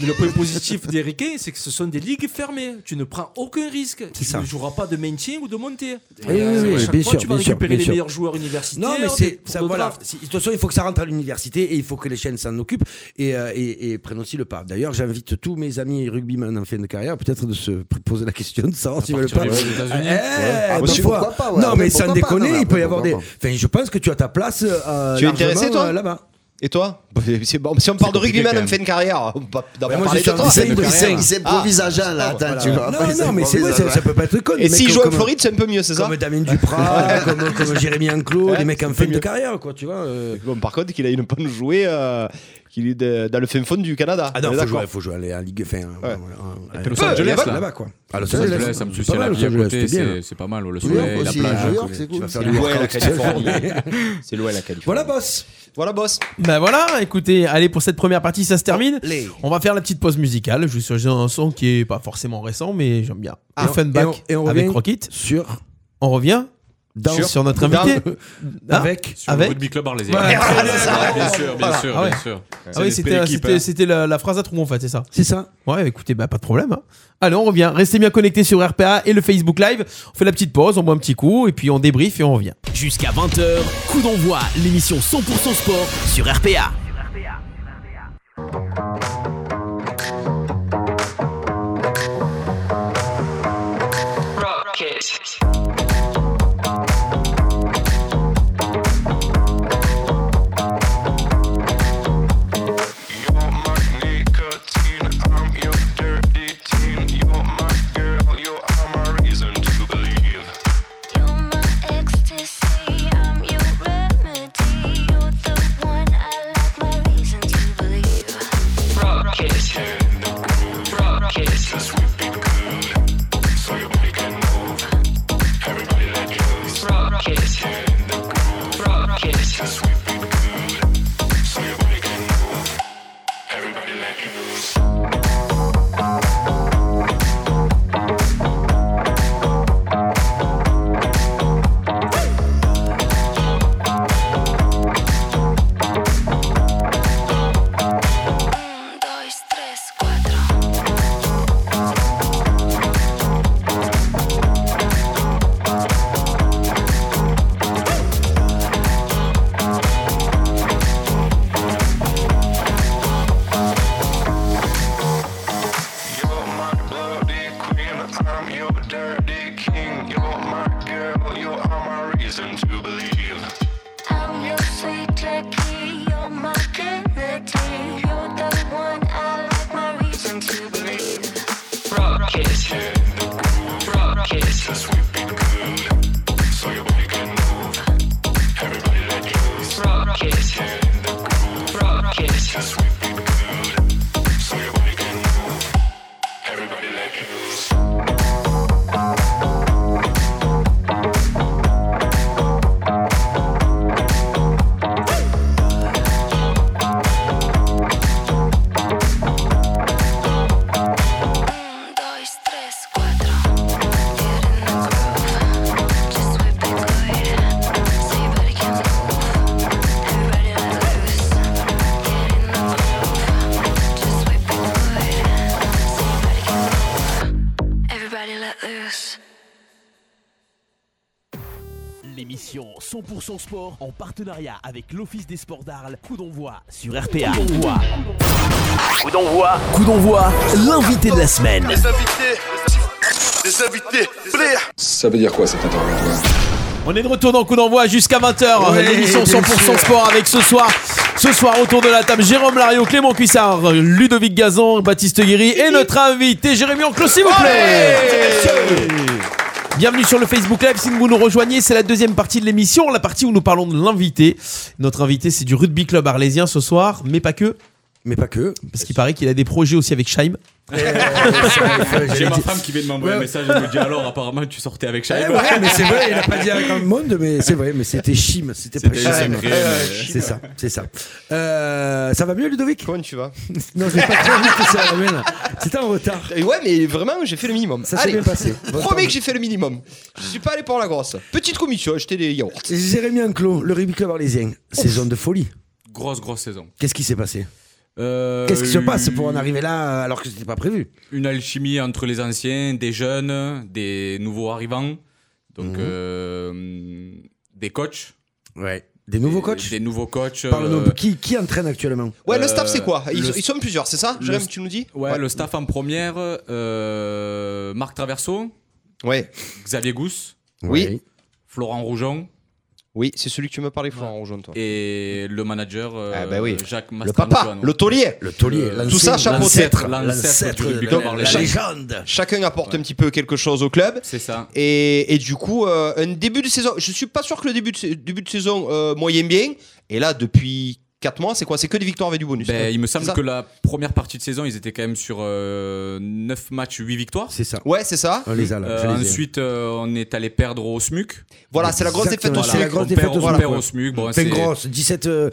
A: Mais le point positif des Ricains, c'est que ce sont des ligues fermées. Tu ne prends aucun risque. Tu
E: ça.
A: ne joueras pas de maintien ou de montée.
E: Oui,
A: Et, euh,
E: oui, oui,
A: chaque
E: bien
A: fois,
E: sûr,
A: tu vas
E: bien sûr,
A: récupérer
E: bien
A: les
E: sûr.
A: meilleurs joueurs universitaires.
E: Non, mais
A: des
E: c'est
A: cours
E: ça.
A: de
E: Voilà.
A: draft.
E: Si- De toute façon, il faut que ça rentre à l'université et il faut que les chaînes s'en occupent et, euh, et- et prennent aussi le pas. D'ailleurs, j'invite tous mes amis rugbyman en fin de carrière peut-être de se pr- poser la question de savoir s'ils veulent
F: partir
E: pas.
F: des États-Unis.
E: Eh,
I: Ah,
E: des
I: bah,
E: fois.
I: pourquoi pas, ouais.
E: Non, mais
I: Mais
E: sans
I: pourquoi pas,
E: déconner,
I: non, mais
E: il peut y avoir des.
I: pourquoi
E: Enfin, je pense que tu as ta place. euh,
C: Tu es
E: largement,
C: intéressé, toi
E: euh, Là-bas.
C: Et toi Bah, c'est bon. Si on parle de
F: compliqué,
C: rugbyman,
F: quand
C: on
F: même.
C: fait une carrière. On va d'abord
E: moi,
C: parler
E: je suis
C: de
E: un
C: toi.
E: Ah,
I: Il
E: mais
I: s'im-
E: carrément.
I: Il s'improvise à Jean,
C: Ah,
I: là, attends, tu vois.
E: Non,
I: Il
E: non, mais c'est vrai,
I: s'improvise
E: ça,
I: à
E: ça
I: Jean.
E: peut pas être con.
C: Et
E: des
C: s'il
E: mecs
C: joue en
E: comme-
C: Floride, c'est un peu mieux, c'est ça
E: Comme Damien Duprat, euh, comme, comme Jérémy Enclos,
C: Ouais,
E: des mecs en
C: c'est
E: fin de
C: mieux.
E: carrière, quoi, tu vois. euh.
C: Bon, par contre, qu'il a une bonne jouée, euh, qu'il est de- dans le fin fond du Canada.
E: Ah non,
C: On est
E: faut
C: d'accord.
E: jouer, faut jouer à la Ligue. Enfin, euh, voilà, à-
F: Puis Los
E: à-
F: Angeles,
E: là-bas,
F: là.
E: là-bas, quoi. À
F: Los Angeles, ça me
E: C'est
F: suffit
E: pas
F: la
E: mal,
F: vie à
E: Los Angeles,
F: côté,
E: c'était bien, euh,
F: c'est
E: là.
F: c'est pas mal. Le
I: New York
F: soleil, la
I: aussi, New
F: plage.
I: York, c'est cool.
E: faire
I: ça.
E: du
C: Ouais, la
E: workout.
C: Californie. C'est loin la Californie.
E: Voilà, boss.
C: Voilà, boss.
D: Bah voilà, écoutez, allez pour cette première partie, ça se termine.
E: Allez.
D: On va faire la petite pause musicale. Je vous suggère un son qui est pas forcément récent, mais j'aime bien.
E: Ah,
D: et fun
E: et
D: back
E: on- et on
D: avec
E: revient-
D: Rocket.
E: Sur.
D: On revient
E: Dans.
D: sur, notre
C: Dans-
D: invité. Hein
E: Avec.
F: Sur le
D: Avec-
F: rugby club arlésien.
D: Ouais,
F: Ah, Bien sûr, bien sûr,
D: Ah ouais.
F: bien sûr.
D: Ah oui, c'était c'était-
F: hein.
D: c'était la, la phrase à trou en fait, c'est ça.
E: C'est ça.
D: Ouais, écoutez, bah pas de problème. hein. Allez, on revient. Restez bien connectés sur RPA et le Facebook Live. On fait la petite pause, on boit un petit coup et puis on débrief et on revient.
J: Jusqu'à 20h, coup d'envoi, l'émission 100% sport sur RPA.
K: Rocket.
J: l'émission 100% sport en partenariat avec l'Office des sports d'Arles. Coup d'envoi sur RPA. Coup d'envoi. Coup d'envoi. Coup d'envoi. L'invité de la semaine.
K: Ça veut dire quoi cet interrogatoire
D: On est de retour dans Coup d'envoi jusqu'à 20h. L'émission 100% sport avec ce soir. Ce soir, autour de la table, Jérôme Lario, Clément Cuissard, Ludovic Gazan, Baptiste Guéry et notre invité Jérémy Enclos, s'il vous plaît. Bienvenue sur le Facebook Live. Si vous nous rejoignez, c'est la deuxième partie de l'émission, la partie où nous parlons de l'invité. Notre invité, c'est du rugby club arlésien ce soir, mais pas que.
E: Mais pas que.
D: Parce qu'il paraît qu'il a des projets aussi avec Scheim.
E: Euh,
F: J'ai ma femme qui vient de m'envoyer un message, elle me dit alors apparemment tu sortais avec
E: Eh
F: Shai.
E: ouais, mais c'est vrai, il a pas dit avec un monde, mais c'est vrai, mais c'était chim, c'était pas
F: C'était
E: chim.
F: sacré,
E: C'est ça, c'est ça. Euh, ça va mieux, Ludovic
C: Comment tu vas
E: Non, je vais pas très vite, ça va bien. C'était en retard.
C: Et ouais, mais vraiment, j'ai fait le minimum.
E: Ça s'est bien passé. Bon
C: Promis
E: temps.
C: que j'ai fait le minimum. Je suis pas allé pour la grosse. Petite commission, acheter des yaourts.
E: Jérémy Enclos, le rugby club arlésien,
F: Ah,
E: saison de folie.
F: Grosse, grosse saison.
E: Qu'est-ce qui s'est passé
F: Euh,
E: Qu'est-ce qui se passe pour en arriver là euh, alors que c'était pas prévu
F: Une alchimie entre les anciens, des jeunes, des nouveaux arrivants,
E: Mhm.
F: donc euh, des coachs.
E: Ouais. Des nouveaux coachs
F: Des nouveaux coachs. euh,
E: Parle-nous, qui, qui entraîne actuellement
C: Ouais,
F: Euh,
C: le staff, c'est quoi ils,
F: le-
C: ils sont plusieurs, c'est ça
F: le-
C: Jérôme, tu nous dis
F: Ouais, le staff en première, euh, Marc Traverso,
C: Ouais.
F: Xavier Gousse,
C: Oui.
E: Ouais.
F: Florent Roujon
C: Oui, c'est celui que tu me parlais, Florent Rougeon, toi.
F: et le manager euh,
C: Ah bah oui.
F: Jacques
C: Le
F: Mastrangelo.
C: papa, le taulier.
E: Le taulier,
F: Tout
E: l'ancien-
C: ça, chapeau
E: l'ancêtre,
F: tête.
E: l'ancêtre,
F: Euh, L'ancêtre du
E: de-
F: rugby
E: la-
F: club
E: la
F: arlésien.
E: légende.
C: Chacun apporte un petit peu quelque chose au club.
F: C'est ça.
C: Et, et du coup, euh, un début de saison. Je suis pas sûr que le début de, sa- début de saison euh, moyen bien. Et là, depuis 4 mois, c'est quoi C'est que des victoires avec du bonus. hein.
F: Ben, il me semble
C: ça.
F: que la première partie de saison, ils étaient quand même sur 9 matchs, 8 victoires.
E: C'est ça.
C: Ouais, c'est ça.
E: On les a là.
F: Euh,
E: je les ai.
F: ensuite, euh, on est allé perdre au SMUC.
C: Voilà, c'est la grosse défaite
E: Exactement,
C: au
E: c'est
C: SMUC.
E: la grosse
F: on
E: défaite
F: perd,
E: au
F: on
E: SMUC,
F: perd
E: ouais.
F: au SMUC. Bon,
E: Fin
F: c'est-
E: grosse, 17. euh,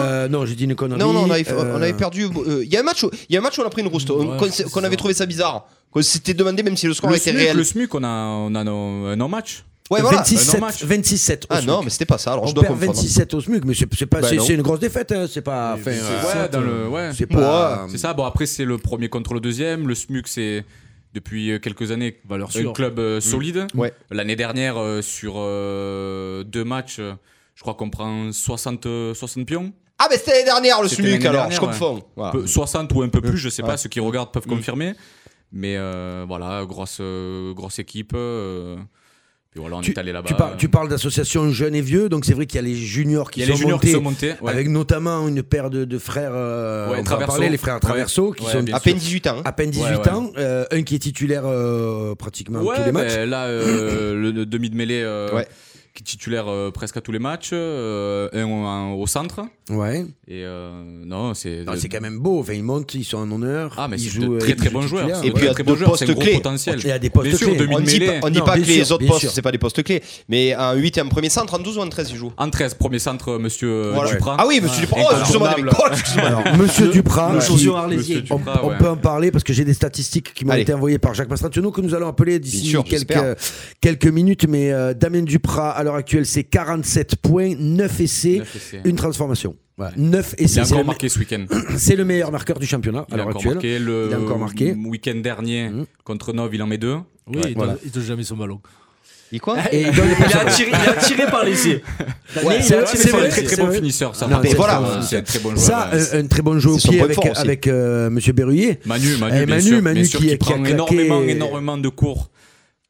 E: euh, non, j'ai dit une connerie.
C: Non, non, on avait, on avait
E: euh,
C: perdu. euh, Il y a un match, où- il y a un match où on a pris une rouste, on-
F: Ouais,
C: qu'on
F: c'est
C: qu'on
F: ça.
C: avait trouvé ça bizarre, qu'on s'était demandé même si le score
F: Le
C: était
F: SMUC,
C: réel.
F: le SMUC, on a, on a nos- un non-match.
E: Euh,
C: Ouais, voilà.
E: 26-7,
F: Un match.
E: 26-7 au
C: Ah
E: SMUC.
C: non, mais c'était pas ça. Alors
E: on
C: je dois
E: perd
C: comprendre. hein.
E: 26-7 au SMUC, mais c'est c'est pas,
C: Bah
E: c'est
C: non.
E: c'est une grosse défaite, hein, c'est pas, enfin,
F: Ouais, dans le, ouais. Bah,
E: euh, c'est pas,
F: C'est ça. Bon, après, c'est le premier contre le deuxième. Le SMUC, c'est depuis euh, quelques années
A: Valeur
F: un
A: sûre.
F: club euh, solide.
C: Mm. Ouais.
F: L'année dernière, euh, sur euh, deux matchs, euh, je crois qu'on prend 60, euh, 60 pions.
C: Ah, mais c'était l'année dernière le
F: C'était
C: SMUC
F: l'année
C: alors,
F: dernière,
C: je confonds. Voilà. Mm.
F: Peu- 60 ou un peu plus, je sais pas, ceux qui regardent peuvent confirmer. Mais euh, voilà, grosse, euh, grosse équipe. euh, puis voilà, on
E: Tu,
F: est allé là-bas.
E: tu parles, tu parles d'associations jeunes et vieux, donc c'est vrai qu'il y a les juniors qui
F: euh, Il y a
E: sont
F: les juniors
E: montés,
F: qui sont montés. ouais.
E: avec notamment une paire de, de frères, euh,
F: Ouais,
E: on va en
F: Traverso.
E: parler, les frères Traverso, qui
F: Ouais,
E: sont
F: bien
C: À
F: sûr.
C: peine 18 ans. hein.
E: à peine 18
F: Ouais, ouais.
E: ans, euh, un qui est titulaire euh, pratiquement
F: Ouais,
E: tous les
F: ben,
E: matchs.
F: là, euh, le, le demi de mêlée euh,
C: Ouais.
F: qui est titulaire euh, presque à tous les matchs, euh, un, au- un au centre.
E: Ouais.
F: Et euh, non, c'est.
E: Non, c'est quand même beau. Enfin, ils montent, ils sont en honneur.
F: Ah, mais
E: ils
F: c'est
E: jouent,
F: de
E: euh,
F: très
E: ils
F: très
E: jouent
F: bons joueurs.
E: titulaires.
F: C'est de
C: Et puis,
F: très,
C: à
F: très
C: deux
F: bons joueurs, c'est un
C: postes
F: gros
C: clés.
F: potentiel.
E: Il y a des postes
F: Bien sûr,
E: clés.
F: demi
C: On
F: de
C: dit
F: mêlée.
C: pas, on dit
E: Non,
C: pas
E: bien
C: que les
E: sûr,
C: autres
E: bien
C: postes,
E: sûr.
C: c'est pas des postes clés. Mais en 8 et en premier centre, en 12 ou en 13, ils jouent.
F: En 13, premier centre, euh, monsieur euh,
C: Voilà.
F: Duprat.
C: Ah oui, monsieur Duprat. Oh, excusez-moi, David. Oh, excusez-moi.
E: Alors, Monsieur Duprat,
G: Le
E: qui-
G: chaussure arlésien.
F: Monsieur
E: on,
F: Duprat,
E: on
F: ouais.
E: peut en parler parce que j'ai des statistiques qui m'ont
C: Allez.
E: été envoyées par Jacques Mastratuono que nous allons appeler d'ici
C: Bien sûr, j'espère.
E: quelques, quelques minutes. Mais euh, Damien Duprat, à l'heure actuelle, c'est 47 points, 9 essais,
F: Neuf essais.
E: une transformation. 9
F: Il
E: essais.
F: a
E: C'est
F: encore
E: le,
F: marqué ce week-end.
E: c'est le meilleur marqueur du championnat
F: Il
E: à
F: a
E: l'heure
F: encore
E: actuelle.
F: marqué. Le
E: Il a encore marqué.
F: week-end dernier
E: Mhm.
F: contre Nov, il en met deux.
A: Oui, il,
E: voilà.
A: donne, il donne jamais son ballon. Eh,
C: Et quoi
E: Et il donne
A: Il
E: les
A: est
E: passes à-
A: attiré, il est attiré par l'essai.
E: Ouais,
A: il est
E: vrai,
A: attiré
E: c'est
A: par
E: vrai,
F: un très très
E: c'est
F: bon
E: vrai.
F: finisseur. Ça,
E: Non,
F: par
E: mais
F: contre,
C: voilà.
F: euh, c'est un très bon
E: Ça, euh,
F: joueur. ouais.
E: un, un très bon jeu au
C: C'est son
E: pied
C: point
E: avec,
C: fort aussi.
E: avec euh, Monsieur Berruyer.
F: Manu, Manu, bien
E: Eh, Manu,
F: sûr, bien
E: Manu
F: sûr,
E: qui-
F: qui,
E: qui a
F: prend
E: claqué-
F: énormément, énormément de cours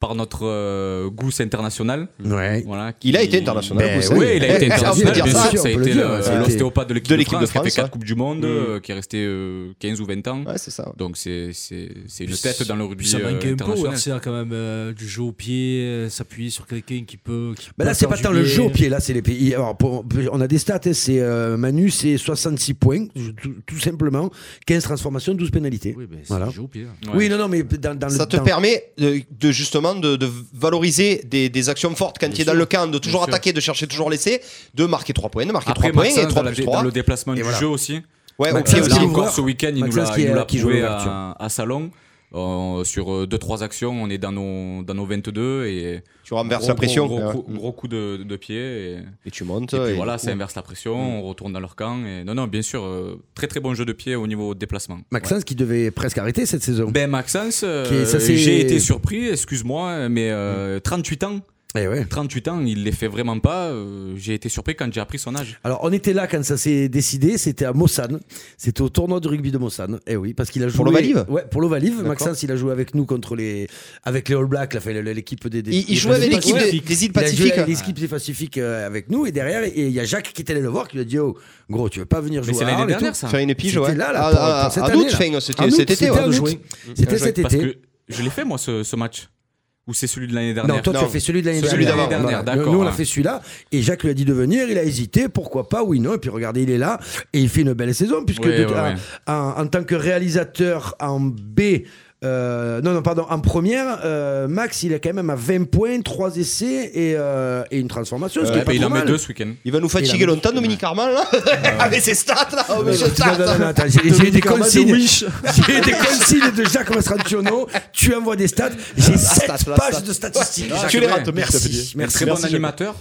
F: par notre euh, Gousse international.
E: Ouais.
F: Voilà, qui-
C: Il a été international.
E: Ben
C: vous
E: oui,
F: Oui,
C: savez.
F: il a été
C: Eh,
F: international,
C: on peut
F: bien
C: dire
E: ça,
F: sûr.
E: on
F: Ça a
E: peut le
F: été
E: dire,
F: le- euh,
E: ouais.
F: l'ostéopathe de l'équipe
C: De
F: de,
C: l'équipe de
F: France, qui a fait
C: France,
F: 4
C: ouais. Mm.
F: Coupes du Monde, euh, qui est resté euh, 15 ou 20 ans.
C: Ouais, c'est ça.
F: Donc c'est c'est- c'est une
G: Puis
F: tête dans le
G: Puis
F: rugby
G: ça
F: euh,
G: manque un peu au
F: international.
G: RCA quand même, euh, du jeu au pied, euh, s'appuyer sur quelqu'un qui peut. qui
E: Ben là,
G: peut
E: c'est
G: faire
E: pas
G: du
E: tant le
G: bien.
E: jeu au pied, là, c'est les pays. Alors, pour- on a des stats, hein, c'est euh, Manu, c'est 66 points, tout, tout simplement, 15 transformations, 12 pénalités.
G: Oui, ben, c'est
E: Voilà.
G: le jeu au pied.
F: Ouais.
E: Oui, non, non, mais dans, dans le
C: Ça te
E: dans-
C: permet de, de justement de, de valoriser des, des actions fortes quand tu es dans le camp, de toujours
F: Bien sûr.
C: attaquer, de chercher toujours l'essai, de marquer 3 points, de marquer
F: Après,
C: 3 points et
F: Maxence,
C: 3
F: dans, la-
C: plus
F: dans
C: 3.
F: le déplacement du
E: voilà.
F: jeu aussi.
C: Ouais, au
E: Maxence
C: pied aussi.
E: qui est
F: Là
E: l'ouverture.
F: encore, ce week-end, il nous
E: Maxence
F: l'a-
E: qui
F: il nous
E: est-
F: l'a
E: qui joue
F: prouvé
E: l'ouverture.
F: à, à Salon. On- sur 2-3 actions, on est dans nos, dans nos 22 et
C: Tu renverses
F: gros,
C: la pression.
F: Gros,
C: Ouais.
F: gros- gros coup de, de pied. Et,
C: Et tu montes.
F: et puis
C: et- Mm.
F: voilà, ça inverse la pression, on retourne dans leur camp. Et, non, non, bien sûr, euh, très très bon jeu de pied au niveau déplacement.
E: Maxence qui devait presque arrêter cette saison.
F: Ben Maxence, euh,
E: Qui- ça, c'est-
F: j'ai été surpris, excuse-moi, mais euh, 38 ans. 38 ans, il les fait vraiment pas. Euh, j'ai été surpris quand j'ai appris son âge.
E: Alors, on était là quand ça s'est décidé. C'était à Mossane. C'était au tournoi de rugby de Mossane. Eh oui, parce qu'il a joué.
C: Pour l'Ovalive
E: Ouais, pour l'Ovalive.
C: D'accord.
E: Maxence, il a joué avec nous contre les. Avec les All Blacks, là, enfin, l'équipe des. des-
C: Il- il
E: des-
C: jouait avec
E: des-
C: l'équipe des- des îles
E: Il a joué avec
C: Pacifiques.
E: L'équipe des Pacifiques euh, avec nous. Et derrière, et il y a Jacques qui était allé le voir, qui lui a dit Oh, gros, tu veux pas venir
C: Mais
E: jouer
C: c'est
E: à
C: l'année
E: Arles et
C: dernière,
E: tout
C: ça. Faire une épige,
E: C'était
C: ouais.
E: là, là,
C: Ah,
E: pour-
C: ah,
E: pour cette
C: ah,
E: année,
C: août,
E: là.
C: fin, c'était-
E: En août,
C: cet été, ouais.
E: en
C: De
E: août.
C: jouer.
E: C'était cet
F: Mmh. Parce
E: été.
F: que je l'ai fait moi ce, ce match. Ou c'est celui de l'année dernière
E: Non, toi, tu as fait celui de l'année dernière.
F: dernière,
E: Voilà.
F: d'accord.
E: Nous, on a
F: hein.
E: fait celui-là. Et Jacques lui a dit de venir. Il a hésité. Pourquoi pas Oui, non. Et puis, regardez, il est là. Et il fait une belle saison. Puisque,
F: Ouais,
E: de-
F: ouais,
E: en-
F: ouais.
E: En, en tant que réalisateur en B. euh, non, non, pardon, en première, euh, Max, il est quand même à 20 points, 3 essais et, euh, et une transformation. ce qui est
F: Ouais,
E: pas
F: il
E: trop
F: en met
E: mal.
F: deux ce week-end.
C: Il va nous fatiguer
E: Et la-
C: longtemps, Dominique Armand, là Avec ses stats, là oh, mais
E: Non,
C: ses
E: non,
C: stats.
E: non, non, non, attends, J'ai j'ai eu des
C: Dominique Armand de
E: consignes.
C: Wish.
E: J'ai eu des consignes de Jacques Mastracciano. Tu envoies des stats. J'ai 7
C: stat, la
E: pages
C: stat.
E: de statistiques.
C: Ah,
E: Jacques.
C: tu les rates, merci.
E: Merci. Merci.
F: Très bon
E: Jacques.
F: animateur.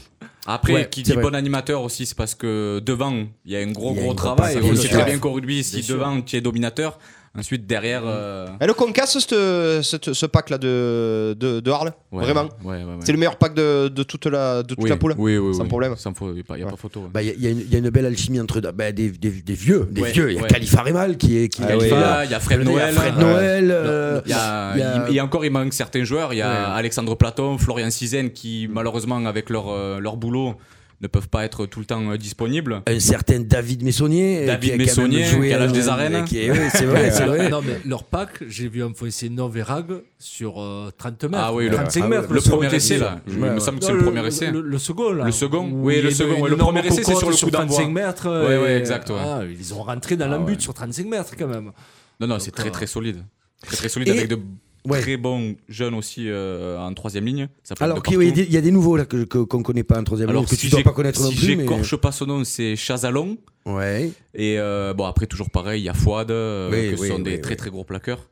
F: Après,
E: Ouais,
F: qui
E: c'est
F: dit
E: vrai.
F: bon animateur aussi, c'est parce que devant, il y a un gros,
E: Il y a
F: gros
E: une grosse
F: travail.
E: passe,
F: On
E: bien
F: sait
E: sûr.
F: très bien qu'au rugby, si
E: Bien sûr.
F: devant, tu es dominateur, ensuite derrière. euh,
C: Elle le concasse, ce, ce, ce pack-là de, de, de Arles
F: ouais,
C: Vraiment
F: ouais, ouais, ouais.
C: C'est le meilleur pack de, de toute la, de toute
F: Oui,
C: la poule
F: Oui, oui,
C: Sans
F: oui.
C: problème.
F: Sans faux- Il n'y a pas il y a pas photo. hein. ouais.
E: Bah, Il y, a- il y a une- il y a une belle alchimie entre deux- bah, des, des, des vieux. Des
F: Ouais,
E: vieux. Il y a
F: ouais.
E: Khalifa Remal qui est. Qui
C: Ah
E: est
C: oui.
E: qui est là.
F: Ah, il y a Fred
E: Je veux dire,
F: Noël.
E: Il y a Fred
F: Ouais.
E: Noël. euh,
F: Il y a,
E: il y a-
F: il- il y a encore, il manque certains joueurs. Il y a Alexandre Platon, Florian Cizen qui, malheureusement, avec leur, euh, leur boulot, ne peuvent pas être tout le temps euh, disponibles.
E: un certain David Messonnier. euh,
F: David
E: qui a quand même
F: Messonnier,
E: joué,
F: qui a l'âge
E: euh,
F: des arènes.
E: qui est- oui, c'est vrai, c'est vrai.
A: Non, mais leur pack, j'ai vu enfoncer Noverag sur euh, 30 mètres.
F: Ah oui, le,
A: 35
E: ah
A: mètres.
E: oui,
F: le
A: sur
F: premier
A: côté.
F: essai, là. Il
E: Ouais,
F: me
E: ouais.
F: semble que
A: Non,
F: c'est le premier essai.
A: Le, le second, là.
F: Le second
A: Où
F: Oui,
A: il
F: le
A: est
F: second,
A: de-
F: ouais.
A: une
F: Le premier
A: énorme
F: essai, c'est sur le
A: cocotte
F: coup d'envoi.
A: 35 mètres.
F: Ouais,
A: et-
G: euh,
F: ouais, exact, ouais.
A: Ah, ils ont rentré dans l'embut sur 35 mètres, quand même.
F: Non, non, c'est très
A: euh,
F: très solide. Très très solide
E: Et-
F: avec de
E: ouais.
F: très bons jeunes aussi euh, en troisième ligne. Ça peut
E: Alors,
F: être de
E: qui- oui, il y a
F: partout.
E: des- il y a des nouveaux là que je- que- qu'on connaît pas en troisième ligne,
F: Alors,
E: que
F: si
E: tu dois
F: j'ai-
E: pas connaître non
F: si
E: plus. mais-
F: j'écorche pas son nom, c'est Chazalon.
E: Ouais.
F: Et euh, bon, après, toujours pareil, il y a Fouad, euh,
E: Oui,
F: que ce
E: oui,
F: sont des
E: oui,
F: très
E: oui.
F: très gros plaqueurs.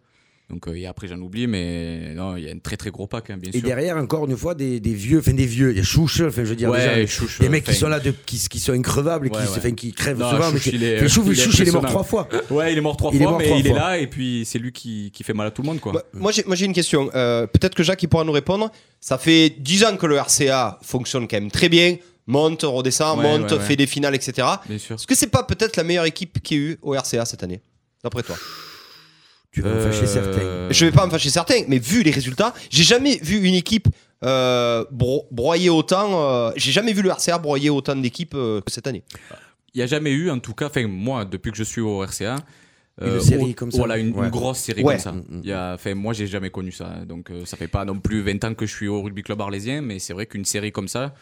F: Donc, euh, et après, j'en oublie, mais non, il y a un très très gros pack, hein, bien
E: Et
F: sûr.
E: derrière, encore une fois, des, des vieux, enfin des vieux, il y a Chouche, enfin je veux dire, déjà,
F: ouais, Chouche,
E: des
F: euh,
E: mecs qui
F: enfin,
E: sont là, de, qui, qui sont increvables, et qui,
F: Ouais, ouais.
E: enfin, qui crèvent
F: Non,
E: souvent. Mais
F: Chouche,
E: qui,
F: il est-
E: enfin, Chouche,
F: il est
E: Chouche, il est mort
F: impressionnant.
E: trois fois.
F: Ouais, il est mort trois
E: Il est
F: fois,
E: mort
F: mais
E: trois
F: il est
E: fois.
F: là, et puis c'est lui qui, qui fait mal à tout le monde, quoi.
C: Bah, moi, j'ai, moi, j'ai une question. Euh, peut-être que Jacques il pourra nous répondre. Ça fait 10 ans que le RCA fonctionne quand même très bien. Monte, redescend,
F: Ouais,
C: monte,
F: ouais, ouais.
C: fait des finales, etc.
F: bien sûr.
C: Est-ce que c'est pas peut-être la meilleure équipe qu'il y a eu au RCA cette année D'après toi
E: Tu vas me
F: Euh,
E: fâcher certains.
C: Euh, Je vais pas me fâcher certains, mais vu les résultats, j'ai jamais vu une équipe euh, bro- broyer autant. euh, j'ai jamais vu le RCA broyer autant d'équipes euh, que cette année.
F: Il n'y a jamais eu, en tout cas, enfin, moi, depuis que je suis au RCA,
E: Une série
F: euh, au-
E: comme ça.
F: Voilà, une, une
E: Ouais. Mm,
F: grosse série
C: Ouais.
F: comme ça. Il y a, enfin, moi, j'ai jamais connu ça. hein. Donc, euh, ça fait pas non plus 20 ans que je suis au rugby club arlésien, mais c'est vrai qu'une série comme ça,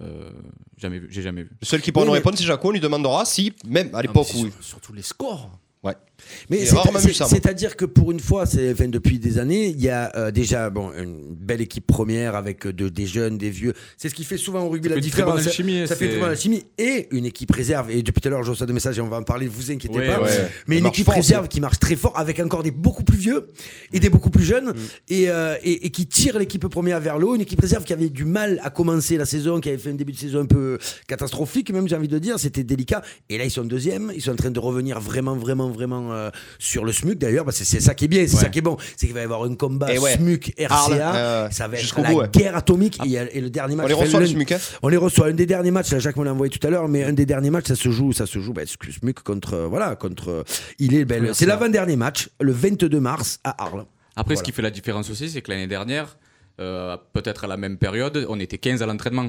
F: euh, jamais vu, j'ai jamais vu.
C: Le seul qui pourra
E: Oui,
C: nous
E: mais-
C: répondre, c'est Jaco. On lui demandera si, même à
A: Ah, mais
C: l'époque
A: c'est
C: où.
A: sur- Surtout les scores.
E: Mais
C: Et
E: c'est-
C: rarement
E: c'est-
C: vu ça, moi.
E: c'est-à-dire que pour une fois, c'est, enfin, depuis des années, il y a euh, déjà bon, une belle équipe première avec euh, de- des jeunes, des vieux. C'est ce qui fait souvent au rugby
F: Ça
E: la
F: fait une très bonne
E: différence.
F: alchimie,
E: ça fait
F: c'est-
E: une très bonne alchimie et une équipe réserve. Et depuis tout à l'heure, je reçois des messages et on va en parler, vous inquiétez
F: Ouais,
E: pas.
F: ouais.
E: Mais
C: Elle
E: une
C: marche
E: équipe
C: fort,
E: réserve qui marche très fort avec encore des beaucoup plus vieux et des beaucoup plus
C: Mm.
E: jeunes et, euh, et- et qui tire l'équipe première vers le haut. Une équipe réserve qui avait du mal à commencer la saison, qui avait fait un début de saison un peu catastrophique, même j'ai envie de dire, c'était délicat. Et là, ils sont deuxième, ils sont en train de revenir vraiment, vraiment, vraiment euh, sur le SMUC d'ailleurs. parce que c'est ça qui est bien, c'est ça qui est bon. C'est qu'il va y avoir un combat
C: Et ouais. Arles,
E: SMUC-RCA.
C: euh,
E: ça va être
C: jusqu'au
E: la
C: bout, ouais.
E: guerre
D: Ah.
E: atomique. Et, et le dernier match.
C: On les
E: enfin,
C: reçoit,
E: le-
C: le SMUC, hein.
E: on les reçoit. Un des derniers matchs, là, Jacques me l'a envoyé tout à l'heure, mais un des derniers matchs, ça se joue, ça se joue, bah, excuse moi contre, euh, voilà, contre, euh, il est, ben, le- c'est l'avant-dernier match, le 22 mars à Arles.
F: Après, ce qui fait la différence aussi, c'est que l'année dernière, euh, peut-être à la même période, on était 15 à l'entraînement.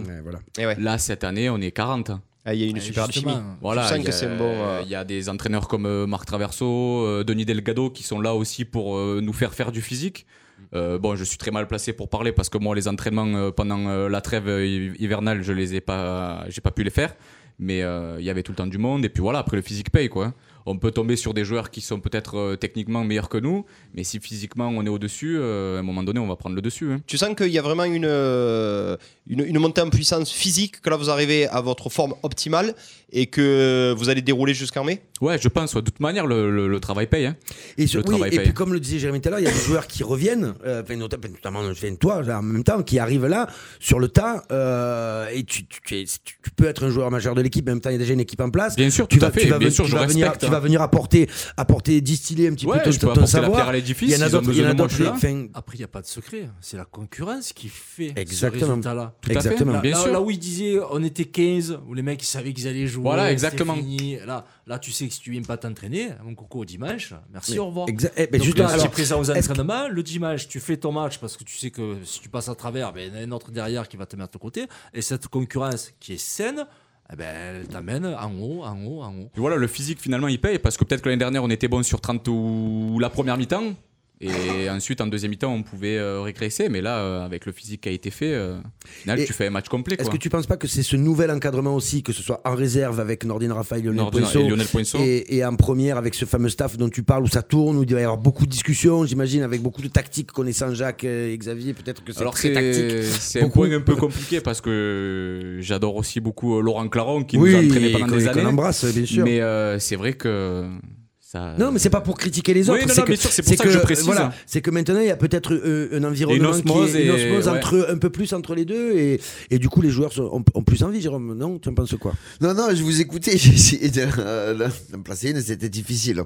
C: Eh ouais.
F: Là, cette année, on est 40.
C: Ah, il y a une
A: Et
C: super
A: justement,
C: alchimie.
F: Voilà,
C: Je sens
F: il y
C: que
F: a-
C: c'est un bon, euh,
F: Il y a des entraîneurs comme euh, Marc Traverso, euh, Denis Delgado qui sont là aussi pour euh, nous faire faire du physique. Euh, bon, je suis très mal placé pour parler parce que moi, les entraînements euh, pendant euh, la trêve euh, hi- hivernale, je les ai pas, j'ai pas pu les faire. Mais euh, il y avait tout le temps du monde. Et puis voilà, après le physique paye quoi. On peut tomber sur des joueurs qui sont peut-être euh, techniquement meilleurs que nous, mais si physiquement on est au-dessus, euh, à un moment donné, on va prendre le dessus. hein.
C: Tu sens qu'il y a vraiment une, euh, une, une montée en puissance physique, que là vous arrivez à votre forme optimale et que vous allez dérouler jusqu'en mai
F: Ouais, je pense. ouais. De toute manière, le, le- le travail paye. hein.
E: Et, sur-
F: Le
E: oui,
F: travail
E: et
F: paye.
E: puis, comme le disait Jérémy tout à l'heure, il y a des joueurs qui reviennent, euh, enfin, notamment, notamment, enfin, toi, là, en même temps, qui arrivent là, sur le tas, euh, et tu, tu- tu es- tu- tu peux être un joueur majeur de l'équipe, mais en même temps, il y a déjà une équipe en place.
F: Bien sûr,
E: Tu
F: tout
E: vas,
F: à fait.
E: tu vas
F: bien
E: ven-
F: sûr,
E: tu
F: je
E: vas
F: respecte. hein.
E: venir, tu qui va venir apporter, apporter distiller un petit
F: Ouais,
E: peu
F: je
E: ton,
F: peux
E: ton
F: apporter la
E: savoir.
F: pierre à l'édifice,
E: Il y en a
F: ils ont
E: d'autres. Il y
F: besoin
E: en a
F: de moi,
E: d'autres.
F: je suis là.
E: qui- enfin,
A: Après, il n'y a pas de secret. hein. C'est la concurrence qui fait
E: Exactement.
A: ce résultat-là.
E: Tout à Exactement. fait.
A: Là,
E: Bien
A: là-
E: sûr.
A: là où ils disaient on était 15, où les mecs ils savaient qu'ils allaient jouer.
F: Voilà,
A: c'était
F: exactement.
A: fini. Là, là, tu sais que si tu viens pas t'entraîner, mon coco au dimanche, merci,
E: Mais
A: au revoir.
E: exa- eh ben,
A: Donc,
E: justement,
A: là,
E: alors,
A: t'es présent aux
E: est-ce que-
A: entraînements. Le dimanche, tu fais ton match parce que tu sais que si tu passes à travers, ben, il y en a un autre derrière qui va te mettre de côté. Et cette concurrence qui est saine, eh ben, elle t'amène en haut, en haut, en haut.
F: Et voilà, le physique finalement il paye parce que peut-être que l'année dernière on était bon sur 30 ou la première mi-temps et ensuite en deuxième mi-temps on pouvait euh, régresser, mais là euh, avec le physique qui a été fait, euh, au final,
E: Et
F: tu fais un match complet.
E: Est-ce
F: quoi.
E: que tu penses pas que c'est ce nouvel encadrement aussi, que ce soit en réserve avec Nordin Raphaël, Lionel
F: Nordin
E: Poinçot,
F: et Lionel Poinçot.
E: et- et en première avec ce fameux staff dont tu parles où ça tourne, où il va y avoir beaucoup de discussions, j'imagine, avec beaucoup de tactiques connaissant Jacques euh, et Xavier, peut-être que c'est
F: Alors
E: très
F: c'est
E: tactique.
F: c'est un
E: Beaucoup-
F: point un peu compliqué parce que j'adore aussi beaucoup euh, Laurent Claron qui
E: Oui,
F: nous a entraînés pendant
E: qu'on-
F: des
E: qu'on
F: années.
E: embrasse, bien sûr.
F: Mais euh, c'est vrai que ça.
E: Non, mais c'est pas pour critiquer les
F: Oui,
E: autres.
F: non, non,
E: que-
F: bien sûr, c'est pour ça que je précise.
E: Voilà, c'est que maintenant, il y a peut-être euh, un environnement
F: osmose
E: qui est une
F: et-
E: osmose
F: ouais.
E: entre, un peu plus entre les deux. Et, et du coup, les joueurs sont- ont, ont plus envie, Jérôme. Non, tu en penses quoi
I: Non, non, je vous écoutais, j'ai essayé de, euh, de- de me placer une, c'était difficile.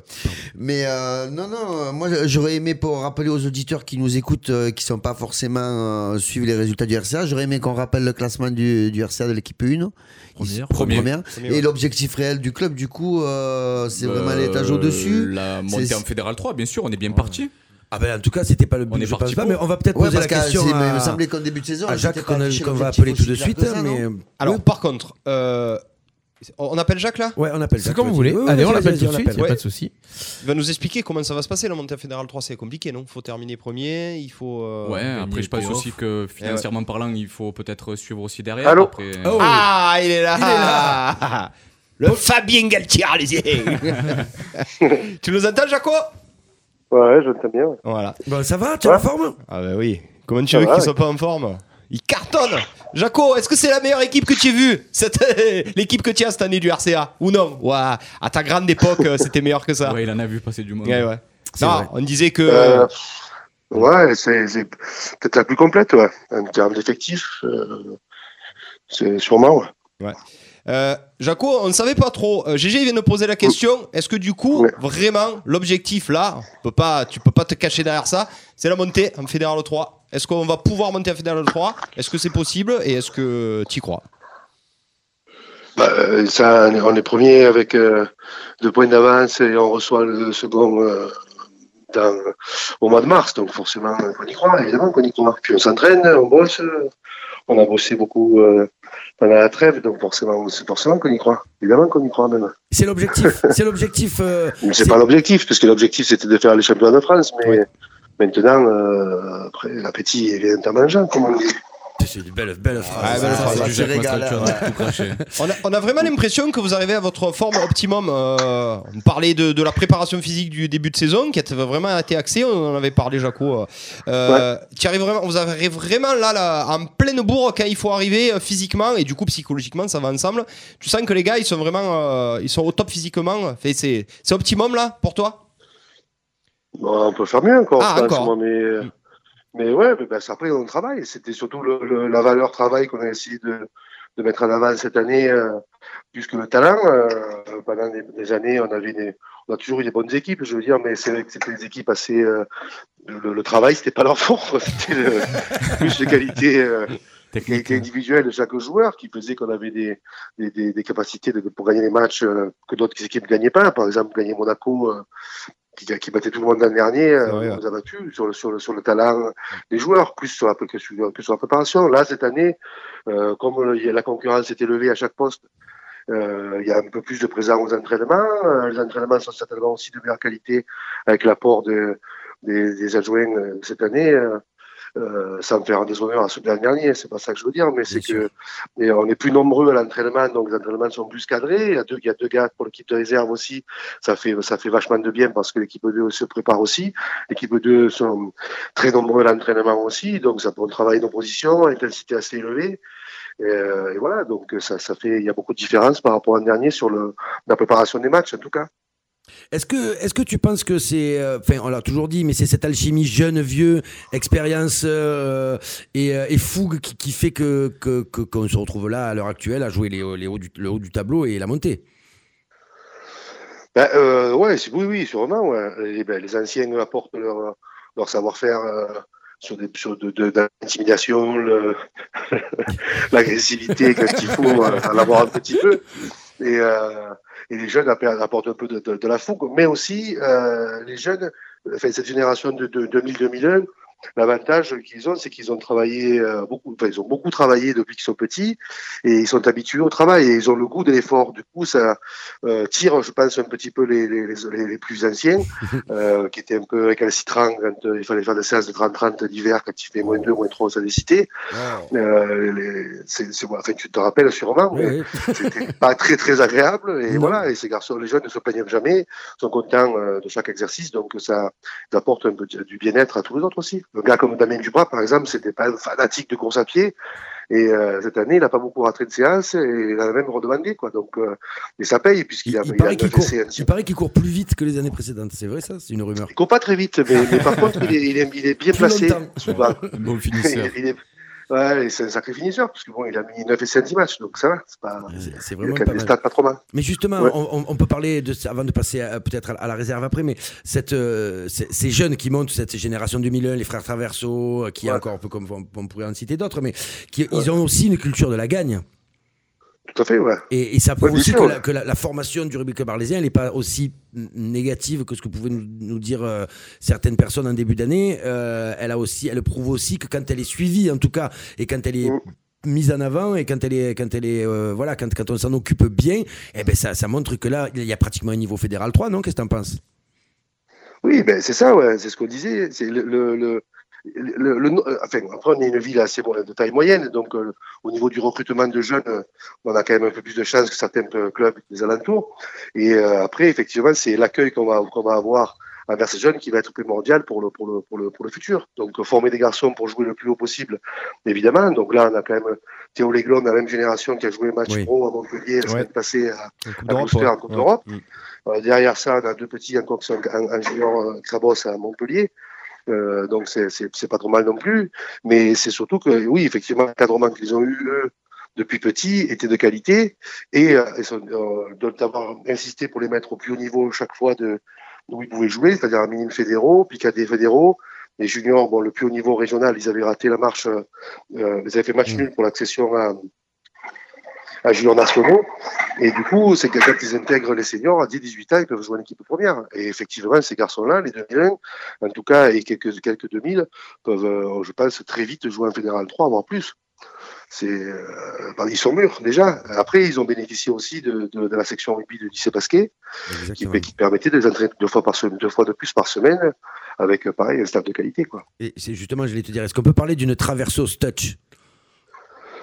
I: Mais euh, non, non, euh, moi j'aurais aimé, pour rappeler aux auditeurs qui nous écoutent, euh, qui sont pas forcément euh, suivent les résultats du RCA, j'aurais aimé qu'on rappelle le classement du, du RCA de l'équipe 1.
A: Première.
F: Premier.
C: Premier,
I: Et
C: ouais.
I: l'objectif réel du club, du coup, euh, c'est vraiment
F: Euh,
I: l'étage au-dessus.
F: La montée
I: C'est-
F: en fédéral 3, bien sûr, on est bien parti.
E: Ah ben, en tout cas, c'était pas le
F: On
E: but.
F: est
E: Je
F: parti
E: pense pas,
F: pour.
E: mais on va peut-être
I: Ouais,
E: poser
I: parce
E: la
I: que
E: question
I: c'est-
E: à,
I: il me semblait qu'en début de saison,
E: à
I: on
E: Ah, Jacques
I: s'était pas
E: qu'on a-
I: affiché
E: qu'on va
I: l'objectif
E: appeler tout de
I: aussi
E: suite. hein,
I: clair que ça,
E: mais...
C: Alors, par contre, euh, on appelle Jacques là
E: Ouais, on appelle
D: C'est
E: Jacques,
D: comme vous
E: vas-y.
D: voulez.
E: Ouais, ouais,
D: Allez, on
E: vas-y,
D: l'appelle
E: vas-y,
D: tout de
E: on
D: suite, il a
E: l'appelle.
D: pas de souci.
C: Il va nous expliquer comment ça va se passer la montée fédérale 3, c'est compliqué, non Faut terminer premier, il faut. euh,
F: Ouais,
C: gagner
F: après,
C: les
F: je pense
C: playoffs. Eh
F: aussi que
I: Eh
F: financièrement parlant, il faut peut-être suivre aussi derrière.
B: Allô
F: Après-
C: Ah, il est là, Le Fabien Galtier, les Tu nous entends, Jaco
K: Ouais, je t'aime bien.
C: Voilà.
E: Bon, ça va Tu as la forme
C: Ah, bah oui. Comment tu
K: Ça
C: veux
K: va,
C: qu'il
K: ouais.
C: soit pas en forme Il cartonne Jaco, est-ce que c'est la meilleure équipe que tu as vue Cette- L'équipe que tu as cette année du RCA Ou non Ouah, À ta grande époque, euh, c'était meilleur que ça.
F: Ouais, il en a vu passer du monde.
C: Ouais, ouais.
E: C'est
C: Non,
E: vrai.
C: on disait que.
K: Euh, ouais, c'est c'est peut-être la plus complète, ouais. En termes d'effectifs, euh, c'est sûrement, ouais.
C: Euh, Jaco, on ne savait pas trop. Euh, GG vient de poser la question. Est-ce que du coup,
K: Ouais.
C: vraiment, l'objectif là, on peut pas, tu peux pas te cacher derrière ça, c'est la montée en Fédéral 3. Est-ce qu'on va pouvoir monter en Fédéral 3 Est-ce que c'est possible Et est-ce que tu y crois
K: Bah, euh, ça, on est premier avec euh, deux points d'avance et on reçoit le second euh, dans- au mois de mars. Donc forcément, euh, qu'on y croit, évidemment qu'on y croit. Puis on s'entraîne, on bosse. euh, On a bossé beaucoup euh, pendant la trêve, donc forcément, c'est forcément qu'on y croit. Évidemment qu'on y croit même.
E: C'est l'objectif. C'est l'objectif. euh,
K: Mais
E: C'est-
K: c'est pas l'objectif, parce que l'objectif c'était de faire les championnats de France, mais maintenant, euh, après, l'appétit est bien en mangeant, comme on dit.
E: C'est une belle, belle
C: Ouais,
E: phrase.
C: belle
E: Ça,
C: phrase.
E: c'est-
I: Tu
F: Jacques
I: régales,
F: Mastral, tu as tout craché.
C: on a, on a vraiment l'impression que vous arrivez à votre forme optimum. Euh, on parlait de, de la préparation physique du début de saison qui a vraiment été axée. On en avait parlé, Jaco. Euh, t'y arrives vraiment, vous arrivez vraiment là, là, en pleine bourre quand il faut arriver euh, physiquement et du coup psychologiquement, ça va ensemble. Tu sens que les gars, ils sont vraiment, euh, ils sont au top physiquement. Fait, c'est, c'est optimum là pour toi.
K: Bon, Bah, on peut faire mieux encore,
C: Ah,
K: je pense,
C: encore.
K: moi, mais, euh, mais ouais, mais ben, c'est après on travaille. C'était surtout le, le- la valeur travail qu'on a essayé de, de mettre en avant cette année, euh, plus que le talent. Euh, pendant des, des années, on avait des- on a toujours eu des bonnes équipes, je veux dire, mais c'est vrai que c'était des équipes assez. euh, le, le travail, c'était pas leur fort, c'était le- plus les qualités. euh,
F: Technique.
K: qualité individuelle de chaque joueur qui faisait qu'on avait des, des, des- des capacités de, pour gagner les matchs euh, que d'autres équipes ne gagnaient pas. Par exemple, gagner Monaco, euh, qui, qui battait tout le monde l'an dernier, euh,
C: vrai, ouais.
K: on nous a battus sur le, sur, le, sur le talent des joueurs, plus sur la, que sur, que sur la préparation. Là, cette année, euh, comme le- il y a- la concurrence est élevée à chaque poste, euh, il y a un peu plus de présence aux entraînements. Euh, les entraînements sont certainement aussi de meilleure qualité avec l'apport de, des, des adjoints euh, cette année. euh, euh, sans faire un déshonneur à ce dernier, c'est pas ça que je veux dire, mais c'est que et on est plus nombreux à l'entraînement, donc les entraînements sont plus cadrés. Il y a deux, il y a deux gars pour l'équipe de réserve aussi, ça fait, ça fait vachement de bien parce que l'équipe 2 se prépare aussi. L'équipe 2 sont très nombreux à l'entraînement aussi, donc ça on travaille nos positions, intensité assez élevée. Et, euh, et voilà, donc ça, ça fait, il y a beaucoup de différences par rapport à l'an dernier sur le, la préparation des matchs en tout cas.
E: Est-ce que, est-ce que tu penses que c'est, euh, enfin, on l'a toujours dit, mais c'est cette alchimie jeune, vieux, expérience euh, et, euh, et fougue qui, qui fait que, que, que- qu'on se retrouve là à l'heure actuelle à jouer les, hauts- les hauts du, le haut du tableau et la montée.
K: Ben, euh, ouais, c'est- oui, oui, sûrement. ouais. Et ben, les anciens eux, apportent leur, leur savoir-faire euh, sur des sur de, de- de l'intimidation, le- l'agressivité, qu'est-ce qu'il faut euh, en avoir un petit peu. Et, euh, et les jeunes app- apportent un peu de, de- de la fougue, mais aussi euh, les jeunes, enfin, cette génération de, de 2000-2001. L'avantage qu'ils ont, c'est qu'ils ont travaillé euh, beaucoup, enfin, ils ont beaucoup travaillé depuis qu'ils sont petits et ils sont habitués au travail et ils ont le goût de l'effort. Du coup, ça, euh, tire, je pense, un petit peu les, les, les, les plus anciens, euh, qui étaient un peu récalcitrants quand euh, il fallait faire des séances de 30-30 d'hiver, quand il fait moins 2, moins 3 ça cité. Euh, les- c'est- c'est- voilà. enfin, tu te rappelles sûrement, mais c'était pas très très agréable. Et voilà, et ces garçons, les jeunes ne se plaignent jamais, sont contents euh, de chaque exercice, donc ça ça apporte un peu du du bien-être à tous les autres aussi. Un gars comme Damien Dubras, par exemple, c'était pas un fanatique de course à pied, et euh, cette année, il n'a pas beaucoup raté de séance et il en a même redemandé. Quoi. Donc, euh, et ça paye, puisqu'il a,
E: Il
K: il a
E: paraît qu'il court,
K: laissé un petit-
E: il paraît qu'il court plus vite que les années précédentes. C'est vrai ça C'est une rumeur.
K: Il court pas très vite, mais, mais par contre, il est, il est- il est bien
E: Plus
K: placé.
E: longtemps.
K: souvent.
F: Bon finisseur.
K: Il est- il est- ouais, et c'est un sacré finisseur, parce que bon, il a mis 9 et 10 matchs, donc ça va. C'est pas...
E: C'est vraiment
K: il a quand
E: pas
K: même des
E: mal.
K: stats pas trop mal.
E: Mais justement,
K: Ouais.
E: on, on- on peut parler de ça avant de passer à- peut-être à, la- à la réserve après, mais cette, euh, ces, ces jeunes qui montent, cette génération 2001, les frères Traverso, euh, qui encore un peu comme on, on pourrait en citer d'autres, mais qui, ils ont aussi une culture de la gagne.
K: Tout à fait, ouais.
E: Et, et ça prouve
K: Ouais, bien
E: aussi
K: sûr,
E: que,
K: ouais.
E: la, que la- la formation du rugby club arlésien, elle n'est pas aussi n- négative que ce que pouvaient nous, nous dire euh, certaines personnes en début d'année. Euh, elle a aussi, elle prouve aussi que quand elle est suivie, en tout cas, et quand elle est mise en avant et quand elle est quand elle est euh, voilà quand, quand on s'en occupe bien eh ben ça, ça montre que là il y a pratiquement un niveau fédéral 3 non qu'est-ce que t'en penses
K: Oui, ben c'est ça, ouais, c'est ce qu'on disait. C'est le, le, le, le- le- euh, enfin, après, on est une ville assez mo- de taille moyenne, donc euh, au niveau du recrutement de jeunes, euh, on a quand même un peu plus de chances que certains euh, clubs des alentours. Et euh, après, effectivement, c'est l'accueil qu'on va, qu'on va avoir envers ces jeunes qui va être primordial pour le, pour, le, pour, le, pour le futur. Donc, euh, former des garçons pour jouer le plus haut possible, évidemment. Donc là, on a quand même Théo Léglon de la même génération qui a joué match
C: Oui.
K: pro à Montpellier la
C: Ouais.
K: semaine passée à,
C: Coupe
K: à
C: d'Europe,
K: Gloucester
C: ouais.
K: en Coupe
C: Ouais.
K: d'Europe.
C: Mm.
K: Euh, derrière ça, on a deux petits encore qui sont un, un junior euh, Krabos à Montpellier. Euh, donc c'est- c'est c'est pas trop mal non plus. Mais c'est surtout que, oui, effectivement, l'encadrement qu'ils ont eu, eux, depuis petit, était de qualité. Et euh, ils sont, euh, doivent avoir insisté pour les mettre au plus haut niveau chaque fois de d'où ils pouvaient jouer, c'est-à-dire à minime fédéraux, puis qu'à des fédéraux. Les juniors, bon, le plus haut niveau régional, ils avaient raté la marche, euh, euh, ils avaient fait
C: Mm.
K: match nul pour l'accession à, à juniors nationaux. Et du coup, c'est que quand ils intègrent les seniors, à 10-18 ans, ils peuvent jouer en équipe première. Et effectivement, ces garçons-là, les 2001, en tout cas, et quelques, quelques 2000, peuvent, euh, je pense, très vite jouer en Fédéral 3, voire plus. C'est, euh, bah, ils sont mûrs déjà. Après, ils ont bénéficié aussi de, de- de la section rugby de lycée Pasquet, qui, qui permettait de les entraîner deux fois, par semaine, deux fois de plus par semaine, avec euh, pareil un staff de qualité. Quoi.
E: et c'est justement j'allais te dire est-ce qu'on peut parler d'une traversose touch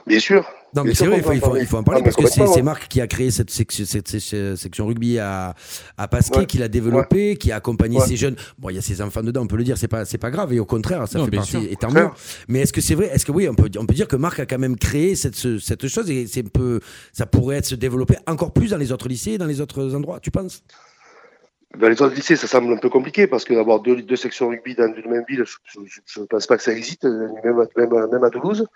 K: Bien sûr.
E: non mais
K: Bien
E: c'est
K: sûr
E: vrai il
K: qu'on
E: faut,
K: peut
E: il faut,
K: parler.
E: il faut en parler
K: Ah, mais
E: parce que c'est
K: complètement,
E: c'est
K: ouais.
E: Marc qui a créé cette, sec- cette- cette- cette section rugby à, à Pasquet qui l'a développée qui a accompagné ces jeunes bon il y a ces enfants dedans on peut le dire c'est pas, c'est pas grave et au contraire ça
F: Non,
E: fait
F: bien
E: partie
F: sûr.
E: et tant mieux mais est-ce que c'est vrai est-ce que oui on peut, on peut dire que Marc a quand même créé cette, ce- cette chose et c'est un peu, ça pourrait être se développer encore plus dans les autres lycées et dans les autres endroits tu penses
K: Dans Ben, les autres lycées, ça semble un peu compliqué parce que d'avoir deux, deux sections rugby dans une même ville, je ne pense pas que ça existe, euh, même, à- même, à- même à Toulouse,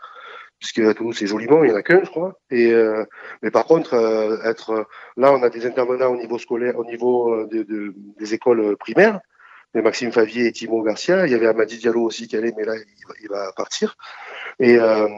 K: puisque à Toulouse, c'est joliment, il n'y en a qu'un, je crois. Et, euh, mais par contre, euh, être, euh, là, on a des intervenants au niveau scolaire, au niveau euh, de- de- des écoles euh, primaires, mais Maxime Favier et Timo Garcia. Il y avait Amadi Diallo aussi qui allait, mais là, il, va- il va partir. Et, euh,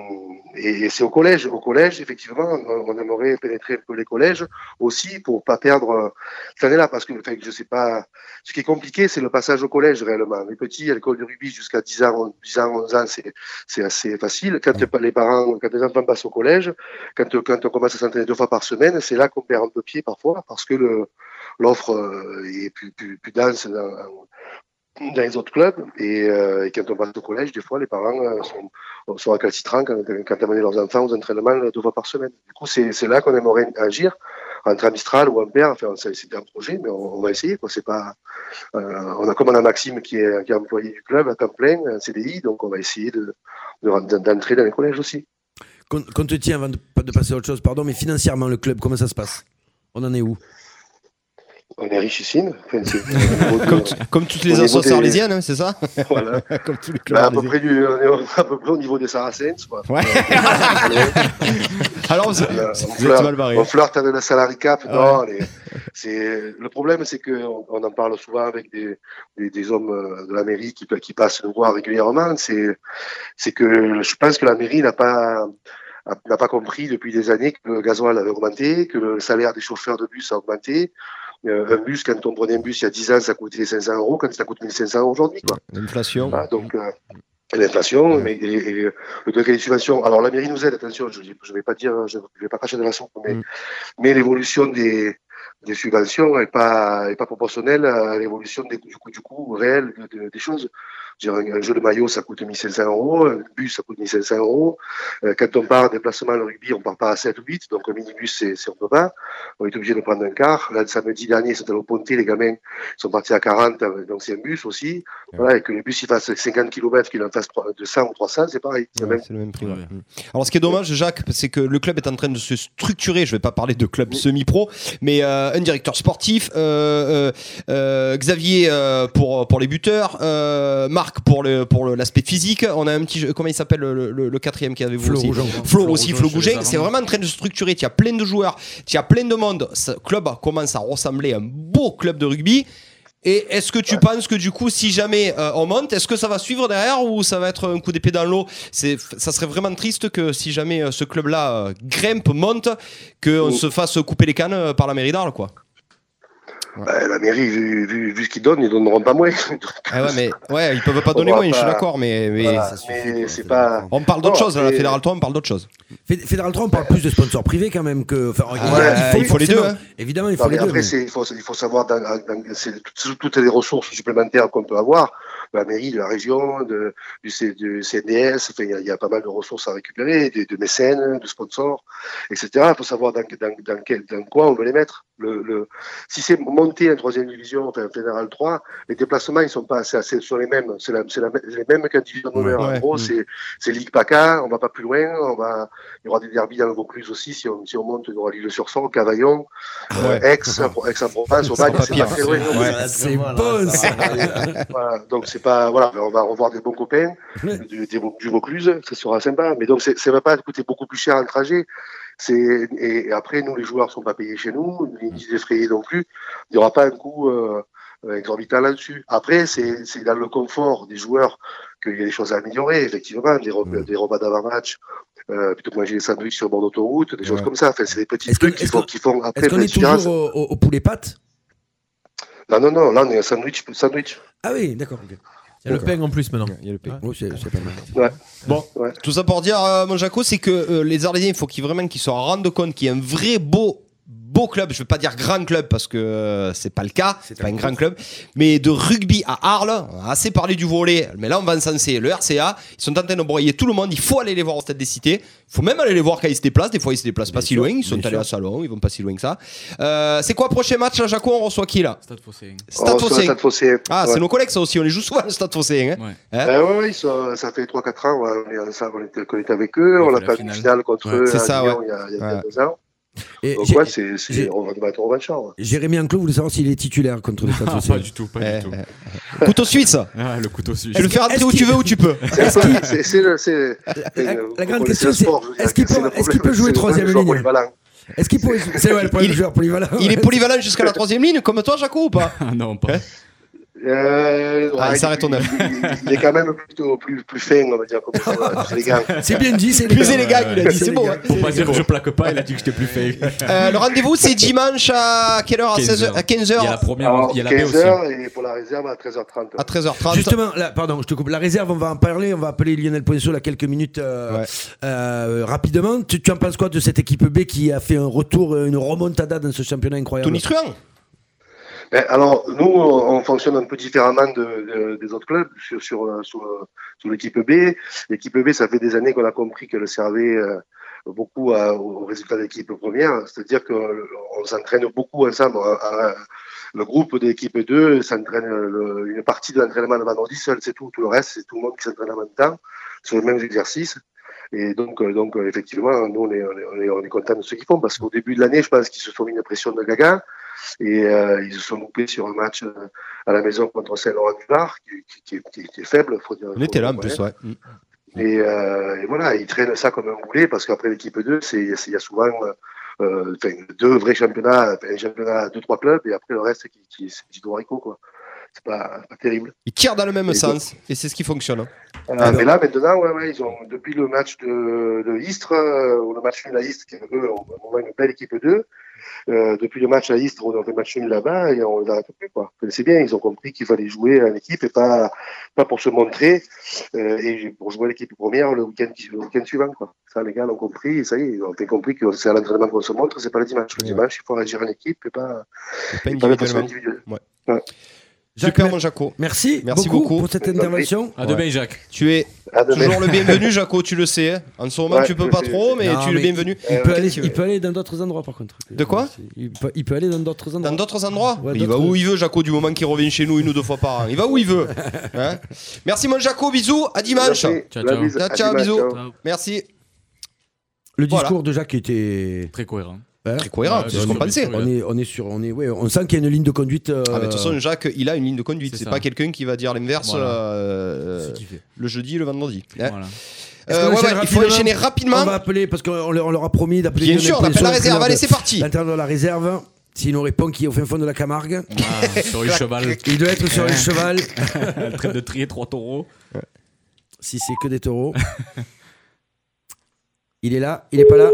K: et, et c'est au collège. Au collège, effectivement, on, on aimerait pénétrer un peu les collèges aussi pour pas perdre euh, cette année-là, parce que enfin, je sais pas. Ce qui est compliqué, c'est le passage au collège réellement. Les petits, à l'école de rugby jusqu'à 10 ans, 10 ans, 11 ans, c'est c'est assez facile. Quand les parents, quand les enfants passent au collège, quand, quand on commence à s'entraîner deux fois par semaine, c'est là qu'on perd un peu pied parfois, parce que le l'offre euh, est plus, plus, plus dense dans, dans les autres clubs. Et, euh, et quand on passe au collège, des fois, les parents euh, sont, sont récalcitrants quand, quand amener leurs enfants aux entraînements deux fois par semaine. Du coup, c'est c'est là qu'on aimerait agir. Entre Amistral ou Ampère, enfin, ça, c'est un projet, mais on, on va essayer. Quoi. C'est Pas, euh, on a comme on a Maxime qui est, qui est employé du club à temps plein, un CDI, donc on va essayer de- de- d'entrer dans les collèges aussi.
E: Qu'on qu'on te tient avant de, de passer à autre chose, pardon, mais financièrement, le club, comment ça se passe On en est où
K: on est richissime. Enfin, c'est-
C: Comme, tu- comme toutes
K: Au
C: les
K: niveau
C: ascensions
K: des-
C: arlésiennes, hein, c'est ça
K: Voilà.
C: Comme tous les clubs
K: Bah, à, peu
C: arlésiens.
K: près du, on est à peu près au niveau des Saracens. Quoi.
C: Ouais. Alors, vous,
K: Euh,
C: vous
K: on
C: êtes
K: flirte-
C: mal barré.
K: On flirte avec la salary cap. Non,
C: Ouais.
K: les- c'est le problème, c'est que on, on en parle souvent avec des, des, des hommes euh, de la mairie qui, qui passent nous voir régulièrement. C'est, c'est que je pense que la mairie n'a pas a- n'a pas compris depuis des années que le gasoil avait augmenté, que le salaire des chauffeurs de bus a augmenté. Euh, un bus, quand on prenait un bus il y a 10 ans, ça coûtait 500 euros, quand ça coûte 1500 euros aujourd'hui. quoi.
C: L'inflation.
K: Ah, donc, euh, l'inflation mais- et, et le degré de subvention. Alors, la mairie nous aide, attention, je ne vais pas dire, je je vais pas cracher de la soupe, mais, mais l'évolution des, des subventions n'est pas, est pas proportionnelle à l'évolution des- du, coût- du coût réel de- de- des choses. Je veux dire, un, un jeu de maillot, ça coûte 1500 euros, un bus, ça coûte 1500 euros. Euh, quand on part en déplacement au rugby, on part pas à 7 ou 8, donc un minibus, c'est c'est- on peut pas. On est obligé de prendre un car. Là, le samedi dernier, ils sont allés au Ponté, les gamins ils sont partis à 40, euh, donc c'est un bus aussi. Voilà, et que le bus, il fasse 50 km, qu'il en fasse trois- 200 ou 300, c'est pareil. C'est
C: Ouais,
K: le même
C: c'est le même prix. ouais. Mm. Alors, ce qui est dommage, Jacques, c'est que le club est en train de se structurer. Je ne vais pas parler de club semi-pro, mais euh, un directeur sportif, euh, euh, euh, Xavier euh, pour, pour les buteurs, euh, Marc pour le pour le- l'aspect physique. On a un petit, jeu- comment il s'appelle le, le- le quatrième qui avait vous
E: Flo
C: aussi,
E: Rougeon.
C: Flo
E: Flo
C: aussi,
E: Rougeon
C: Flo
E: chez les
C: Gouget. C'est
E: Armands.
C: vraiment en train de se structurer. Tu as plein de joueurs, tu as plein de monde. Ce club commence à ressembler à un beau club de rugby. Et est-ce que tu penses que du coup, si jamais euh, on monte, est-ce que ça va suivre derrière ou ça va être un coup d'épée dans l'eau C'est, ça serait vraiment triste que si jamais euh, ce club-là euh, grimpe, monte, qu'on se fasse couper les cannes euh, par la mairie d'Arles, quoi. Mm.
K: Bah, la mairie, vu, vu, vu ce qu'ils donnent, ils donneront pas moins.
C: Ah ouais, mais ouais, ils peuvent pas donner moins, je suis d'accord, mais, mais ça suffit.
K: c'est pas.
C: On parle d'autre
K: bah, Non,
C: chose, à la
K: c'est-
C: Fédéral 3, on parle d'autre chose.
E: Féd- Fédéral 3, on parle plus de sponsors privés quand même que. enfin,
K: Ouais, il faut les deux,
E: Ah, forcément.
K: hein.
E: Évidemment, il
K: Non,
E: faut les
K: mais
E: deux.
K: après,
E: mais-
K: c'est- il, faut, il faut savoir, dans- dans- c'est tout- toutes les ressources supplémentaires qu'on peut avoir, de la mairie, de la région, de, du, C- du CNDS, enfin, il y, a- il y a pas mal de ressources à récupérer, de, de mécènes, de sponsors, etc. Il faut savoir dans, dans- dans quel, dans quoi on veut les mettre. Le, le- si c'est monter en troisième division, enfin, en fédéral 3, les déplacements, ils sont pas, c'est- c'est- sont les mêmes, c'est la- c'est la- les mêmes qu'en division d'honneur.
C: Ouais.
K: En gros,
C: Mm.
K: c'est- c'est Ligue PACA, on va pas plus loin, on va, il y aura des derbies dans le Vaucluse aussi, si on, si on monte, il y aura Lille-sur-Son, Cavaillon, euh, Aix, Aix-en-Provence, au
C: Ça
K: Magne,
C: sera
K: c'est
C: pas
K: pas
C: pire.
K: très loin.
C: Ouais.
E: C'est bon ça.
K: Voilà, donc c'est pas voilà, on va revoir des bons copains du, des- du Vaucluse, ça sera sympa. Mais donc c'est- ça va pas coûter beaucoup plus cher un trajet. C'est et, et après nous les joueurs sont pas payés chez nous,
E: Mm.
K: ni ni défrayés non plus. Il n'y aura pas un coût euh, euh, exorbitant là-dessus. Après c'est c'est dans le confort des joueurs qu'il y a des choses à améliorer effectivement, des,
E: Mm.
K: repas- des repas d'avant-match. Euh, plutôt que manger des sandwichs sur le bord d'autoroute, des choses
E: Ouais.
K: comme ça. Enfin, c'est des petits
E: Est-ce que-
K: trucs qui
E: est-ce
K: font,
E: que-
K: qui font après
E: Est-ce qu'on
K: la
E: est toujours
K: différence.
E: au, au- au poulet pâte
K: Non, non, non, là on est un sandwich, sandwich.
E: Ah oui, d'accord. ok.
D: Il y a le ping en plus maintenant.
C: Il y a le ping.
E: Ouais, c'est c'est pas mal.
K: Ouais.
C: Bon,
K: Ouais.
C: tout ça pour dire, euh, mon Jaco, c'est que euh, les Arlésiens, il faut qu'ils vraiment qu'ils se rendent compte qu'il y a un vrai beau beau club, je veux pas dire grand club parce que euh, c'est pas le cas, c'est pas un grand club, mais de rugby à Arles, on a assez parlé du volet, mais là on va encenser le RCA, ils sont en train de broyer tout le monde, il faut aller les voir au stade des cités, il faut même aller les voir quand ils se déplacent, des fois ils se déplacent pas si loin, ils sont allés à Salon, ils vont pas si loin que ça. Euh, c'est quoi prochain match là Jaco, on reçoit qui là
F: Stade Phocéen.
C: Stade
K: Sur le
C: Phocéen.
K: Oh, Stade Phocéen.
C: Ah,
K: Ouais.
C: c'est nos collègues ça aussi, on les joue souvent le Stade Phocéen. hein.
F: Ouais.
C: Hein
K: Euh, ouais, ouais, ils sont- ça fait 3-4 ans, ouais, on est ensemble, on était connectés avec eux,
F: Ouais,
K: on a
F: fait la
K: fait une
F: finale.
K: finale contre
F: Ouais,
K: eux
C: c'est
K: à
C: ça,
K: Lyon
C: ouais.
K: il y a, il y a
C: Ouais.
K: deux ans.
E: Et
K: Donc
E: j'ai-
K: ouais, c'est, c'est-
E: j'ai-
K: on va battre en revanche. ouais.
E: Jérémy Enclos voulait savoir s'il est titulaire contre le Stade
F: Ah,
E: Social.
F: pas du tout, pas
C: Euh,
F: du tout.
C: Couteau suisse Eh,
F: Ah, le couteau suisse.
C: Tu le fais arrêter où tu veux, où tu peux.
K: C'est, un peu- c'est, c'est le- c'est-
E: la- la
K: euh, vous
E: grande
K: connaissez
E: question,
K: le
E: c'est,
K: sport, je veux dire,
E: est-ce qu'il
K: c'est
E: peut-
K: le
E: est-ce
K: problème,
E: qu'il peut jouer
K: c'est le problème
E: troisième
K: du joueur
E: ligne
K: polyvalent.
E: Est-ce qu'il pourrait. C'est ouais, le problème du joueur polyvalent.
C: Il est
E: ouais.
C: polyvalent jusqu'à la troisième ligne, comme toi, Jaco, ou pas
F: Ah non, pas.
K: Euh,
C: Ah, il s'arrête au neuf.
K: il- Il est quand même plutôt plus, plus fin, on va dire, comme ça, ouais, plus élégant.
E: C'est bien dit, c'est
C: Plus élégant, il a dit,
E: C'est
C: c'est bon.
E: les
C: hein.
F: Pour pas dire que je plaque pas, il a dit que j'étais plus fake.
C: Euh, Le rendez-vous, c'est dimanche à quelle heure À
F: 15
C: 16h
F: heures. Il
C: À
F: y a la
C: 15h
F: première, il y a la B aussi.
K: 15h et pour la réserve à 13h30.
C: À 13h30.
E: Justement, là, pardon, je te coupe. La réserve, on va en parler. On va appeler Lionel Poinceau là quelques minutes euh,
C: Ouais.
E: euh, rapidement. Tu, tu en penses quoi de cette équipe B qui a fait un retour, euh, une remontada dans ce championnat incroyable
C: Tony Truant
K: Eh, alors, nous, on on fonctionne un peu différemment de- de- des autres clubs sur, sur, euh, sur, euh, sur l'équipe B. L'équipe B, ça fait des années qu'on a compris qu'elle servait euh, beaucoup à- aux résultats de l'équipe première. C'est-à-dire qu'on s'entraîne beaucoup ensemble. hein, à- le groupe de l'équipe 2 s'entraîne euh, le- une partie de l'entraînement le vendredi seul, c'est tout. Tout le reste, c'est tout le monde qui s'entraîne en même temps sur les mêmes exercices. Et donc, euh, donc euh, effectivement, nous, on est, on est, on est, on est content de ce qu'ils font parce qu'au début de l'année, je pense qu'ils se sont mis une pression de gaga. Et euh, ils se sont loupés sur un match euh, à la maison contre Saint-Laurent-du-Var, qui, qui- qui est- qui était faible. Faut dire,
C: On était là en
K: faut-
C: plus, ouais. Mm.
K: Et, euh, et voilà, ils traînent ça comme un boulet parce qu'après l'équipe 2, c'est, c'est- il y a souvent euh, euh, enfin, deux vrais championnats, enfin, un championnat, deux, trois clubs, et après le reste qui, qui c'est du haricot, quoi. C'est pas, pas terrible.
C: Ils tirent dans le même
K: Et
C: sens et c'est ce qui fonctionne. hein.
K: Euh,
C: Alors.
K: mais là, maintenant, ouais, ouais, ils ont, depuis le match de, de Istres, euh, ou le match nul à Istres, qui est eux, on, on a une belle équipe 2, euh, depuis le match à Istres, on a fait match nul là-bas et on n'arrête plus. Quoi. Mais C'est bien, ils ont compris qu'il fallait jouer en équipe et pas, pas pour se montrer euh, et pour jouer à l'équipe première le week-end qui- le week-end suivant. Quoi. Ça, les gars l'ont compris, et ça y est, ils ont bien compris que c'est à l'entraînement qu'on se montre, c'est pas le dimanche. Le dimanche, il faut agir en équipe et pas,
C: Pas
K: et pas de façon
C: individuellement.
K: individuelle.
C: Ouais.
K: Ouais.
C: Super, mon Jaco.
E: Merci,
C: Merci
E: beaucoup,
C: beaucoup,
E: pour cette intervention.
F: À demain,
C: Ouais.
F: Jacques.
C: Tu es
K: À demain.
C: toujours le bienvenu, Jaco, tu le sais. hein. En ce moment,
K: Ouais,
C: tu peux
K: je
C: pas
K: sais.
C: trop, mais Euh,
E: Non,
C: tu es le bienvenu.
E: Il peut,
C: Quand
E: aller,
C: tu veux.
E: il peut aller dans d'autres endroits par contre.
C: De quoi
E: il peut, il peut aller dans d'autres endroits.
C: Dans d'autres endroits
E: Ouais,
C: Il va
E: d'autres-
C: où il veut, Jaco, du moment qu'il revient chez nous une ou deux fois par an. Il va où il veut. Hein Merci, mon Jaco, bisous, à dimanche.
K: Merci.
F: Ciao,
K: La
B: Bah,
F: ciao.
K: bise.
C: Ciao,
K: À
C: ciao,
K: dimanche,
C: bisous.
K: ciao.
C: Merci.
E: Le
C: Voilà.
E: discours de Jacques était
F: Très cohérent.
E: hein
C: Très cohérent,
F: Ouais,
C: c'est ce
F: bien
C: qu'on
F: sûr,
C: pensait.
F: bien sûr.
E: on est, on est sur, on est, ouais, on sent qu'il y a une ligne de conduite. euh,
C: Ah, mais de toute façon, Jacques, il a une ligne de conduite.
F: C'est
C: C'est
F: ça.
C: pas quelqu'un qui va dire l'inverse
F: Voilà.
C: euh,
G: qu'il fait.
C: le jeudi et le vendredi. Hein
F: Voilà.
E: est-ce
C: Euh,
E: qu'on
C: ouais,
E: enchaîne
C: ouais, il faut
E: rapidement
C: enchaîner rapidement.
E: On va appeler parce qu'on leur, on leur a promis d'appeler.
C: Bien
E: Lionel
C: sûr, on
E: Polisson,
C: appelle la
E: le
C: réserve.
E: entraîneur
C: Allez,
E: de-
C: c'est parti.
E: L'intérieur de la réserve. S'il nous répond qui est au fin fond de la Camargue,
F: Ah, sur le cheval,
E: il doit être sur le cheval.
F: elle traite de trier trois taureaux.
E: Si c'est que des taureaux. Il est là, il est pas là.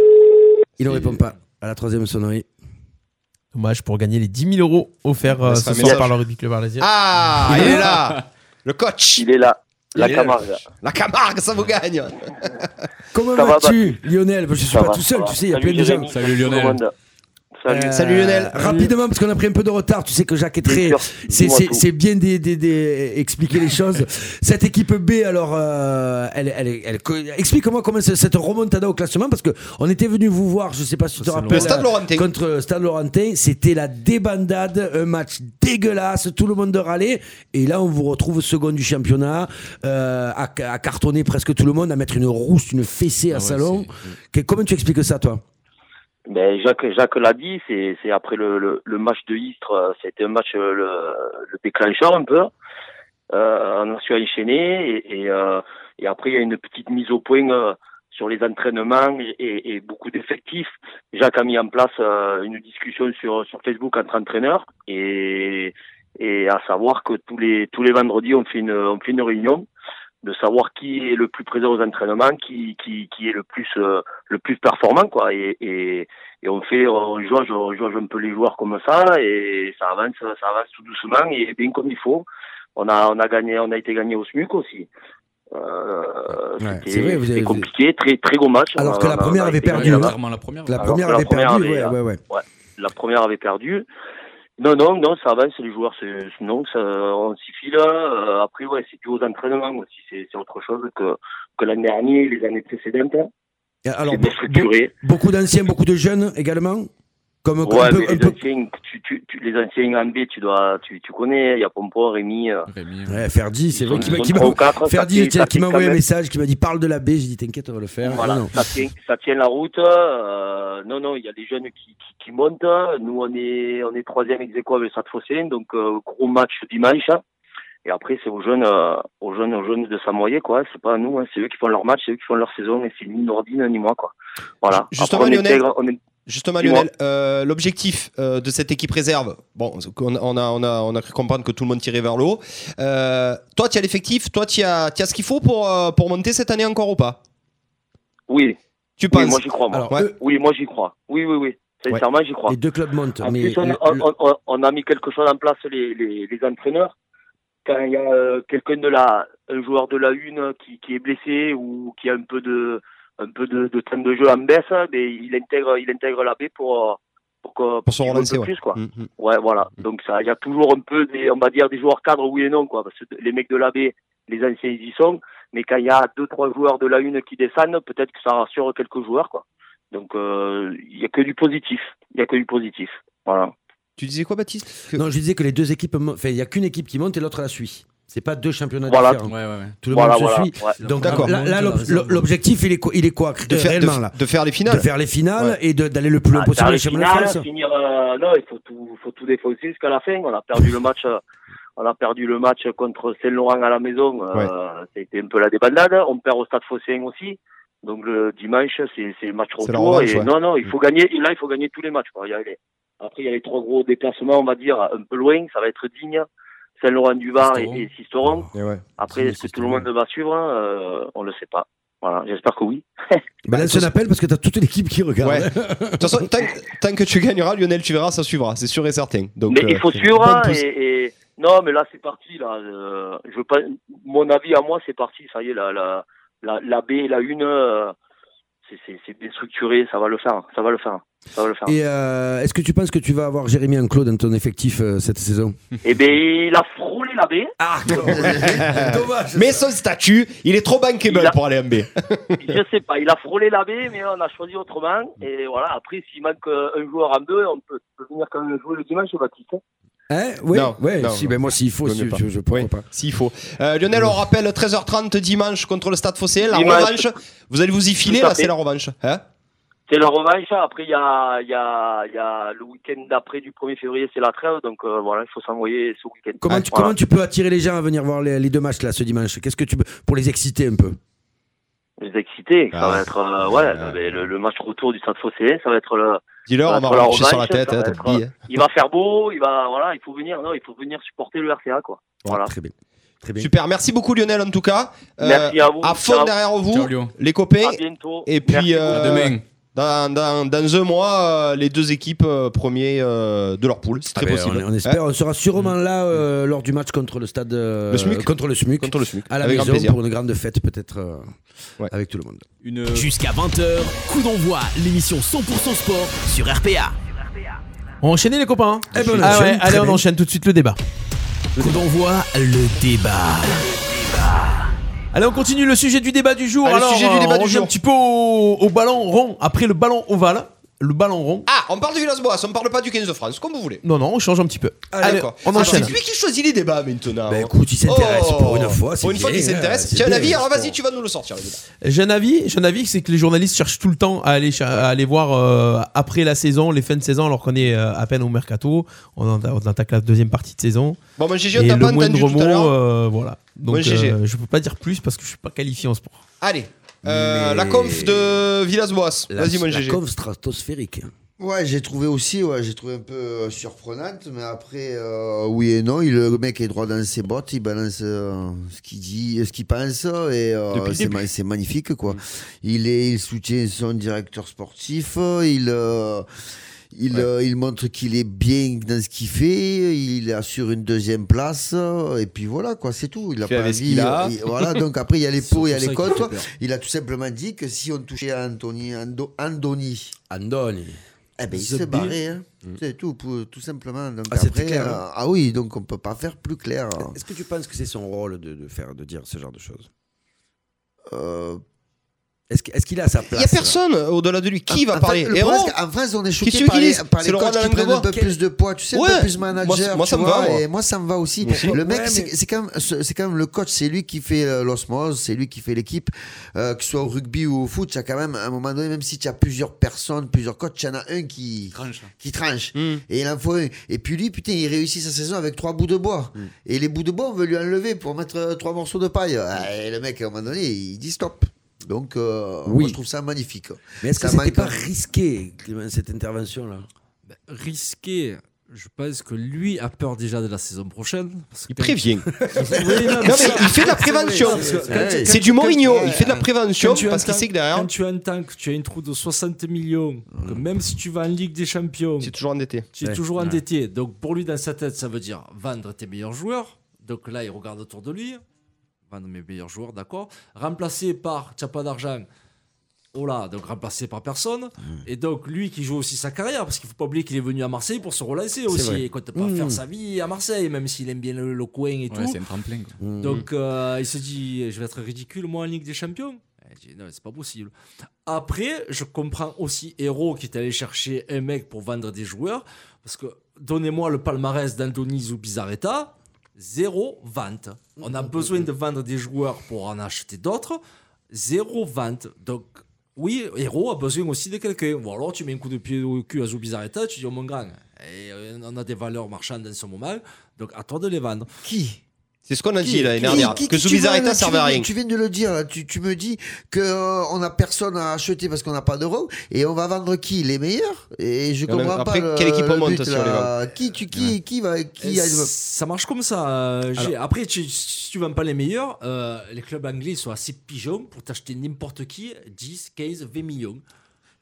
E: Il ne répond pas à la troisième sonnerie.
D: Dommage pour gagner les 10 000 euros offerts euh,
C: Ça
D: ce
C: sera un
D: soir
C: message.
D: par le rugby club arlésien.
C: Ah, il est là. Le coach.
B: Il est là. La
C: Il est là.
B: Camargue.
C: La Camargue, ça vous gagne.
E: Comment
B: Ça va,
E: vas-tu, Lionel Parce que Je suis
B: Ça
E: pas
B: va,
E: tout
B: ça
E: seul,
B: va.
E: tu sais, il y a
B: Salut,
E: plein de gens.
B: Jérémy.
F: Salut,
B: Tout le
F: Lionel.
B: monde. Salut.
E: Euh,
C: Salut, Lionel.
E: Rapidement, parce qu'on a pris un peu de retard. Tu sais que Jacques est très.
B: Bien sûr,
E: C'est,
B: dis-moi
E: c'est-
B: tout.
E: c'est bien des- des- des- expliquer les choses. Cette équipe B, alors, euh, elle, elle, elle- elle- explique-moi comment c'est- cette remontada au classement, parce que on était venu vous voir, je sais pas si tu te rappelles,
C: Le Stade
E: euh,
C: Laurentin.
E: contre Stade Laurentin, c'était la débandade, un match dégueulasse, tout le monde râlait, et là on vous retrouve second du championnat, euh, à, à cartonner presque tout le monde, à mettre une rousse, une fessée à
F: Ah ouais,
E: Salon.
F: c'est-
E: Que- comment tu expliques ça, toi
B: Ben, Jacques, Jacques l'a dit, c'est c'est après le, le, le match de Istres, euh, c'était un match euh, le, le déclencheur un peu. Euh, on a su enchaîner et, et, euh, et après il y a une petite mise au point euh, sur les entraînements et, et- et beaucoup d'effectifs. Jacques a mis en place euh, une discussion sur, sur Facebook entre entraîneurs et, et à savoir que tous les tous les vendredis on fait une on fait une réunion de savoir qui est le plus présent aux entraînements, qui qui, qui est le plus euh, le plus performant quoi et, et, et on fait euh, on jauge on jauge un peu les joueurs comme ça et ça avance ça avance tout doucement et bien comme il faut on a on a gagné on a été gagné au SMUC aussi euh,
E: Ouais, c'est
B: c'était
E: vrai, vous avez-
B: c'était compliqué très très gros match
E: Alors
B: On
E: que
B: a-
E: la
B: on a-
E: première
B: on a
E: avait
B: été
E: perdu,
F: Ouais,
B: gagné.
E: hein.
F: clairement la première.
E: La
B: Alors
E: première
B: que la
E: avait
B: première
E: perdu,
B: avait-
E: ouais, ouais, ouais.
B: la première avait perdu non non non ça avance les joueurs c'est- c'est- non ça, on s'y file Euh, après ouais c'est dû aux entraînements aussi c'est c'est autre chose que que l'année dernière les années précédentes hein.
E: Et Alors,
B: c'est bien structuré
E: Beaucoup d'anciens, beaucoup de jeunes également Comme comme
B: Ouais,
E: un peu-
B: mais
E: un
B: les,
E: peu-
B: anciens, tu, tu, tu- les anciens en B, tu, dois, tu, tu connais, il y a Pompon, Rémi. euh,
F: Rémi.
E: Ouais, Ferdi, c'est
B: ils
E: vrai
B: sont-
E: qu'il m'a-
B: ils
E: qu'il
B: sont
E: m'a
B: trois ou quatre,
E: Ferdi,
B: ça fait-
E: tiens,
B: ça
E: qui m'a
B: fait
E: envoyé
B: quand
E: un
B: même-
E: message, qui m'a dit parle de la baie, j'ai dit t'inquiète, on va le faire.
B: Voilà,
E: Ah, non.
B: ça, tient, ça tient la route. euh, non, non, il y a des jeunes qui, qui, qui montent. Nous, on est, on est troisième ex aequo avec Stade Fosséen, donc euh, gros match dimanche. hein. Et après, c'est aux jeunes, euh, aux jeunes, aux jeunes de s'amoyer, quoi. C'est pas à nous, hein, c'est eux qui font leur match, c'est eux qui font leur saison, et c'est ni Nordine ni moi, quoi. Voilà.
C: Justement,
B: Après, on
C: Lionel-
B: intègre- on est-
C: Justement,
B: Dis-moi.
C: Lionel, euh, l'objectif euh, de cette équipe réserve, bon, on, on a, on, a, on a cru comprendre que tout le monde tirait vers le haut. Euh, toi, tu as l'effectif, toi, tu as, tu as ce qu'il faut pour, euh, pour monter cette année encore ou pas
B: Oui,
C: Tu
B: oui,
C: penses
B: moi j'y crois, moi.
E: Alors,
C: Ouais.
E: eux,
B: Oui, moi j'y crois. Oui, oui, oui. Sincèrement, j'y crois.
E: les deux clubs montent.
B: En
E: mais euh,
B: plus, on,
E: le- le-
B: on- on- on a mis quelque chose en place, les, les, les entraîneurs. Quand il y a euh, quelqu'un de la, un joueur de la une qui, qui est blessé ou qui a un peu de, un peu de, de temps de jeu en baisse, mais il intègre, il intègre la baie pour, euh, pour, que-
C: Pour se
B: qu'il monte
C: relancer, ouais.
B: plus, quoi.
C: Mm, mm.
B: Ouais, voilà. Donc ça, il y a toujours un peu, des, on va dire, des joueurs cadres oui et non, quoi. Parce que les mecs de la baie, les anciens, ils y sont. Mais quand il y a deux, trois joueurs de la une qui descendent, peut-être que ça rassure quelques joueurs, quoi. Donc euh, il y a que du positif. Il y a que du positif. Voilà.
C: Tu disais quoi, Baptiste Que-
E: Non, je disais que les deux équipes, mon- enfin, il y a qu'une équipe qui monte et l'autre la suit. C'est pas deux championnats
B: Voilà.
E: différents.
F: Ouais, ouais, ouais.
E: Tout le
B: Voilà,
E: monde
B: voilà,
E: se suit.
B: ouais.
E: Donc
C: D'accord.
E: là, là, l'ob- le- l'objectif, il est quoi, il est quoi
C: de faire,
E: réellement là
C: de, de faire les
E: De
C: finales.
E: faire les finales et de- d'aller le plus loin
B: Ah,
E: possible
B: dans
E: dans
B: les
E: les championnats de
B: finales,
E: France.
B: finir, euh, non, il faut tout, faut tout défoncer jusqu'à la fin. On a perdu le match, euh, on a perdu le match contre Saint-Laurent à la maison. Euh, C'était un peu la débandade. On perd au Stade Phocéen aussi. Donc le dimanche, c'est c'est le match
C: C'est la
B: retour.
C: revanche,
B: et
C: ouais.
B: non, non, il faut gagner. Et là, il faut gagner tous les matchs. Quoi. Il y a les- Après, il y a les trois gros déplacements, on va dire, un peu loin. Ça va être digne. Saint-Laurent du Var et,
E: Sisteron.
B: et Sisteron.
F: Oh,
C: Et Eh ouais.
B: Après, est-ce que tout le monde va suivre euh, On le sait pas. Voilà, j'espère que oui.
E: Bah, lance un appel parce que t'as toute l'équipe qui regarde.
C: Ouais. De toute façon, tant, tant que tu gagneras, Lionel, tu verras, ça suivra, c'est sûr et certain. Donc,
B: mais il
C: euh,
B: faut suivre
C: bonne
B: hein,
C: pousse.
B: et, et- non mais là c'est parti là euh, je veux pas mon avis à moi c'est parti ça y est la la la, la B et la une euh, c'est c'est c'est bien structuré ça va le faire ça va le faire ça va le faire
E: Et euh, est-ce que tu penses que tu vas avoir Jérémy Enclos dans ton effectif euh, cette saison
B: et ben il a frôlé la B
E: Ah, Dommage.
C: Mais son statut, il est trop bankable
B: Il a-
C: pour aller en B.
B: je sais pas il a frôlé la B mais on a choisi autrement et voilà après s'il manque euh, un joueur en deux on peut, peut venir quand même jouer le dimanche au Baptiste hein.
E: Hein oui,
C: Non,
E: ouais,
C: non,
E: si,
C: non.
E: ben moi s'il faut,
C: Vaut
E: si,
C: mieux pas.
E: je, je pourquoi
C: Oui.
E: pas.
C: S'il faut. Euh, Lionel, on rappelle 13h30 dimanche contre le Stade Phocéen. La
B: Dimanche.
C: revanche, vous allez vous y filer,
B: Tout à
C: là, c'est
B: fait.
C: la revanche. Hein
B: c'est la revanche hein. après il y a il y a il y a le week-end d'après du 1er février c'est la trêve donc euh, voilà il faut s'envoyer ce week-end
E: Comment, tu,
B: Voilà.
E: comment tu peux attirer les gens à venir voir les, les deux matchs là ce dimanche Qu'est-ce que tu peux pour les exciter un peu
B: les exciter. Ça
C: Ah.
B: va être euh, ouais, mais le, le match retour du Stade Phocéen, ça va être le.
C: Dis-leur,
B: ça
C: on
B: va
C: va
B: être la
C: marcher sur la
B: revanche,
C: tête,
B: ça
C: hein,
B: va
C: t'as
B: être,
C: pas dit, hein.
B: Il va faire beau, il va voilà, il faut venir, non, il faut venir supporter le RCA quoi. Voilà.
E: Très bien. Très bien.
C: Super, merci beaucoup Lionel en tout cas. Euh,
B: Merci à vous.
C: À fond
B: Ciao.
C: derrière vous,
F: Ciao, Lyon.
C: les copains.
B: À bientôt.
C: Et puis
B: Merci
F: À
C: euh,
F: demain.
C: dans, dans, dans un mois, euh, les deux équipes euh, premiers euh, de leur poule, c'est très
E: Ben,
C: possible. Hein
E: On, on espère, on sera sûrement là euh, lors du match contre le stade euh,
C: Le SMUC
E: contre le SMUC,
C: Contre le SMUC,
E: à la
C: avec grand
E: maison
C: plaisir.
E: pour une grande fête peut-être euh,
C: Ouais.
E: avec tout le monde.
F: Une
C: euh,
L: Jusqu'à 20h, coup d'envoi, l'émission 100% sport sur RPA.
D: On enchaîne les copains. hein
E: Eh ben, on
D: Ah
E: enchaîne,
D: ouais,
E: très
D: allez, on
E: bien.
D: enchaîne tout de suite le débat.
L: Coup d'envoi, le débat.
D: Allez, on continue le sujet du débat du jour.
C: Ah, le
D: Alors,
C: sujet du
D: euh,
C: débat
D: on
C: du
D: revient
C: jour.
D: un petit peu au, au ballon rond. Après le ballon ovale, le ballon rond.
C: Ah, on parle de Villas-Boas, on parle pas du 15 de France, comme vous voulez.
D: Non, non, on change un petit peu. allez,
C: d'accord.
D: on
C: Ah,
D: enchaîne.
C: C'est lui qui choisit les débats maintenant.
E: Ben, écoute, il s'intéresse
C: Oh.
E: pour une fois. c'est
C: Pour une fois
E: bien,
C: qu'il
E: hein,
C: s'intéresse.
E: c'est
C: Tiens, un
E: bien,
C: avis,
E: le
C: alors vas-y,
E: sport.
C: tu vas nous le sortir. le débat.
D: J'ai un avis, j'ai un avis, c'est que les journalistes cherchent tout le temps à aller, cha- à aller voir euh, après la saison, les fins de saison, alors qu'on est euh, à peine au mercato. On, en- on attaque la deuxième partie de saison.
C: Bon, mon GG, on
D: Et
C: t'a
D: le
C: pas entendu
D: moindre
C: tout à
D: mot,
C: l'heure.
D: euh, voilà. Donc,
C: Ouais, GG.
D: euh, je peux pas dire plus parce que je suis pas qualifié en sport.
C: Allez, euh,
E: Mais-
C: la conf de Villas-Boas.
E: La-
C: Vas-y, mon
E: la
C: GG.
E: conf stratosphérique.
I: Ouais, j'ai trouvé aussi, ouais, j'ai trouvé un peu euh, surprenante, mais après, euh, oui et non, il- le mec est droit dans ses bottes, il balance euh, ce qu'il dit, euh, ce qu'il pense, et euh,
F: Depuis le
I: c'est
F: début.
I: ma- c'est magnifique, quoi. Il, est, il soutient son directeur sportif, euh, il, euh, il, euh, il montre qu'il est bien dans ce qu'il fait, il assure une deuxième place, euh, et puis voilà, quoi, c'est tout. Il a
C: Fait avec ce
I: envie,
C: qu'il a.
I: euh, il- voilà, donc après, il y a les pour, il y a
M: C'est
I: les
M: pour ça qu'il
I: contre.
M: fait peur.
I: Il a tout simplement dit que si on touchait à Anthony, Ando- Andoni,
E: Andoni.
I: eh ben, il
M: The
I: s'est
M: Beer.
I: barré, hein. c'est tout, pour- tout simplement. Donc
E: Mm. Ah, c'était
I: après,
E: clair,
I: euh,
E: hein.
I: ah oui, donc on peut pas faire plus clair.
E: Est-ce que tu penses que c'est son rôle de, de faire, de dire ce genre de choses
I: Euh,
E: Est-ce que- est-ce qu'il a sa
C: Il
E: place
C: n'y a personne au-delà de lui. Qui
E: Ah,
C: va
I: en
C: parler
I: fait, le
C: Héros
I: problème, c'est qu'en France, on est
C: Qu'est-ce
I: choqué
C: qu'ils
I: par les,
C: disent
I: par les
C: C'est le roi
I: coachs
C: de
I: qui
C: la
I: prennent
C: langue
I: un
C: de
I: peu plus de poids, tu sais, un
C: Ouais.
I: peu plus
C: Moi,
I: manager.
C: moi, ça
I: tu
C: me va,
I: vois,
C: moi.
I: Et moi, ça me va aussi.
C: Moi aussi.
I: Le mec,
E: Ouais,
I: c'est-
E: mais-
I: c'est quand, même- c'est c'est quand même le coach, c'est lui qui fait euh, l'osmose, c'est lui qui fait l'équipe, euh, que ce soit au rugby ou au foot. Tu as quand même, à un moment donné, même si tu as plusieurs personnes, plusieurs coachs, tu en as un qui
E: hein.
F: tranche.
I: qui tranche.
E: Mm.
I: Et il en faut un. Et puis lui, putain, il réussit sa saison avec trois bouts de bois.
E: Mm.
I: Et les bouts de bois, on veut lui enlever pour mettre euh, trois morceaux de paille. Ah, Et le mec, à un moment donné, il dit stop. Donc, euh,
E: Oui.
I: moi, je trouve ça magnifique.
E: Mais est-ce que
I: Ça
E: c'était
I: manque.
E: pas risqué, Clément, cette intervention-là
G: risqué. Je pense que lui a peur déjà de la saison prochaine. Parce
C: Il
G: que-
C: prévient.
G: Oui, non, mais
C: Non, mais
G: ça-
C: il fait de la prévention.
G: Parce que-
I: Hey.
C: C'est du Mourinho. Il fait de la
G: Quand
C: prévention
G: tu
C: parce qu'il
G: entends-
C: sait que derrière,
G: Quand tu entends que tu as une trou de 60 millions, que même si tu vas en Ligue des Champions,
C: c'est toujours endetté.
G: tu es
E: Ouais.
G: toujours endetté. Donc pour lui, dans sa tête, ça veut dire vendre tes meilleurs joueurs. Donc là, il regarde autour de lui. Vendre mes meilleurs joueurs, d'accord. Remplacé par, tu n'as pas d'argent. Oh là, donc remplacé par personne.
F: Mmh.
G: Et donc lui qui joue aussi sa carrière, parce qu'il faut pas oublier qu'il est venu à Marseille pour se relancer aussi.
E: vrai.
G: Il compte pas
E: Mmh.
G: faire sa vie à Marseille, même s'il aime bien le, le coin et
F: Ouais,
G: tout.
F: c'est un tremplin. quoi.
I: Mm.
G: Donc euh, il se dit, je vais être ridicule moi en Ligue des Champions. Et je dis, non, c'est pas possible. Après, je comprends aussi Hero qui est allé chercher un mec pour vendre des joueurs. Parce que donnez-moi le palmarès d'Andoni ou Bizarreta. zéro vente. On a besoin de vendre des joueurs pour en acheter d'autres, zéro vente. Donc, oui, Hero a besoin aussi de quelqu'un. Ou alors tu mets un coup de pied au cul à Zubizarreta, tu dis, oh mon grand, et euh, on a des valeurs marchandes en ce moment, donc à toi de les vendre.
I: Qui
C: C'est ce qu'on a
I: Qui-
C: dit l'année
I: qui-
C: dernière.
I: qui-
C: que
I: qui- tu viens
C: Zubizarreta
I: de-
C: servait à
I: tu viens de-
C: rien.
I: Tu viens de le dire, là. Tu, tu me dis que euh, on a personne à acheter parce qu'on n'a pas d'euros et on va vendre qui Les meilleurs Et je
C: Et on a-
I: comprends
C: après,
I: pas. le-
C: quelle équipe
I: le
C: on monte
I: but,
C: si on les
I: là. Qui, tu, qui, qui va. Qui
G: Et
I: a-
G: ça marche comme ça. euh, j'ai- Après, tu, si tu vends pas les meilleurs, euh, les clubs anglais sont assez pigeons pour t'acheter n'importe qui 10, 15, 20 millions.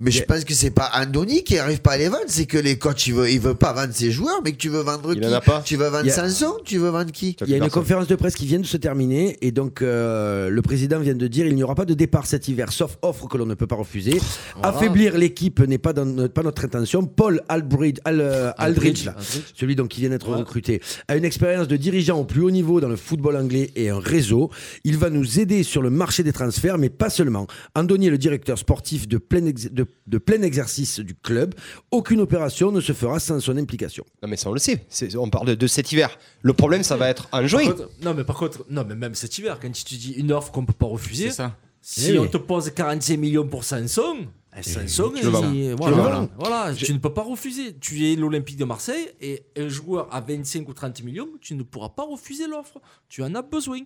I: Mais je pense que c'est pas Andoni qui arrive pas à les vendre, c'est que les coachs ils veulent, ils veulent pas vendre ses joueurs, mais que tu veux vendre
C: Il
I: qui
C: en a pas.
I: Tu veux vendre
E: Il y a-
I: Sanson Tu veux vendre qui
E: Il y a une conférence de presse qui vient de se terminer et donc euh, le président vient de dire il n'y aura pas de départ cet hiver sauf offre que l'on ne peut pas refuser. Affaiblir l'équipe n'est pas, dans notre- pas notre intention. Paul Albridge, Al- euh, Aldridge, là, celui donc qui vient d'être recruté, a une expérience de dirigeant au plus haut niveau dans le football anglais et un réseau. Il va nous aider sur le marché des transferts, mais pas seulement. Andoni est le directeur sportif de plein, ex- de- de plein exercice du club. Aucune opération ne se fera sans son implication.
C: Non, mais ça, on le sait. C'est- On parle de, de cet hiver. Le problème, ça va être en
G: Par
C: juin.
G: contre- non, mais par contre, non, mais même cet hiver, quand tu dis une offre qu'on peut pas refuser,
F: C'est ça.
G: si
E: Eh
G: on
E: oui.
G: te pose 45 millions pour Sanson, eh, Sanson,
C: le vends.
G: il-
E: le
G: voilà,
E: vends.
G: voilà, voilà, tu ne peux pas refuser. Tu es l'Olympique de Marseille et un joueur à 25 ou 30 millions, tu ne pourras pas refuser l'offre. Tu en as besoin.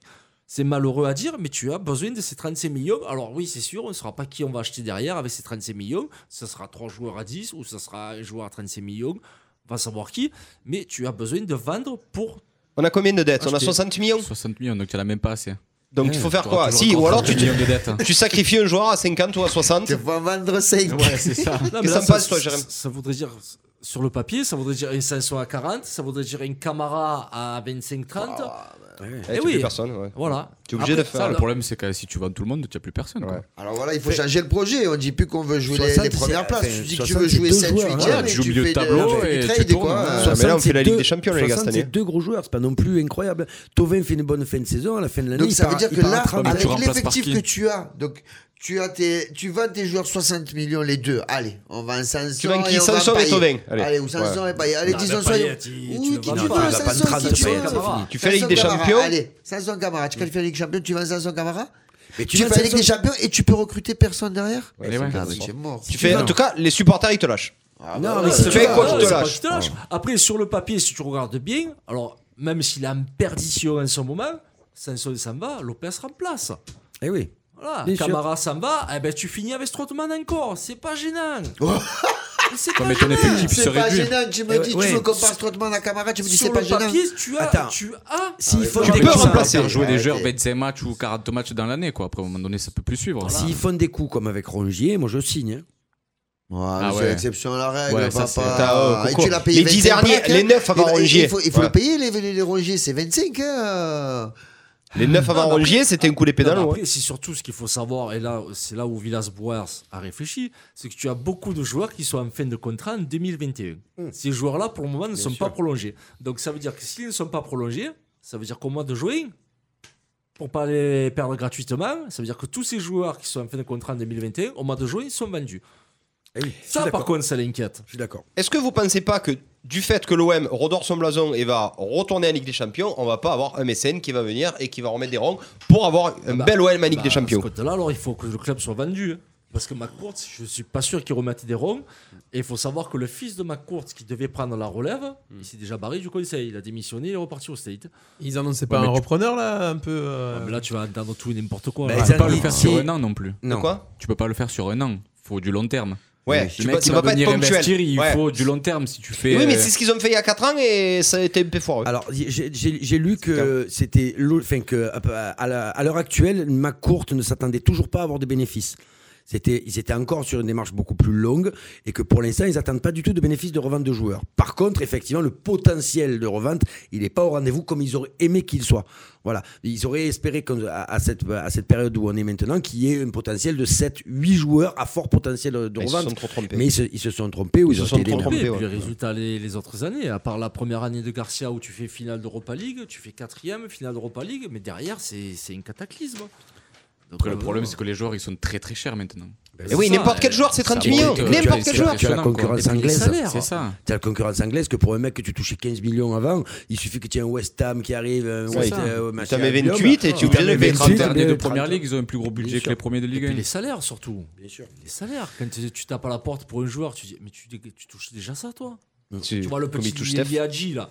G: C'est malheureux à dire, mais tu as besoin de ces 35 millions. Alors oui, c'est sûr, on ne saura pas qui on va acheter derrière avec ces 35 millions. Ça sera trois joueurs à 10 ou ça sera un joueur à 35 millions. On va savoir qui. Mais tu as besoin de vendre pour
C: On a combien de dettes On a
F: Acheter.
C: 60 millions.
F: 60 millions, donc tu as même pas assez.
C: Donc, il faut faire
F: T'auras
C: quoi
F: toujours
C: Si,
F: encore
C: ou alors tu,
F: 30 millions de dettes. hein.
C: tu sacrifies un joueur à 50 ou à 60.
I: Tu vas vendre 5
F: Ouais, c'est ça.
G: Non,
C: Qu'est-ce
G: mais là,
C: que ça me passe, toi, Jérém
G: ça, ça voudrait dire, sur le papier, ça voudrait dire une Sanson à 40, ça voudrait dire une Camara à 25-30.
E: Ah,
C: Eh,
G: Eh
C: tu
G: oui.
C: plus personne. ouais.
G: Voilà.
C: T'es obligé de faire.
F: Ça, le problème, c'est que si tu vends tout le monde, tu n'as plus personne. quoi.
C: Ouais.
I: Alors Ah, voilà, il faut changer le projet. On dit plus qu'on veut jouer les- les,
E: 60,
I: premières
E: c'est-
I: places.
E: enfin,
I: Tu dis que tu
E: 60,
I: veux jouer
E: c'est deux
I: 7 8
E: joueurs, hein.
I: e
E: voilà.
I: et
F: Tu
I: tu
F: joues au milieu
I: fais
F: de tableau
I: des-
F: et
I: du
F: tu
I: trade,
F: tournes,
I: quoi.
F: hein.
I: Euh,
C: mais là, on fait la
E: 62
C: Ligue des Champions, les gars, cette année.
E: 62 gros joueurs, c'est pas non plus incroyable. Tovin fait une bonne fin de saison, à la fin de l'année.
I: Donc
E: il
I: ça veut
E: part-
I: dire
E: il
I: que
E: part à
I: là,
E: 30.
F: mais tu
I: avec
F: remplaces par
I: l'effectif
F: qui
I: que tu as, donc tu as tes, tu vends tes joueurs 60 millions les deux. Allez, on vend Sanson
C: Tu vends qui
I: et on vend
C: Sanson et
I: Payet.
C: Thauvin. Allez.
I: Allez, ou Sanson et Payet. Allez,
G: Non,
I: disons
G: mais
I: soyons.
G: Payet, il- tu
I: Oui,
G: le
I: qui
G: vends
I: tu
G: pas,
I: veux,
G: il va
E: pas te
I: Sanson,
E: prendre
I: qui tu
E: Payet,
I: veux.
E: c'est fini.
C: Tu fais la Ligue des
I: Sanson Camara,
C: Champions.
I: Allez, Sanson Camara, tu qualifies la Ligue des Champions, tu vends Sanson Camara.
E: Mais
I: Tu fais la Ligue des Champions et tu peux recruter personne derrière
F: Mais ouais.
I: Ah, mais tu es mort.
C: Tu fais, en tout cas, les supporters, ils te lâchent.
E: Non,
G: Ah bah Ouais,
E: mais
G: c'est
E: Ah, c'est
C: tu fais
G: pas-
C: quoi
G: ouais,
C: qu'il te
G: c'est pas
C: lâche. Ah.
G: qu'il te lâche.
E: Ah.
G: Après, sur le papier, si tu regardes bien, alors, même s'il est en perdition en ce moment, Sanson s'en va, Lopez remplace.
E: Eh oui.
G: Voilà,
E: Bien sûr.
G: Camara s'en va, eh ben, tu finis avec Strootman encore. C'est pas gênant. Mais c'est
F: Ouais,
G: pas
F: mais ton
G: gênant.
F: effectif se
I: C'est pas
F: réduit.
I: gênant, tu
E: Oh. Eh
I: me dis, tu
E: ouais.
I: veux qu'on passe traitement à Camara, tu me dis, c'est
G: Sur
I: pas
G: le
I: gênant.
G: papier, tu as,
E: Attends.
G: tu as
E: S'il faut
C: Tu
E: des
C: peux
E: coups-
C: remplacer un
F: Jouer
C: joueur.
F: des jeux
I: ok.
F: 25 matchs ou 40 matchs dans l'année, quoi. Après, à un moment donné, ça peut plus suivre. Bah,
E: S'ils font des coups comme avec Rongier, moi je signe. hein.
I: Ouais,
F: Ah
I: c'est
F: ouais.
I: l'exception à la règle,
F: Ouais, ça,
I: papa.
F: c'est-
C: T'as, euh,
I: et
C: Coco.
I: tu l'as payé
C: Les dix
I: 25
C: derniers,
I: plaques, hein.
C: les neuf avant
I: Il- il-
C: Rongier.
I: Il faut, il faut
C: Voilà.
I: le payer, les, les, les Rongier, c'est 25. Hein.
C: Les 9 avant Rongier, c'était un coup d'épée dans
G: Non, mais
C: l'eau,
G: après, c'est surtout ce qu'il faut savoir, et là, c'est là où Villas-Boas a réfléchi, c'est que tu as beaucoup de joueurs qui sont en fin de contrat en 2021.
C: Hmm.
G: Ces joueurs-là, pour le moment, ne sont pas prolongés. Donc, ça veut dire que s'ils ne sont pas prolongés, ça veut dire qu'au mois de juin, pour pas les perdre gratuitement, ça veut dire que tous ces joueurs qui sont en fin de contrat en 2021, au mois de juin, ils sont vendus.
E: Eh oui, je suis
G: Ça, par
E: d'accord.
G: contre, ça l'inquiète.
E: Je suis d'accord.
C: Est-ce que vous pensez pas que du fait que l'OM redore son blason et va retourner en Ligue des Champions, on va pas avoir un mécène qui va venir et qui va remettre des ronds pour avoir un
G: bah,
C: bel OM en Ligue des
G: Bah,
C: Champions
G: De ce côté-là, alors il faut que le club soit vendu. hein. Parce que McCourt, je ne suis pas sûr qu'il remette des ronds. Et il faut savoir que le fils de McCourt, qui devait prendre la relève, il s'est déjà barré du conseil. Il a démissionné, il est reparti au State.
D: Ils annonçaient pas un repreneur là, un peu. euh,
G: Mais là, tu vas entendre tout et n'importe quoi.
E: Bah,
G: là.
F: Tu peux
E: ils
F: pas
E: ont
F: le
E: dit-
F: faire sur un an non plus.
E: Non.
C: Quoi
F: Tu peux pas le faire sur un an. Faut du long terme.
C: Ouais,
F: Le
C: tu
F: mec
C: peux-
F: qui
C: ça
F: va
C: va pas être
F: venir investir,
C: ponctuel.
F: il
C: Ouais.
F: faut du long terme. Si tu fais.
C: Et oui, mais
F: euh,
C: c'est ce qu'ils ont fait il y a 4 ans et ça a été un peu foireux.
E: Alors, j'ai- j'ai j'ai lu que c'était. l'eau- Enfin, que euh, à à la- à l'heure actuelle, McCourt ne s'attendait toujours pas à avoir de bénéfices. C'était, ils étaient encore sur une démarche beaucoup plus longue et que pour l'instant, ils n'attendent pas du tout de bénéfices de revente de joueurs. Par contre, effectivement, le potentiel de revente, il n'est pas au rendez-vous comme ils auraient aimé qu'il soit. Voilà. Ils auraient espéré qu'on- à, à cette, à cette période où on est maintenant qu'il y ait un potentiel de 7-8 joueurs à fort potentiel de
C: Ils se sont
E: revente.
C: trop trompés.
E: Mais ils se, ils se sont trompés ou ils,
C: Ils
E: ont
C: se sont
E: été
C: trop
E: énormes.
G: Et puis
C: ouais.
G: les résultats les, les autres années, à part la première année de Garcia où tu fais finale d'Europa League, tu fais quatrième, finale d'Europa League, mais derrière, c'est c'est un cataclysme. Donc,
F: Après,
G: euh,
F: le problème, c'est euh, que les joueurs, ils sont très très chers maintenant.
C: Et Eh oui, n'importe quel joueur, c'est 38 millions. N'importe quel joueur.
E: Tu as la concurrence anglaise.
F: C'est ça.
E: Tu as la concurrence anglaise que pour un mec que tu touchais 15 millions avant, il suffit que tu aies un West Ham qui arrive, un
C: Ouais, il-
E: West
F: Oh,
E: euh,
C: Tu
E: machin,
C: t'en mets
E: Albion,
C: 28 et tu es obligé de
E: t'en
C: payer
E: mets
C: 31.
F: Les deux
E: 30.
F: premières ligues, ils ont un plus gros budget que les premiers de Ligue
G: Et
F: 1.
G: les salaires surtout.
E: Bien sûr.
G: Les salaires. Quand tu tu tapes à la porte pour un joueur, tu dis Mais tu, tu touches déjà ça, toi Tu vois le
C: Comme il
G: petit
C: touche Steph.
G: Biaggi là.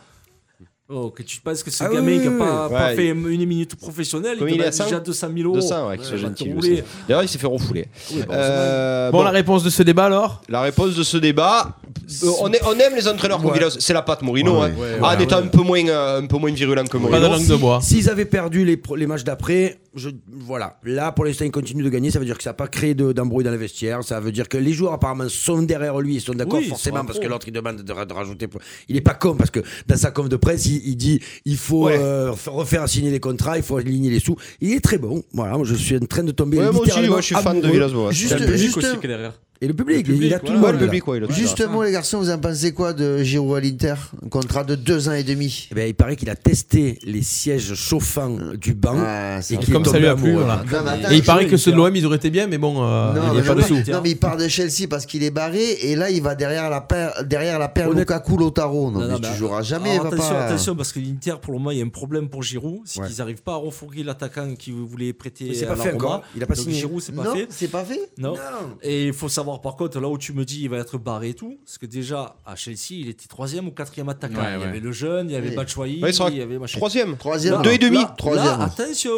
G: Oh, que tu penses que ce
E: Ah oui,
G: gamin qui
E: oui,
G: n'a pas,
C: oui.
G: pas
C: Ouais,
G: fait une minute professionnelle,
C: Comme
G: il
C: il
G: te
C: est
G: donne
C: à cinq
G: déjà 200 000 euros.
C: 200, ouais, qui
G: Ouais,
C: soit
G: va te
C: gentil.
G: rouler.
C: aussi. D'ailleurs, il s'est fait refouler.
G: Oui, bah,
C: Euh,
D: Bon,
C: bon,
D: la réponse de ce débat alors
C: La réponse de ce débat, euh, on, est- on aime les entraîneurs covidos, c'est la patte Mourinho. hein. ah, des temps un peu moins, euh, un peu moins virulent que
D: Pas de
C: Mourinho.
D: langue de bois.
E: S'ils avaient perdu les, pro- les matchs d'après, je, voilà. Là, pour l'instant, ils continuent de gagner. Ça veut dire que ça n'a pas créé de- d'embrouille dans les vestiaires. Ça veut dire que les joueurs, apparemment, sont derrière lui. Ils sont d'accord,
G: Oui, ils
E: forcément,
G: sont
E: parce
G: pro.
E: que l'autre, il demande de, ra- de rajouter. pour- Il n'est pas con, parce que dans sa conf de presse, il, il dit il faut
C: Ouais.
E: euh, f- refaire signer les contrats, il faut aligner les sous. Il est très bon. Voilà, moi, je suis en train de tomber.
C: Ouais, moi aussi,
E: littéralement
C: ouais, je suis fan de
E: amoureux.
C: Villas-Boas.
F: C'est le
I: Juste,
F: public
I: juste,
F: aussi qui est derrière.
E: Et le public,
F: Le
E: il a
F: public, voilà.
C: Ouais,
E: tout le monde.
C: le
E: là.
C: public, ouais, il a tout
I: juste
C: ça.
I: un mot, les garçons, vous en pensez quoi de Giroud à l'Inter Un contrat de deux ans et demi.
E: Eh ben, il paraît qu'il a testé les sièges chauffants du banc.
I: Ah, ça
E: et
I: va.
E: qu'il est
D: Comme ça
E: tombé
D: lui a plu,
E: amoureux.
D: voilà.
I: Non, mais attends,
D: Et il
I: je-
D: paraît que ceux de l'OM, ils auraient été bien, mais bon, euh,
I: Non,
D: il
I: mais
D: n'est pas
I: non,
D: dessous.
I: non, mais il part de Chelsea parce qu'il est barré et là il va derrière la paire, derrière la paire
E: Honnête-
I: Lukaku Lotaro.
G: Non,
I: Non,
G: non,
I: mais tu
G: mais
I: joueras jamais,
G: Alors,
I: va
G: attention,
I: pas.
G: attention, parce que l'Inter, pour le moment, il y a un problème pour Giroud. C'est
E: Ouais.
G: qu'ils n'arrivent pas à refourguer l'attaquant qui voulait prêter
E: Mais c'est
G: à
E: pas
G: la
E: fait
G: Roma.
E: encore. Il a pas
G: Donc,
E: signé.
G: Giroud, c'est pas
I: non,
G: fait.
I: c'est pas fait.
G: Non.
E: Non.
G: Et il faut savoir, par contre, là où tu me dis il va être barré et tout, parce que déjà, à Chelsea, il était troisième ou quatrième attaquant.
F: Ouais,
G: il y
F: ouais.
G: avait le jeune, il y avait
I: Oui.
G: Batshuayi,
C: Ouais, ils sont à
G: il y avait machin.
C: Troisième.
I: Troisième.
C: Deux et demi.
G: Là,
I: Troisième.
G: là, attention,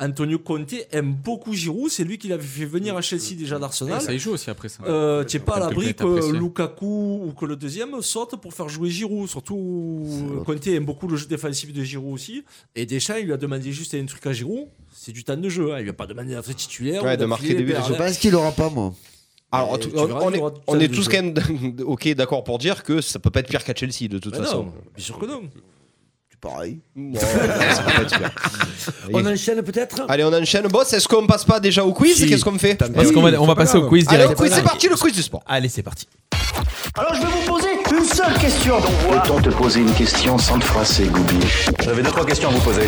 G: Antonio Conte aime beaucoup Giroud. C'est lui qui l'avait fait venir à
I: Euh,
G: Chelsea déjà d'Arsenal.
F: Ça y joue aussi après ça.
G: Euh, T'es pas à
F: Quelqu'un
G: l'abri
F: est
G: que
F: apprécié.
G: Lukaku ou que le deuxième saute pour faire jouer Giroud. Surtout,
I: vrai.
G: Conte aime beaucoup le jeu défensif de Giroud aussi. Et Deschamps, il lui a demandé juste un truc à Giroud. C'est du temps de jeu. hein. Il lui a pas demandé d'être titulaire.
C: Ouais,
G: ou
C: de marquer
G: d'appuyer
C: des
G: le
C: buts, des
I: Je
G: PRL.
I: pense qu'il aura pas moi.
C: Alors,
G: Et
C: tout-
G: tu
C: on,
G: verras,
C: on
G: il y
C: est,
G: aura tout
C: on
G: ça
C: est
G: de
C: tous
G: jeu.
C: quand même ok, d'accord pour dire que ça peut pas être pire qu'à Chelsea de toute
G: Bah
C: façon.
G: non, bien sûr que non.
I: C'est pareil.
C: Ouais, ça peut pas être pire.
E: On enchaîne peut-être
C: Allez, on enchaîne. Boss, est-ce qu'on passe pas déjà au quiz
E: Si.
C: Qu'est-ce qu'on fait
E: T'as-
D: Parce qu'on va, on va
E: c'est pas
D: passer au
E: grave.
D: quiz
C: Allez,
D: direct.
C: au quiz, c'est parti, le quiz du sport.
D: Allez, c'est parti.
N: Alors je vais vous poser une seule question.
O: Autant te poser une question sans te froisser, Goubi. J'avais deux, trois questions à vous poser.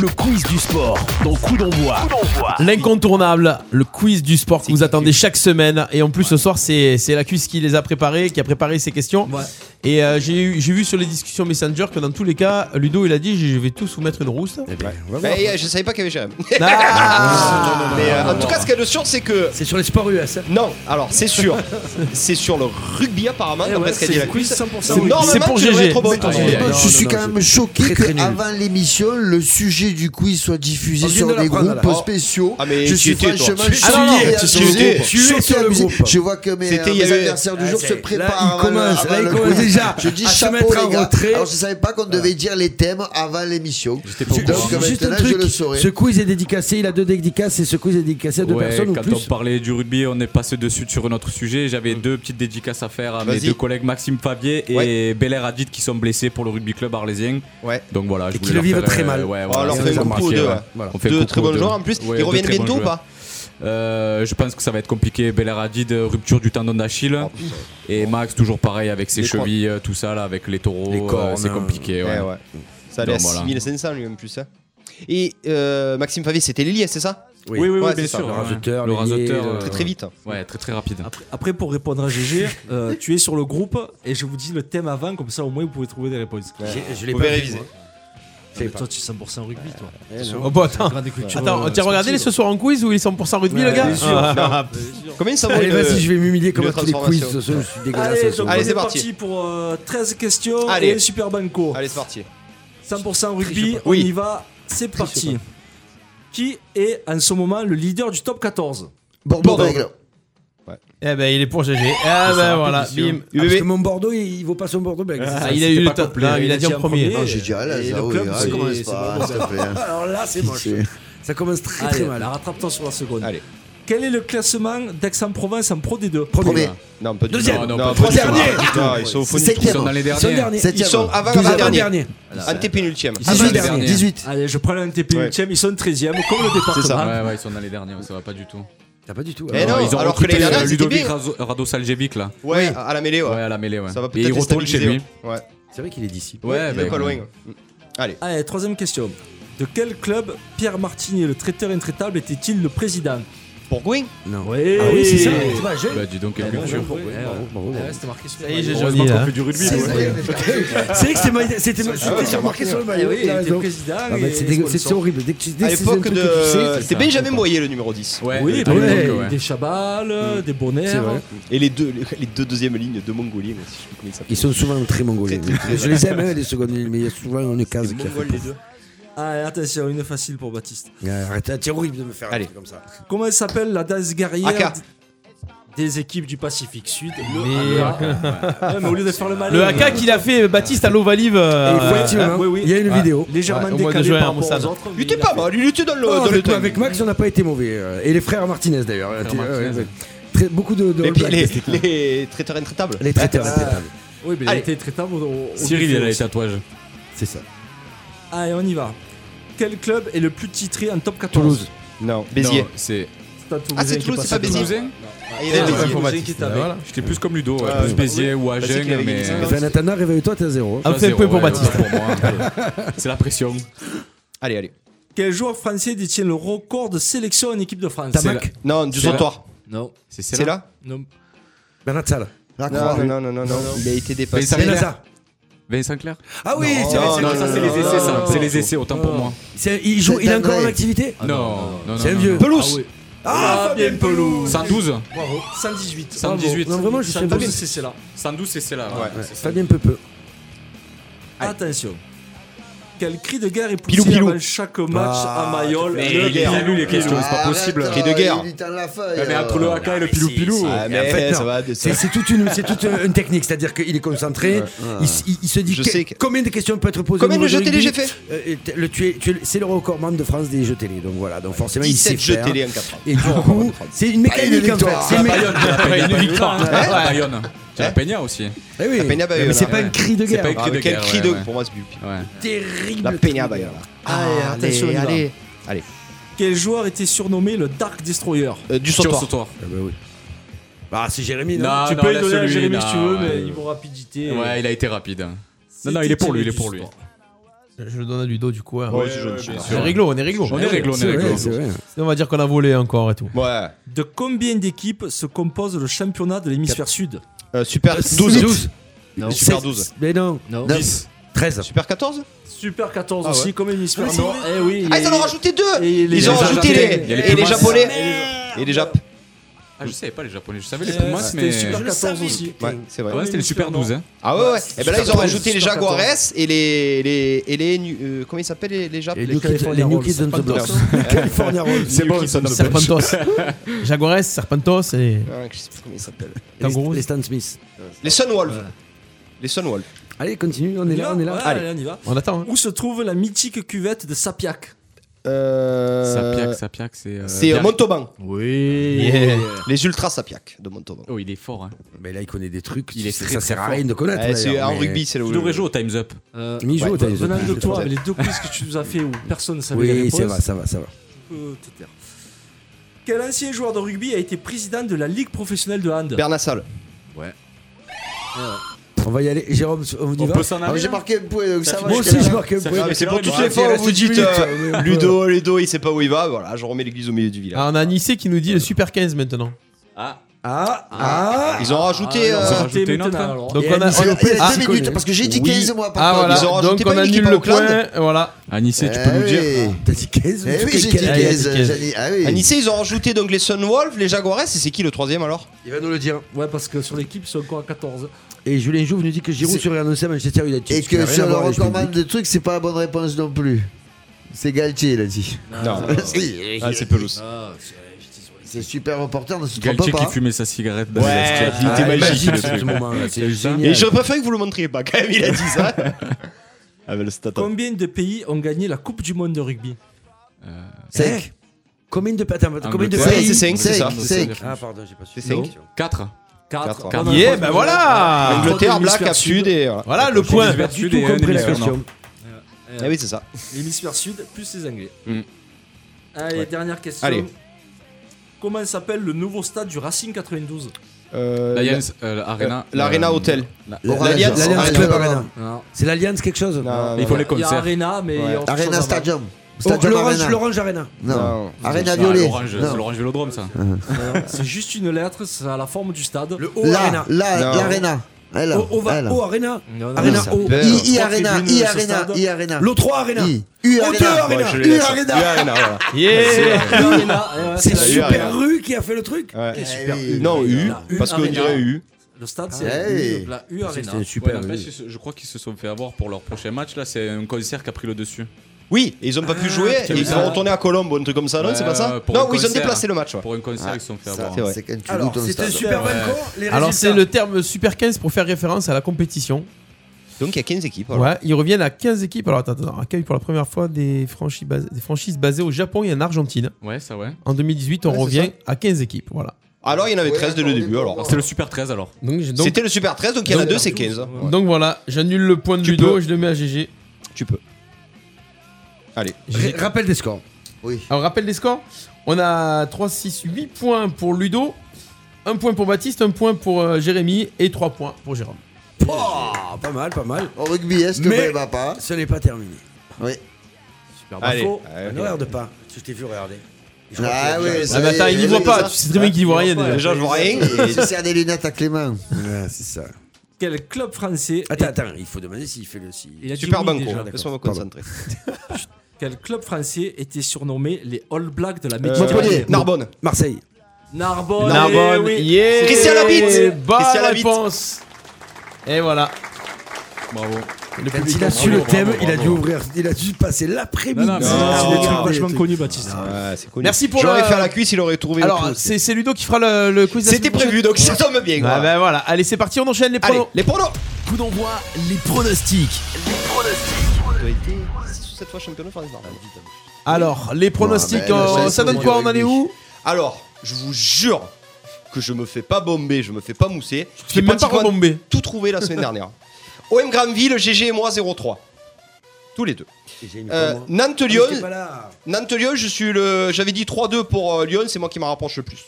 N: Le quiz du sport dans Coup d'envoi.
D: L'incontournable, le quiz du sport que vous attendez chaque semaine. Et en plus, ce soir, c'est c'est la cuisse qui les a préparés, qui a préparé ces questions.
G: Ouais.
D: Et euh, j'ai eu- j'ai vu sur les discussions Messenger que dans tous les cas, Ludo, il a dit je vais tous vous mettre une rousse.
C: Mais, euh, je savais pas qu'il y avait Jérém.
D: Ah
C: Mais euh, en tout cas, ce qu'il y a de sûr, c'est que.
E: C'est sur les sports US.
C: Non, alors c'est sûr. c'est sur le rugby apparemment,
G: Eh
C: d'après
G: ouais,
C: ce qu'a dit
G: c'est
C: la quiz.
G: 100%.
C: Donc, normalement,
D: C'est pour
C: tu devrais
D: GG.
C: être bon, toi.
D: Aïe, aïe, aïe.
I: je suis quand même choqué
E: Très, très nul.
I: qu'avant l'émission, le sujet du quiz soit diffusé
E: On vient de
I: sur des
E: l'apprendre,
I: groupes
E: là.
I: spéciaux.
C: Ah, mais
I: je
C: tu
I: suis
C: étais, toi.
I: franchement
C: Tu-
D: Ah, non, non,
I: choqué.
D: tu
I: choqué,
C: étais.
E: Tu étais
I: choqué,
E: sur le
I: amusé.
E: groupe.
I: Je vois que mes
C: C'était,
I: euh,
C: il y
I: mes
C: avait-
I: adversaires du jour se préparent.
E: Ah, Là, il
I: avant le-
E: commence,
I: avant
E: là, il
I: le
E: commence
I: quiz.
E: déjà
I: Je dis
E: à se
I: chapeau,
E: mettre
I: les
E: en
I: gars.
E: retrait.
I: Alors, je savais pas qu'on devait dire les thèmes avant l'émission. Donc,
E: Juste un
I: maintenant, je
E: truc,
I: le saurai.
E: ce quiz est dédicacé, il a deux dédicaces et ce quiz est dédicacé à deux
F: Ouais,
E: personnes ou
F: quand
E: plus. Ah,
F: on parlait du rugby, on est passé dessus sur notre sujet. J'avais deux petites dédicaces à faire à mes
C: Mm. Vas-y.
F: deux collègues Maxime Favier et
C: Ouais.
F: Belair Hadid qui sont blessés pour le rugby club arlésien.
C: Ouais.
F: Donc voilà, je
E: Et qui
F: voulais
E: le
F: leur
E: vivent
F: faire,
E: très
F: euh,
E: mal.
F: ouais,
C: Oh,
F: voilà,
C: alors,
F: ça
C: fait
F: les
C: un
F: a
C: coup
F: marqués,
C: aux deux,
F: ouais.
C: ouais.
E: Voilà.
F: On fait un
C: Deux
F: coup
C: très
F: aux
C: bons
F: deux.
C: joueurs en plus.
F: Ouais,
C: Ils
F: deux
C: reviennent
F: très bons
C: bientôt ou
F: joueurs.
C: pas
F: Euh, je pense que ça va être compliqué. Belair Hadid, euh, rupture du tendon d'Achille.
C: Oh, putain.
F: et Max, toujours pareil avec ses
C: Les croix.
F: chevilles, euh, tout ça, là, avec les taureaux.
E: Les
F: euh,
E: cornes,
F: c'est
E: hein.
F: compliqué. ouais.
C: Eh Ouais, ouais. Ça allait à
F: Donc, voilà.
C: 6500 lui en plus. hein. Et euh, Maxime Favier, c'était l'ailier, c'est ça
F: Oui, oui, oui,
C: Ouais,
F: bien
C: c'est ça.
F: sûr.
E: Le
F: ouais.
E: rasoteur,
F: le
E: le
F: rasoteur.
E: lié,
F: euh,
C: Très très vite. Ah,
F: Ouais, très très rapide.
G: Après, après, pour répondre à GG, euh, tu es sur le groupe et je vous dis le thème avant, comme ça au moins vous pouvez trouver des réponses.
E: J'ai- Je l'ai
C: Vous
E: pas
C: pouvez
E: vu,
C: réviser.
E: moi.
G: Ah, mais toi, tu es 100% rugby, toi.
E: Eh,
D: Oh, bah, attends.
G: Grande culture,
D: Attends,
G: euh,
D: t'as regardé les ce
G: sportive.
D: soir en quiz où ils sont pour 100 rugby, le gars
C: bien sûr.
D: Ah,
C: Combien ça vaut
E: Allez,
C: une-
E: vas-y, je vais m'humilier comme
C: une
E: à tous les quiz.
C: transformation.
E: ce soir, Je suis dégueulasse.
G: Allez,
E: ce soir.
G: donc on
C: Allez,
G: est
C: c'est parti.
G: parti pour euh, 13 questions
C: Allez.
G: et le Super Banco.
C: Allez, c'est parti.
G: 100% rugby, on
C: Oui.
G: y va, c'est parti. Qui est en ce moment le leader du top 14
I: Bordeaux-Bègles.
D: Eh ben, il est pour GG. Ah ben voilà, bim.
E: Ah, parce
C: UBB.
E: que mon Bordeaux, il, il vaut pas son Bordeaux belge. c'est ça
D: Ah, il a eu le top. Non, il a dit en premier.
I: Non, j'ai dit à l'aise,
G: Et
I: ah
G: le
I: oui,
G: club,
I: ah,
G: c'est-
I: commence
G: c'est
I: pas,
G: pas
I: s'il te plaît.
E: Alors là, hein. c'est moche.
I: Pitié.
E: Ça commence très
G: Allez,
E: très mal.
G: la hein. rattrape-toi sur la seconde.
C: Allez.
G: Quel est le classement d'Aix-en-Provence en Pro D2
I: Premier.
C: Non, pas du
E: Deuxième.
C: tout.
F: Non, pas
C: Non, pas du
E: tout.
C: tout.
E: Dernier.
C: Putain, Ils sont au fond du
I: Septième.
F: Ils
C: trou.
F: sont dans les
E: Ils sont
F: derniers.
E: derniers.
C: Ils
I: Septième.
C: sont avant
E: Douzième.
C: dernier.
E: Avant-dernier.
C: Antépénultième.
F: Ils sont dans les
I: 18,
F: derniers.
I: 18.
G: Ah, Allez, je prends l'NTP
C: Ouais.
G: 8ème, ils sont 13ème, comme le département.
C: ça.
F: Ouais, ouais, ils sont dans les derniers, ouais, ça va pas du tout.
E: T'as pas du tout.
C: Eh
E: alors.
C: non,
F: ils ont
C: alors que
F: recruté
C: les derniers,
F: euh,
C: c'était
F: Ludovic
C: bien.
F: Razo- Radosaljevic là.
C: Ouais, à la mêlée,
F: Ouais,
C: ouais.
F: à la mêlée, ouais.
C: Ça va
F: Et
C: peut-être
F: il
C: les
F: retourne chez
C: stabiliser,
F: lui.
C: Ouais,
E: C'est vrai qu'il est d'ici.
F: Ouais,
C: il
F: bah,
C: est pas
F: ouais.
C: loin.
G: Allez, troisième question. De quel club Pierre Martini, le traiteur intraitable, était-il le président
C: Bourgoin
E: Non.
G: Oui,
E: Ah oui, c'est ça.
G: Tu vois, je-
F: Bah, dis donc, quelle
G: Eh,
F: culture.
G: bravo, bravo, bravo, bravo. Ouais, c'était marqué sur le maillot.
F: Heureusement qu'on fait du rugby.
E: C'est
F: nous, hein.
E: vrai que c'était ma- c'était ma- c'était
C: c'est
E: marqué sur le
G: Eh
E: maillot.
G: oui,
E: t'as
G: il était
E: raison.
G: président
E: Ah, mais
G: et
E: c'est dégueu- C'est
G: sponsor.
E: c'est horrible. Dès que tu dès
C: À
E: que c'est un
C: l'époque
E: truc que tu sais,
C: de. euh,
E: ça-
C: C'était Benjamin Boyer, le numéro 10.
F: Ouais,
G: Oui,
F: le
G: bah,
F: truc,
G: ouais,
F: donc, ouais.
G: des chabals, des bonnets.
E: C'est vrai.
C: Et les deux, les deux deuxièmes lignes de Mongoliens, si je sais plus comment ils s'appellent.
E: Ils sont souvent très mongoliens. Je les aime, hein, les secondes lignes, mais il y a souvent une case qui a fait.
C: Mongols, les deux. Ah,
G: Ah, attention, une facile pour Baptiste.
E: Ouais, Arrête, c'est horrible de me faire un
C: Allez.
E: truc comme ça.
G: Comment s'appelle la danse guerrière
C: Aka.
G: des équipes du Pacifique Sud le AK. Ouais, mais au lieu de faire le malin,
D: Le haka qu'il a fait euh, Baptiste à l'Ovalive. euh,
E: Et effectivement,
G: oui, oui.
E: hein. il y a une
G: Ouais.
E: vidéo.
G: légèrement
D: Ouais, au moins de
G: décalé
D: jouer à
G: par rapport
D: Moussane.
G: aux autres. mais
C: Il était
G: a
C: pas
G: fait-
C: mal, il était dans le,
E: Oh,
C: dans le
E: avec,
C: timing.
E: avec Max, on n'a pas été mauvais. euh, Et les frères Martinez d'ailleurs. Euh,
F: frères
E: ouais,
F: Martinez.
E: ouais. Très- beaucoup de, de
C: Les,
E: All
C: pi-
E: Blacks,
C: les,
E: c'était-
C: les traiteurs intraitables.
E: les traiteurs. intraitables.
G: Ah. Oui, mais il a
C: Allez.
G: été traitable au- au- au
F: Cyril, il
G: buffet
F: a les
G: aussi.
F: tatouages.
E: C'est ça.
G: Allez, on y va. Quel club est le plus titré en top 14
E: Toulouse.
C: Non, Béziers.
F: Non, C'est
G: C'est un Toulousain
C: Ah, c'est
G: qui est
C: Toulouse,
G: passé
C: c'est pas
G: devant.
C: Béziers Ah, il y a
G: Ah,
C: Béziers.
G: ouais,
D: Béziers.
G: pour Baptiste,
D: Baptiste,
G: là,
D: là,
G: voilà.
F: J'étais plus comme Ludo, ouais,
C: Ouais,
F: plus
C: ouais.
F: Bézier ou
C: Bah, c'est
F: Agen,
C: qu'il avait
F: mais. euh,
C: glissé un
E: Enfin, Nathan, réveille-toi, t'es à zéro. hein.
D: Ah, fais un peu
F: zéro,
D: pour
F: ouais,
D: Baptiste.
F: ouais, pour moi, un peu. C'est la pression.
C: Allez, allez.
G: Quel joueur français détient le record de sélection en équipe de France
E: Tamac,
C: Non, du
F: C'est là.
C: sautoir.
G: Non.
C: C'est là
G: Non.
E: Bernat Sala.
I: La
C: Non,
I: croix.
C: non, non, non, non, non. Il a été
F: Et
C: dépassé.
F: ça
C: Non,
F: m'énerve.
E: Benaza.
F: Vincent Clair
E: Ah oui, c'est
C: non,
E: vrai,
C: non,
E: c'est
F: Ça,
E: vrai,
F: c'est
E: c'est
F: les
E: vrai.
F: essais, ça. C'est les essais, autant pour moi. Ah
E: C'est- il, joue, il a encore en
I: Deadline.
E: activité
F: Non, non, non.
E: C'est un
F: non,
E: vieux.
F: non.
C: Pelouse.
G: Ah, bien pelouse
F: 112
G: Bravo. 118.
F: 118.
E: Non, vraiment, je suis un peu.
G: 112, c'est là.
F: 112, c'est là.
C: Ouais.
E: Ouais, Fabien Pepeux.
G: Attention. Quel cri de guerre est poussé
C: Pilou, pilou.
G: avant chaque match à
E: Ah,
G: Mayol
C: mais
G: Le
C: il est
G: guerre.
C: nul,
F: les questions, c'est pas
I: Arrête,
F: possible.
I: euh,
C: Cri de guerre.
I: Il tend la feuille.
F: Mais entre
I: euh.
F: le haka et le pilou-pilou.
C: Ah,
E: en fait,
C: mais ça
E: non.
C: va. de- ça
E: C'est c'est toute une, c'est toute une technique, c'est-à-dire qu'il est concentré, il, s- il- il se dit
C: Je
E: que-
C: sais que-
E: combien de questions peut être posées.
C: Combien
E: au niveau
C: de jeux
E: du
C: télé
E: rugby.
C: j'ai fait
E: Euh, et t- le, tu es- tu es- C'est le recordman de France des jeux télé, donc voilà, donc forcément il sait
C: 17 jeux
E: faire.
C: télé en Ah, 4 ans.
E: Et du coup, c'est une
C: Ah,
E: mécanique en fait. C'est une mécanique.
F: Ah, Bayonne, tu l'appelles une victoire. Tu la Bayonne. Tu la Peña aussi.
E: Eh oui.
C: La Peña Bayona.
E: Mais c'est pas
C: Ouais.
E: un cri de
F: C'est
E: guerre.
F: pas une-
C: Ah,
F: de
C: mais Quel
F: guerre,
C: cri
F: ouais,
C: de.
F: ouais.
C: Pour moi, c'est plus.
F: Ouais.
E: terrible.
C: La Peña Bayona.
G: Allez, attention, on y va.
C: Allez.
G: Quel joueur était surnommé le Dark Destroyer
C: Euh, Du
F: Sur
C: sautoir.
F: sautoir.
E: Ah bah oui. Bah c'est Jérémy, non,
F: Non,
G: Tu
F: non,
G: peux y
F: là,
G: donner à
F: celui,
G: Jérémy
F: non,
G: si tu veux, mais
F: ouais.
G: ils vont rapidité. euh.
F: Ouais, il a été rapide. Non, non, il est pour lui, il est pour lui.
D: Je le donne à Ludo du coup. hein.
C: Ouais, je- je-
D: On est réglo, on est réglo.
F: On est réglo, on
E: C'est
F: est
E: vrai,
F: réglo.
E: c'est vrai.
D: Sinon, on va dire qu'on a volé encore et tout.
C: Ouais.
G: De combien d'équipes se compose le championnat de l'hémisphère sud
C: Euh, Super
E: Euh,
C: 12.
E: 12.
C: Non. Super
E: C'est-
C: 12.
E: Mais non,
G: Non.
C: 10.
E: 13.
C: Super 14
G: Super 14
C: Ah ouais.
G: aussi, comme l'hémisphère
E: Ah,
G: nord. Eh oui.
C: Ah,
G: et-
C: ils en ont rajouté deux
G: et les-
C: Ils ont
F: les
C: rajouté
F: Japonais.
C: les.
F: Il y a les
C: Et les
F: Pumas.
C: Japonais Et les Japs.
F: Ah, je savais pas les japonais, je savais les
G: Eh, ouais,
F: Pumas,
G: C'était
F: mais.
G: Super 14 aussi.
C: Ouais, c'est vrai.
F: Ouais, c'était les Super 12, hein.
C: Ah ouais, ouais. Et ben là, ils ont
G: Super
C: rajouté les
G: Super
C: Jaguares et les. les- Et les. nu- euh, Comment ils s'appellent les- les Japs
E: Et New Kids- les
G: California
E: New
G: Rolls,
E: Kids on the Block. Les California Rolls.
C: C'est bon, ils sont
D: Serpentos. Jaguares, Serpentos et.
C: Je sais plus comment ils s'appellent.
D: Kangourous.
E: Les, les Stan Smith.
C: Les Sunwolves. Les Sunwolves.
E: Allez, continue, on
G: On
E: est là, on est là.
G: Allez, on y va.
D: On attend. hein.
G: Où se trouve la mythique cuvette de Sapiac
C: Euh,
F: Sapiac, Sapiac, c'est. euh,
C: C'est euh,
F: Biarritz.
C: Montauban.
G: Oui.
C: Yeah. Les Ultras Sapiac de Montauban.
F: Oh, il est fort, hein.
E: Mais là, il connaît des trucs,
F: Il
E: tu
F: est
E: sais,
F: très,
E: ça
F: très
E: sert à
F: fort.
E: rien de connaître.
C: Eh, c'est-
E: d'ailleurs,
C: en
E: mais-
C: rugby, c'est le.
F: Il devrait jouer au Times Up.
E: Mais il joue, Euh, t'as-
G: Venant de
E: t'as-
G: Euh, toi,
E: t'as-
G: avec les deux quiz que tu nous as fait où personne ne savait la
E: Oui,
G: réponse,
E: ça va, ça va, ça va.
G: tu peux te taire. Quel ancien joueur de rugby a été président de la Ligue professionnelle de hand
C: Bernassal. Ah,
E: On va y aller. Jérôme, on y
F: On
E: va
F: peut s'en
I: Ah,
F: aller.
I: J'ai
F: hein
I: marqué un point, donc ça va.
E: Moi
I: jusqu'à
E: aussi,
I: là.
E: je marque un
C: Ah,
E: point.
C: mais c'est pour
F: Ouais,
C: toutes
F: ouais,
C: les fois
E: ouais,
C: où vous
E: ouais,
C: dites
E: ouais,
C: euh,
E: ouais.
C: Ludo, Ludo, il sait pas où il va. Voilà, je remets l'église au milieu du village.
D: Ah, on a Nissé qui nous dit le Super 15 maintenant.
F: Ah,
E: Ah, ah
C: Ils ont rajouté.
G: alors,
C: euh,
F: ça rajoute
G: t'es
F: une autre,
G: maintenant,
F: hein.
G: alors.
D: Donc
E: Et
D: on a.
E: Anissé,
D: on-
I: Il y a- il y a
E: Ah,
I: deux
E: connais.
I: minutes, parce que j'ai dit
E: Oui.
I: 15 mois. par
D: Ah
I: contre.
D: voilà,
C: Ils ont
D: donc
C: rajouté
D: on
C: pas une
D: annule
C: équipe à
D: le
C: Auckland
D: point. Voilà.
F: à Nice, tu
I: Eh
F: peux nous dire.
I: oui.
E: T'as dit 15
C: Ah
I: Eh oui, j'ai dit
E: quel âge
I: 15.
D: quel-
I: j'ai dit- Ah oui.
C: À Nice, ils ont rajouté donc les Sunwolves, les Jaguares, et c'est qui le troisième alors
E: Il va nous le dire.
G: Ouais, parce que sur l'équipe, ils sont encore à 14.
E: Et Julien Jouve nous dit que Giroud
I: C'est-
E: sur Real à Manchester United.
I: Et
E: ce qui n'a
I: que
E: rien
I: sur
E: à
I: le
E: voir avec le
I: recordman
E: public.
I: de trucs, c'est pas la bonne réponse non plus. C'est Galtier, il a dit.
C: Non,
I: Si,
C: Ah, c'est Pelouse.
I: C'est super important, ne se trompe
F: Galtier qui
I: pas.
F: fumait sa cigarette dans
C: Ouais,
F: la
C: il était
E: Ah,
C: magique,
E: imagine
C: le
E: ce
C: truc.
E: moment-là, c'est
C: Et
E: génial.
C: j'aurais préféré que vous le montriez pas quand même, il a dit ça. Ah, mais le stat.
G: Combien de pays ont gagné la Coupe du Monde de rugby
C: Euh,
G: Eh
E: Cinq. Combien de attends,
G: Ah,
E: attends, combien de
F: Angleterre.
E: pays
C: c'est 5, c'est ça.
I: Cinq.
E: Ah pardon, j'ai pas su.
C: C'est cinq.
F: 4.
G: 4.
C: Quatre.
D: Yeah, ben voilà
C: Angleterre, Black, Cap Sud et.
F: euh,
C: voilà.
D: Voilà le point.
E: J'ai pas du tout compris la question.
C: Ah
F: Eh
C: oui, c'est ça.
G: Euh, L'hémisphère sud plus les Anglais.
F: Hmm.
G: Allez, dernière question.
C: Allez.
G: Comment s'appelle le nouveau stade du Racing 92
C: Euh,
F: Lions, euh, Arena.
C: L'Arena
F: euh,
C: Hotel.
F: la-
E: L'Alliance
I: Arena
E: Club
I: Arena.
E: Arena. C'est l'Alliance quelque chose
C: Non,
F: Il
C: non,
F: faut
C: non.
F: les
G: Il y a
F: concerts.
G: Arena, mais
C: Ouais.
G: il y a autre chose
I: Arena
G: avant.
I: Stadium.
F: Oh,
I: Stadium
E: l'orange-
I: Arena.
E: l'orange Arena.
I: Non.
E: Non.
I: Arena
E: Ah,
I: Violet.
E: l'orange,
I: Non.
E: c'est l'orange
F: Vélodrome, ça.
G: C'est juste une lettre, c'est à la forme du stade. Le
I: O Là, Arena. là, Non. l'Arena. Elle,
E: O- Ova-
I: elle.
E: O Arena.
G: Non, non,
E: Arena
I: non,
E: O.
I: ça perd. I- I Arena, I Arena, I Arena.
E: L'O3 Arena.
I: I. U
E: O2
I: Arena.
E: Arena.
I: Ouais, je l'ai,
E: U
I: ça.
E: Arena.
I: U Arena,
C: voilà.
E: C'est
C: Yeah.
E: la- C'est
C: C'est la U Arena.
E: Super Rue qui a fait le truc.
C: Ouais.
E: Eh oui.
C: Non, U, parce qu'on
E: Arena.
C: dirait U.
G: Le stade,
E: c'est
F: Hey.
E: U, la U Arena. C'est une super
F: Ouais, n'empêche,
E: U.
F: ils se- je crois qu'ils se sont fait avoir pour leur prochain match. Là, c'est un concert qui a pris le dessus.
C: Oui, et ils ont pas pu jouer, et ils sont retournés à Colombe ou un truc comme ça, non, c'est pas ça Non, oui, ils ont déplacé le match. ouais.
F: Pour un concert, ils se sont fait
C: ça,
F: avoir.
C: c'est vrai.
I: C'est quand tu
C: Alors,
I: doutes au
C: c'était
I: stade.
C: super
I: Ouais.
C: banco,
D: Alors c'est le terme Super 15 pour faire référence à la compétition.
C: Donc il y a 15 équipes. alors.
D: Ouais, ils reviennent à 15 équipes. Alors attends, attends, accueille pour la première fois des franchises, bas- des franchises basées au Japon et en Argentine.
F: Ouais, ça ouais.
D: En 2018, on
F: Ouais, c'est
D: revient à 15 équipes, voilà.
C: Alors il y en avait 13 dès le début alors.
F: C'était le Super 13 alors.
D: Donc, j'ai- donc-
C: C'était le Super 13, donc il y en a
D: donc-
C: deux, c'est 15.
D: Donc voilà, j'annule le point de
C: Tu
D: Ludo
C: peux.
D: et je le mets à GG.
C: Tu peux. Allez.
E: rappel des scores.
I: Oui.
D: Alors rappel des scores. On a 3, 6, 8 points pour Ludo, 1 point pour Baptiste, 1 point pour euh, Jérémy et 3 points pour Jérôme.
E: Ah, pas mal, pas mal.
I: Au rugby, est-ce que
E: Mais
I: vous va pas
E: ce n'est pas terminé.
I: Oui.
E: Super
I: Allez.
E: Bafo.
I: Allez.
E: Ne regarde pas. Tu t'es vu regarder.
I: Ah oui,
D: Ah bah attends, il n'y voit pas, tu sais très
I: Ah,
D: bien qu'il n'y voit rien déjà.
I: Je sers des lunettes à Clément.
E: Ouais, c'est ça.
G: Quel club français
E: Attends, attends, il faut demander s'il fait le si.
G: Il a dit
C: Super
G: oui,
C: banco,
G: déjà.
C: laisse-moi
G: Pardon.
C: me concentrer.
G: Quel club français était surnommé les All Blacks de la
C: Euh,
G: Méditerranée
C: Narbonne.
E: Marseille.
G: Narbonne.
D: Narbonne,
G: eh oui.
D: yeah.
C: Christian Labitte.
D: Bonne
C: Christian Labitte.
D: réponse. Et voilà.
F: Bravo.
D: Le
E: Quand
D: public
E: il a
D: a
E: su
D: bravo,
E: le thème,
D: bravo,
E: il a dû
D: bravo.
E: ouvrir, il a dû passer l'après-midi.
D: Non, non, mais
E: sur
D: c'est-
E: des
D: c'est
E: trucs, des
G: vachement
E: trucs.
G: connu, Baptiste.
C: Ah, Ouais, c'est connu.
D: Ah, Merci pour
C: J'aurais
D: le-
C: fait à la cuisse, il aurait trouvé.
D: Alors,
C: le coup.
D: c'est c'est Ludo qui fera le, le quiz. la
C: C'était
D: semaine
C: prévu,
D: prochaine.
C: donc ça tombe bien.
D: Ah
C: voilà.
D: bah voilà, allez c'est parti, on enchaîne les
C: Allez,
D: pronos.
C: les pronos.
J: Coup d'envoi, les pronostics.
C: Cette fois champion de France. Narbonne.
D: Alors, les pronostics,
C: Ouais, bah,
D: euh,
C: ça,
D: ça donne
C: c'est
D: quoi
C: au
D: On en est
C: rugby.
D: où
C: Alors, je vous jure que je me fais pas bomber, je me fais pas mousser.
D: Tu t'es
C: J'ai
D: même pas
C: pratiquement
D: rebombé.
C: Tout trouvé la semaine dernière. OM Granville, GG et moi 0-3. Tous les deux.
E: J'ai une
C: Euh,
E: promo.
C: Nantes-Lyon.
E: Ah, mais t'es pas là.
C: Nantes-Lyon, je suis le. J'avais dit 3-2 pour euh, Lyon, c'est moi qui m'en rapproche le plus.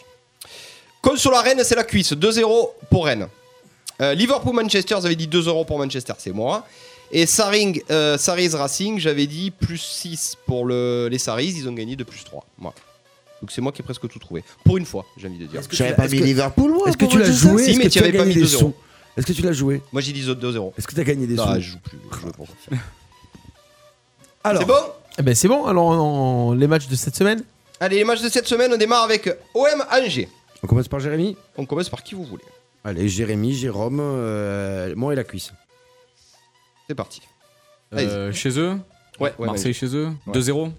C: Col sur la Rennes, c'est la cuisse. 2-0 pour Rennes. Euh, Liverpool-Manchester, j'avais dit 2-0 pour Manchester, c'est moi. Et Saring, euh, Saris Racing, j'avais dit plus 6 pour le- les Saris, ils ont gagné de plus 3. Voilà. Donc c'est moi qui ai presque tout trouvé. Pour une fois, j'ai envie de dire.
E: Est-ce que tu
I: J'avais
E: l'as-
I: pas
E: est-ce
I: mis
E: que-
I: Liverpool, moi.
E: Est-ce que
I: pour
E: tu l'as
I: Manchester City.
E: joué
C: Si,
E: Est-ce
C: mais
E: que
C: tu
E: as
C: avais pas
E: gagné
C: mis
E: des
C: 2 euros.
E: sous Est-ce que tu l'as joué
C: Moi j'ai dit 2-0.
E: Est-ce que tu as gagné des
C: Ah,
E: sous
C: je joue plus. je joue pas.
E: Alors,
C: C'est bon
D: Eh ben c'est bon, alors on- on- les matchs de cette semaine
C: Allez, les matchs de cette semaine, on démarre avec OM Angers.
E: on commence par Jérémy.
C: On commence par qui vous voulez.
E: Allez, Jérémy, Jérôme, euh, moi et la cuisse.
C: C'est parti.
F: Euh, chez eux
C: Ouais, ouais,
F: Marseille chez eux
C: Ouais.
F: 2-0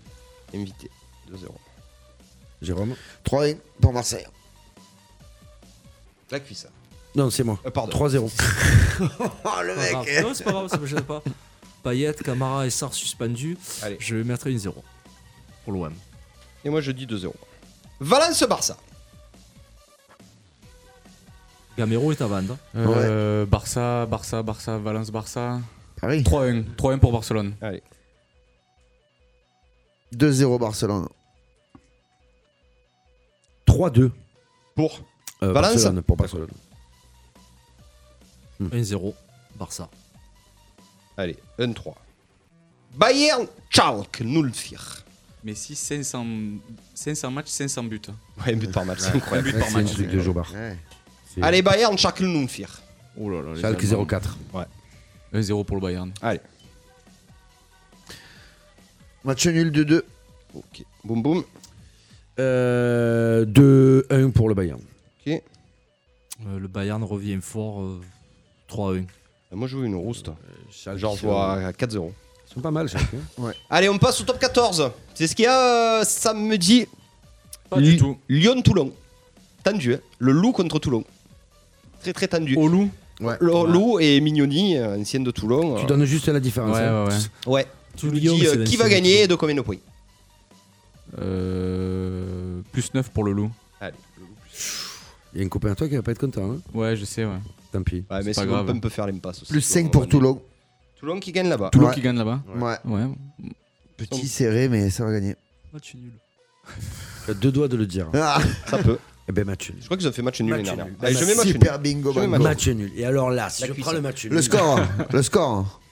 C: Invité. 2-0.
E: Jérôme.
I: 3-1 pour Marseille.
C: La cuisse.
E: Non, c'est moi.
C: Euh, pardon.
E: 3-0.
I: Oh, le
G: Pas grave. Non, c'est pas grave, ça me gêne pas. Payet, Camara et Sar suspendus.
C: Allez.
G: Je mettrai une 0 pour l'OM.
C: Et moi je dis 2-0. Valence-Barça.
G: Gamero est à vendre.
F: Euh, Barça, Barça, Barça, Valence, Barça.
I: Pareil.
F: 3-1. 3-1 pour Barcelone.
C: Allez.
I: 2-0 Barcelone.
E: 3-2.
C: Pour
E: Euh,
C: Valence
E: Barcelone, pour Barcelone. Hmm.
G: 1-0. Barça.
C: Allez, 1-3. Bayern Chalk, Nulfir.
F: Mais si 500, 500 matchs, 500 buts. hein.
C: Ouais, un but par match, c'est
F: Un
C: incroyable.
F: but par
E: C'est une
F: match.
E: truc de Jobard.
I: Ouais.
E: C'est-
C: Allez, Bayern Chalk, Nulfir.
F: Oh là là, les
E: Schalke
F: Allemands.
E: 04.
F: 1-0 pour le Bayern.
C: Allez.
I: Match nul 2-2.
C: Ok. Boum boum.
E: Euh, 2-1 pour le Bayern.
C: Ok.
G: Euh, le Bayern revient fort. euh, 3-1.
C: Moi je veux une rouste.
E: Euh, Schalke,
C: Genre je vois
E: euh,
C: à 4-0.
E: Ils sont pas mal, hein. Schalke.
C: Allez, on passe au top 14. C'est ce qu'il y a euh, samedi.
F: Pas du tout.
C: Lyon-Toulon. Tendu, hein. Le loup contre Toulon. Très très tendu.
F: Au loup
E: Ouais.
C: Le loup et Mignoni, euh, ancienne de Toulon.
E: Tu
C: euh,
E: donnes juste la différence.
F: Ouais,
E: hein.
F: ouais, ouais.
C: Ouais.
G: Tout
C: Qui, euh, qui va gagner et de combien de points
F: Euh, plus 9 pour le loup.
E: Il y a un copain à toi qui va pas être content. hein.
F: Ouais, je sais, ouais.
E: Tant pis.
C: Ouais, mais
F: C'est pas
C: c'est
F: grave.
C: on peut faire l'impasse aussi.
I: Plus 5 pour Toulon.
C: Toulon qui gagne là-bas.
F: Toulon
I: Ouais.
F: qui gagne là-bas
I: Ouais.
F: Ouais.
I: Petit serré, mais ça va gagner.
G: Match nul.
E: Tu as Euh, deux doigts de le dire.
I: Ah,
C: Ça peut.
E: Eh ben, match nul.
C: Je crois qu'ils ont fait match nul
E: Match
C: l'année dernière.
E: nul.
C: Allez, je mets match nul.
I: super bingo
C: Je mets
I: bango.
C: match
E: Match nul. Et alors là, si
C: La
E: je
C: cuisse.
E: prends le match nul.
I: Le score. le score.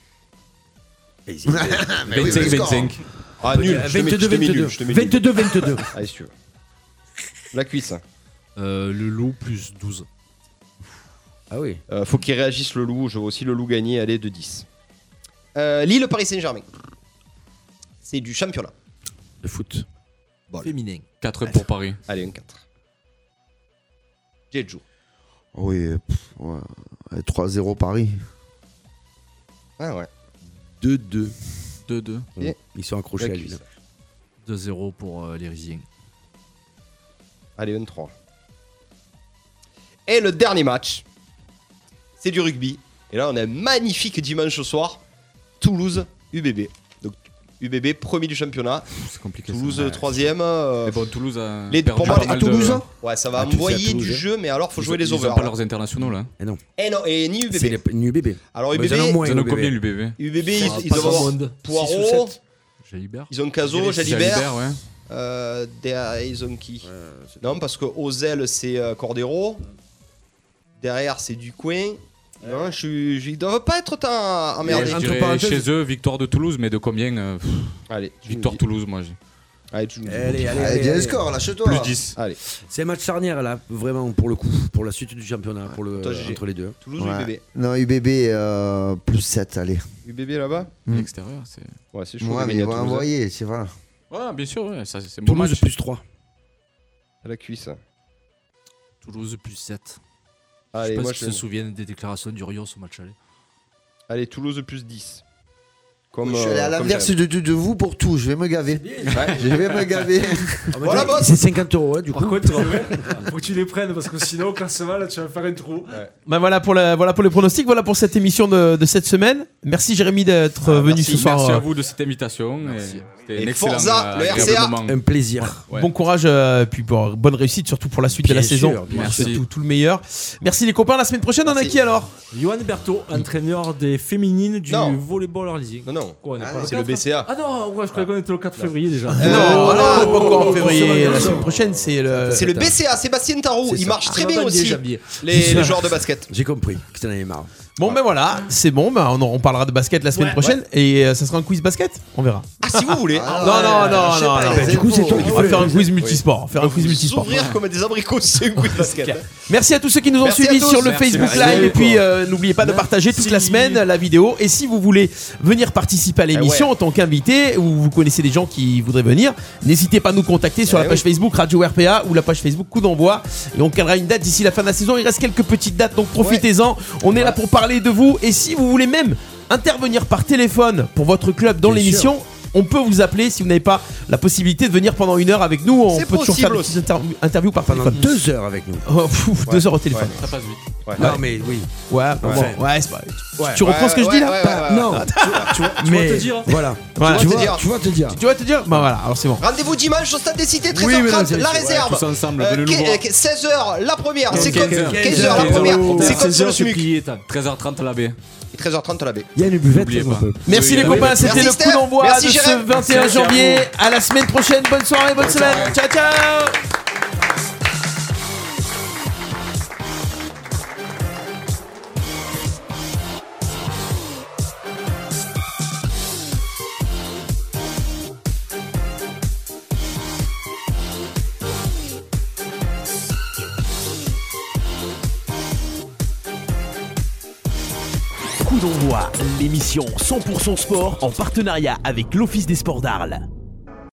E: Eh, c'est-
F: 25-25.
C: Ah, nul. Je te mets- je te mets nul, je te mets nul.
P: 22, 22.
C: Allez, si tu veux. La cuisse.
A: Euh, le loup plus 12.
E: Ah oui.
C: Euh, faut qu'il réagisse le loup. Je vois aussi le loup gagner. Allez, de 10. Euh, Lille, Paris Saint-Germain. C'est du championnat.
E: De foot.
A: Féminin.
F: 4 pour Paris.
C: Allez, un 4. Jeju.
I: Oui, pff, ouais. Allez, 3-0 Paris.
C: Ah ouais.
E: 2-2.
F: 2-2.
C: Et-
E: Ils sont accrochés
C: La
E: à lui.
C: cuisse.
A: 2-0 pour euh, les Riziens.
C: Allez, un 3. Et le dernier match, c'est du rugby. Et là, on a un magnifique dimanche au soir. Toulouse, UBB. Donc, UBB, premier du championnat.
F: C'est compliqué.
C: Toulouse,
F: ça. Ouais.
C: troisième. euh,
F: Mais bon, Toulouse a
C: les,
F: perdu
C: pour moi,
F: pas
C: les-
F: mal de-
C: Ouais, ça va
E: Ah, tu sais, à
C: envoyer
E: Toulouse,
C: du
E: hein.
C: jeu, mais alors, faut
F: Ils
C: jouer
F: ont-
C: les
F: ils ont
C: overs. hein.
F: pas
C: là.
F: leurs internationaux là.
E: Et non.
C: Et Eh non, et ni
E: C'est
C: UBB.
E: les- l'UBB.
C: Alors,
E: Bah, ils en ont
C: UBB,
E: moins,
F: Ils en ont
E: UBB.
F: combien l'UBB
C: UBB,
A: Ça
C: ils,
A: va
C: ils
A: pas
C: doivent avoir
A: grand monde.
G: Six ou
C: Poirot,
G: sept.
A: Jalibert.
C: ils ont Caso, Jalibert,
F: ouais.
C: euh, derrière, ils ont qui Non, parce que aux ailes, c'est euh, Cordero. Derrière, c'est du coin. Non, je suis- je- ils doivent pas être tant
F: Moi,
C: emmerdés.
F: je
E: entre
F: dirais
E: parenthèses-
F: chez eux, victoire de Toulouse, mais de combien euh, pff,
C: Allez, tu
F: Victoire
C: nous dis-
F: Toulouse, moi. j'ai-
C: Allez, tu nous dis.
E: Allez,
I: Allez,
E: allez, allez,
I: dis un
E: allez.
I: score, lâche-toi.
F: Plus 10.
C: Allez,
E: C'est un match charnière là, vraiment pour le coup, pour la suite du championnat, pour le,
C: Toi, GG.
E: entre les deux.
C: Toulouse
I: Ouais.
C: UBB.
I: Non, UBB, euh, plus 7, allez.
C: UBB là-bas Mmh.
I: Mm.
F: L'extérieur, c'est.
C: Ouais, c'est chaud.
I: Ouais, mais
C: mais
I: ils vont envoyer, c'est vrai.
F: Ouais, bien sûr, ouais. ça, c'est un bon
E: Toulouse
F: match.
E: plus 3.
C: La cuisse.
A: Toulouse plus 7.
C: Allez,
A: je sais
C: moi,
A: pas s'ils
C: je-
A: se souviennent des déclarations du Rio au match aller.
C: Allez, Toulouse plus 10. Comme,
G: Bah,
I: Je suis allé
C: euh,
I: à
C: comme
I: l'inverse de, de- de vous pour tout, je vais me gaver. Je vais me gaver.
G: Ah,
I: Ah,
G: bah,
I: bah,
C: Voilà, boss.
E: C'est 50 euros hein, du
G: Par
E: coup.
G: contre, faut que tu les prennes parce que sinon, au classement, là, tu vas faire un trou.
D: Ben voilà pour la, voilà pour les pronostics, voilà pour cette émission de, de cette semaine. Merci Jérémy d'être euh,
F: Ah,
D: venu
F: Merci,
D: ce soir.
F: merci
D: Euh,
F: à vous de cette invitation. et C'était
C: Et
F: un excellent
C: Forza,
F: euh,
C: le
F: agréable
C: RCA.
F: moment.
E: Un plaisir.
F: Ouais.
D: Bon courage euh, puis bon, bonne réussite surtout pour la suite de la
E: Bien
D: saison.
E: sûr, bien
D: Merci.
F: sûr.
D: Tout, tout le meilleur. Merci les copains. La semaine prochaine on a qui alors
G: Johan Berthaud, entraîneur des féminines du
C: Non.
G: volleyball Arlesing.
C: Non, non.
G: Quoi, on est pas
C: C'est le BCA.
G: Ah non, ouais, je croyais qu'on était le 4 février déjà.
C: Non, Euh, voilà. Oh,
D: on est pas encore en février. La semaine prochaine c'est le.
C: C'est le BCA, Sébastien Tarou. Oh, Il marche
D: Ah,
C: très bien aussi, les, les joueurs de basket.
E: J'ai compris que t'en avais marre.
D: Bon ben voilà, c'est bon. Ben, on, en- on parlera de basket la semaine prochaine et euh, ça sera un quiz basket. On verra.
C: Ah, si vous voulez.
I: Ah,
D: non non
I: ouais, je
D: non
I: sais
D: non.
I: pas, euh,
D: non.
I: les
E: du coup, c'est
I: infos.
E: toi qui
D: On va
E: fais.
D: faire un quiz multisport. Faire un quiz multisport.
C: S'ouvrir comme des abricots, c'est un coup de basket.
D: Merci à tous ceux qui nous ont
C: Merci à
D: suivis
C: tous.
D: sur le
C: Merci,
D: Facebook
C: merci.
D: Live. Et puis, euh, n'oubliez pas de partager toute la semaine la vidéo. Et si vous voulez venir participer à
C: Eh
D: l'émission
C: ouais.
D: en tant qu'invité ou vous connaissez des gens qui voudraient venir, n'hésitez pas à nous contacter sur
C: Eh
D: la page Facebook Radio RPA ou la page Facebook Coup d'envoi. Et on calera une date d'ici la fin de la saison. Il reste quelques petites dates, donc profitez-en. On est là pour parler de vous. Et si vous voulez même intervenir par téléphone pour votre club dans
E: Bien
D: l'émission, on peut vous appeler si vous n'avez pas la possibilité de venir pendant une heure avec nous. On
C: C'est
D: peut toujours
C: possible
D: faire des
C: aussi.
D: petites interv- interviews par
E: Pendant
D: téléphone.
E: deux heures avec nous.
D: Oh, pfff, deux heures au téléphone.
F: Ça passe vite.
E: Non mais oui.
D: Ouais, bon,
E: Ouais.
D: bon, ouais, c'est pas- tu-
E: Ouais.
D: Tu reprends ce que je dis là
C: Ouais, ouais,
E: Pas-
C: ouais, ouais.
E: Non. Tu vois,
G: tu vois te dire.
E: Voilà.
D: Voilà.
E: Tu
C: te
E: vois,
C: dire.
E: tu vois te dire.
D: Tu vas te dire Bah voilà, alors c'est bon.
C: Rendez-vous dimanche au stade des cités,
E: Oui, mesdames et
C: 13h30,
E: messieurs,
C: la
E: ouais,
C: réserve.
F: Tous ensemble,
C: Euh,
F: venez nous
C: que-
F: voir.
C: euh, 16h la première, Ah, c'est comme
F: 15h.
C: 15h la
F: 15h,
C: première, c'est comme
G: 16h,
C: sur le
G: c'est
C: SMUC.
G: plié, t'as.
F: 13h30 à la baie.
C: Et 13h30 à la baie.
E: Il y a une buvette.
F: N'oubliez
E: on
F: pas.
E: peut.
D: Merci les copains, c'était
C: Merci,
D: le coup
C: Steph.
D: d'envoi
C: Merci,
D: de ce
C: Jérém.
D: 21
G: Merci à
D: janvier. À la semaine prochaine, bonne soirée, bonne semaine. Ciao ciao
J: Coup d'envoi, l'émission 100% sport en partenariat avec l'Office des sports d'Arles.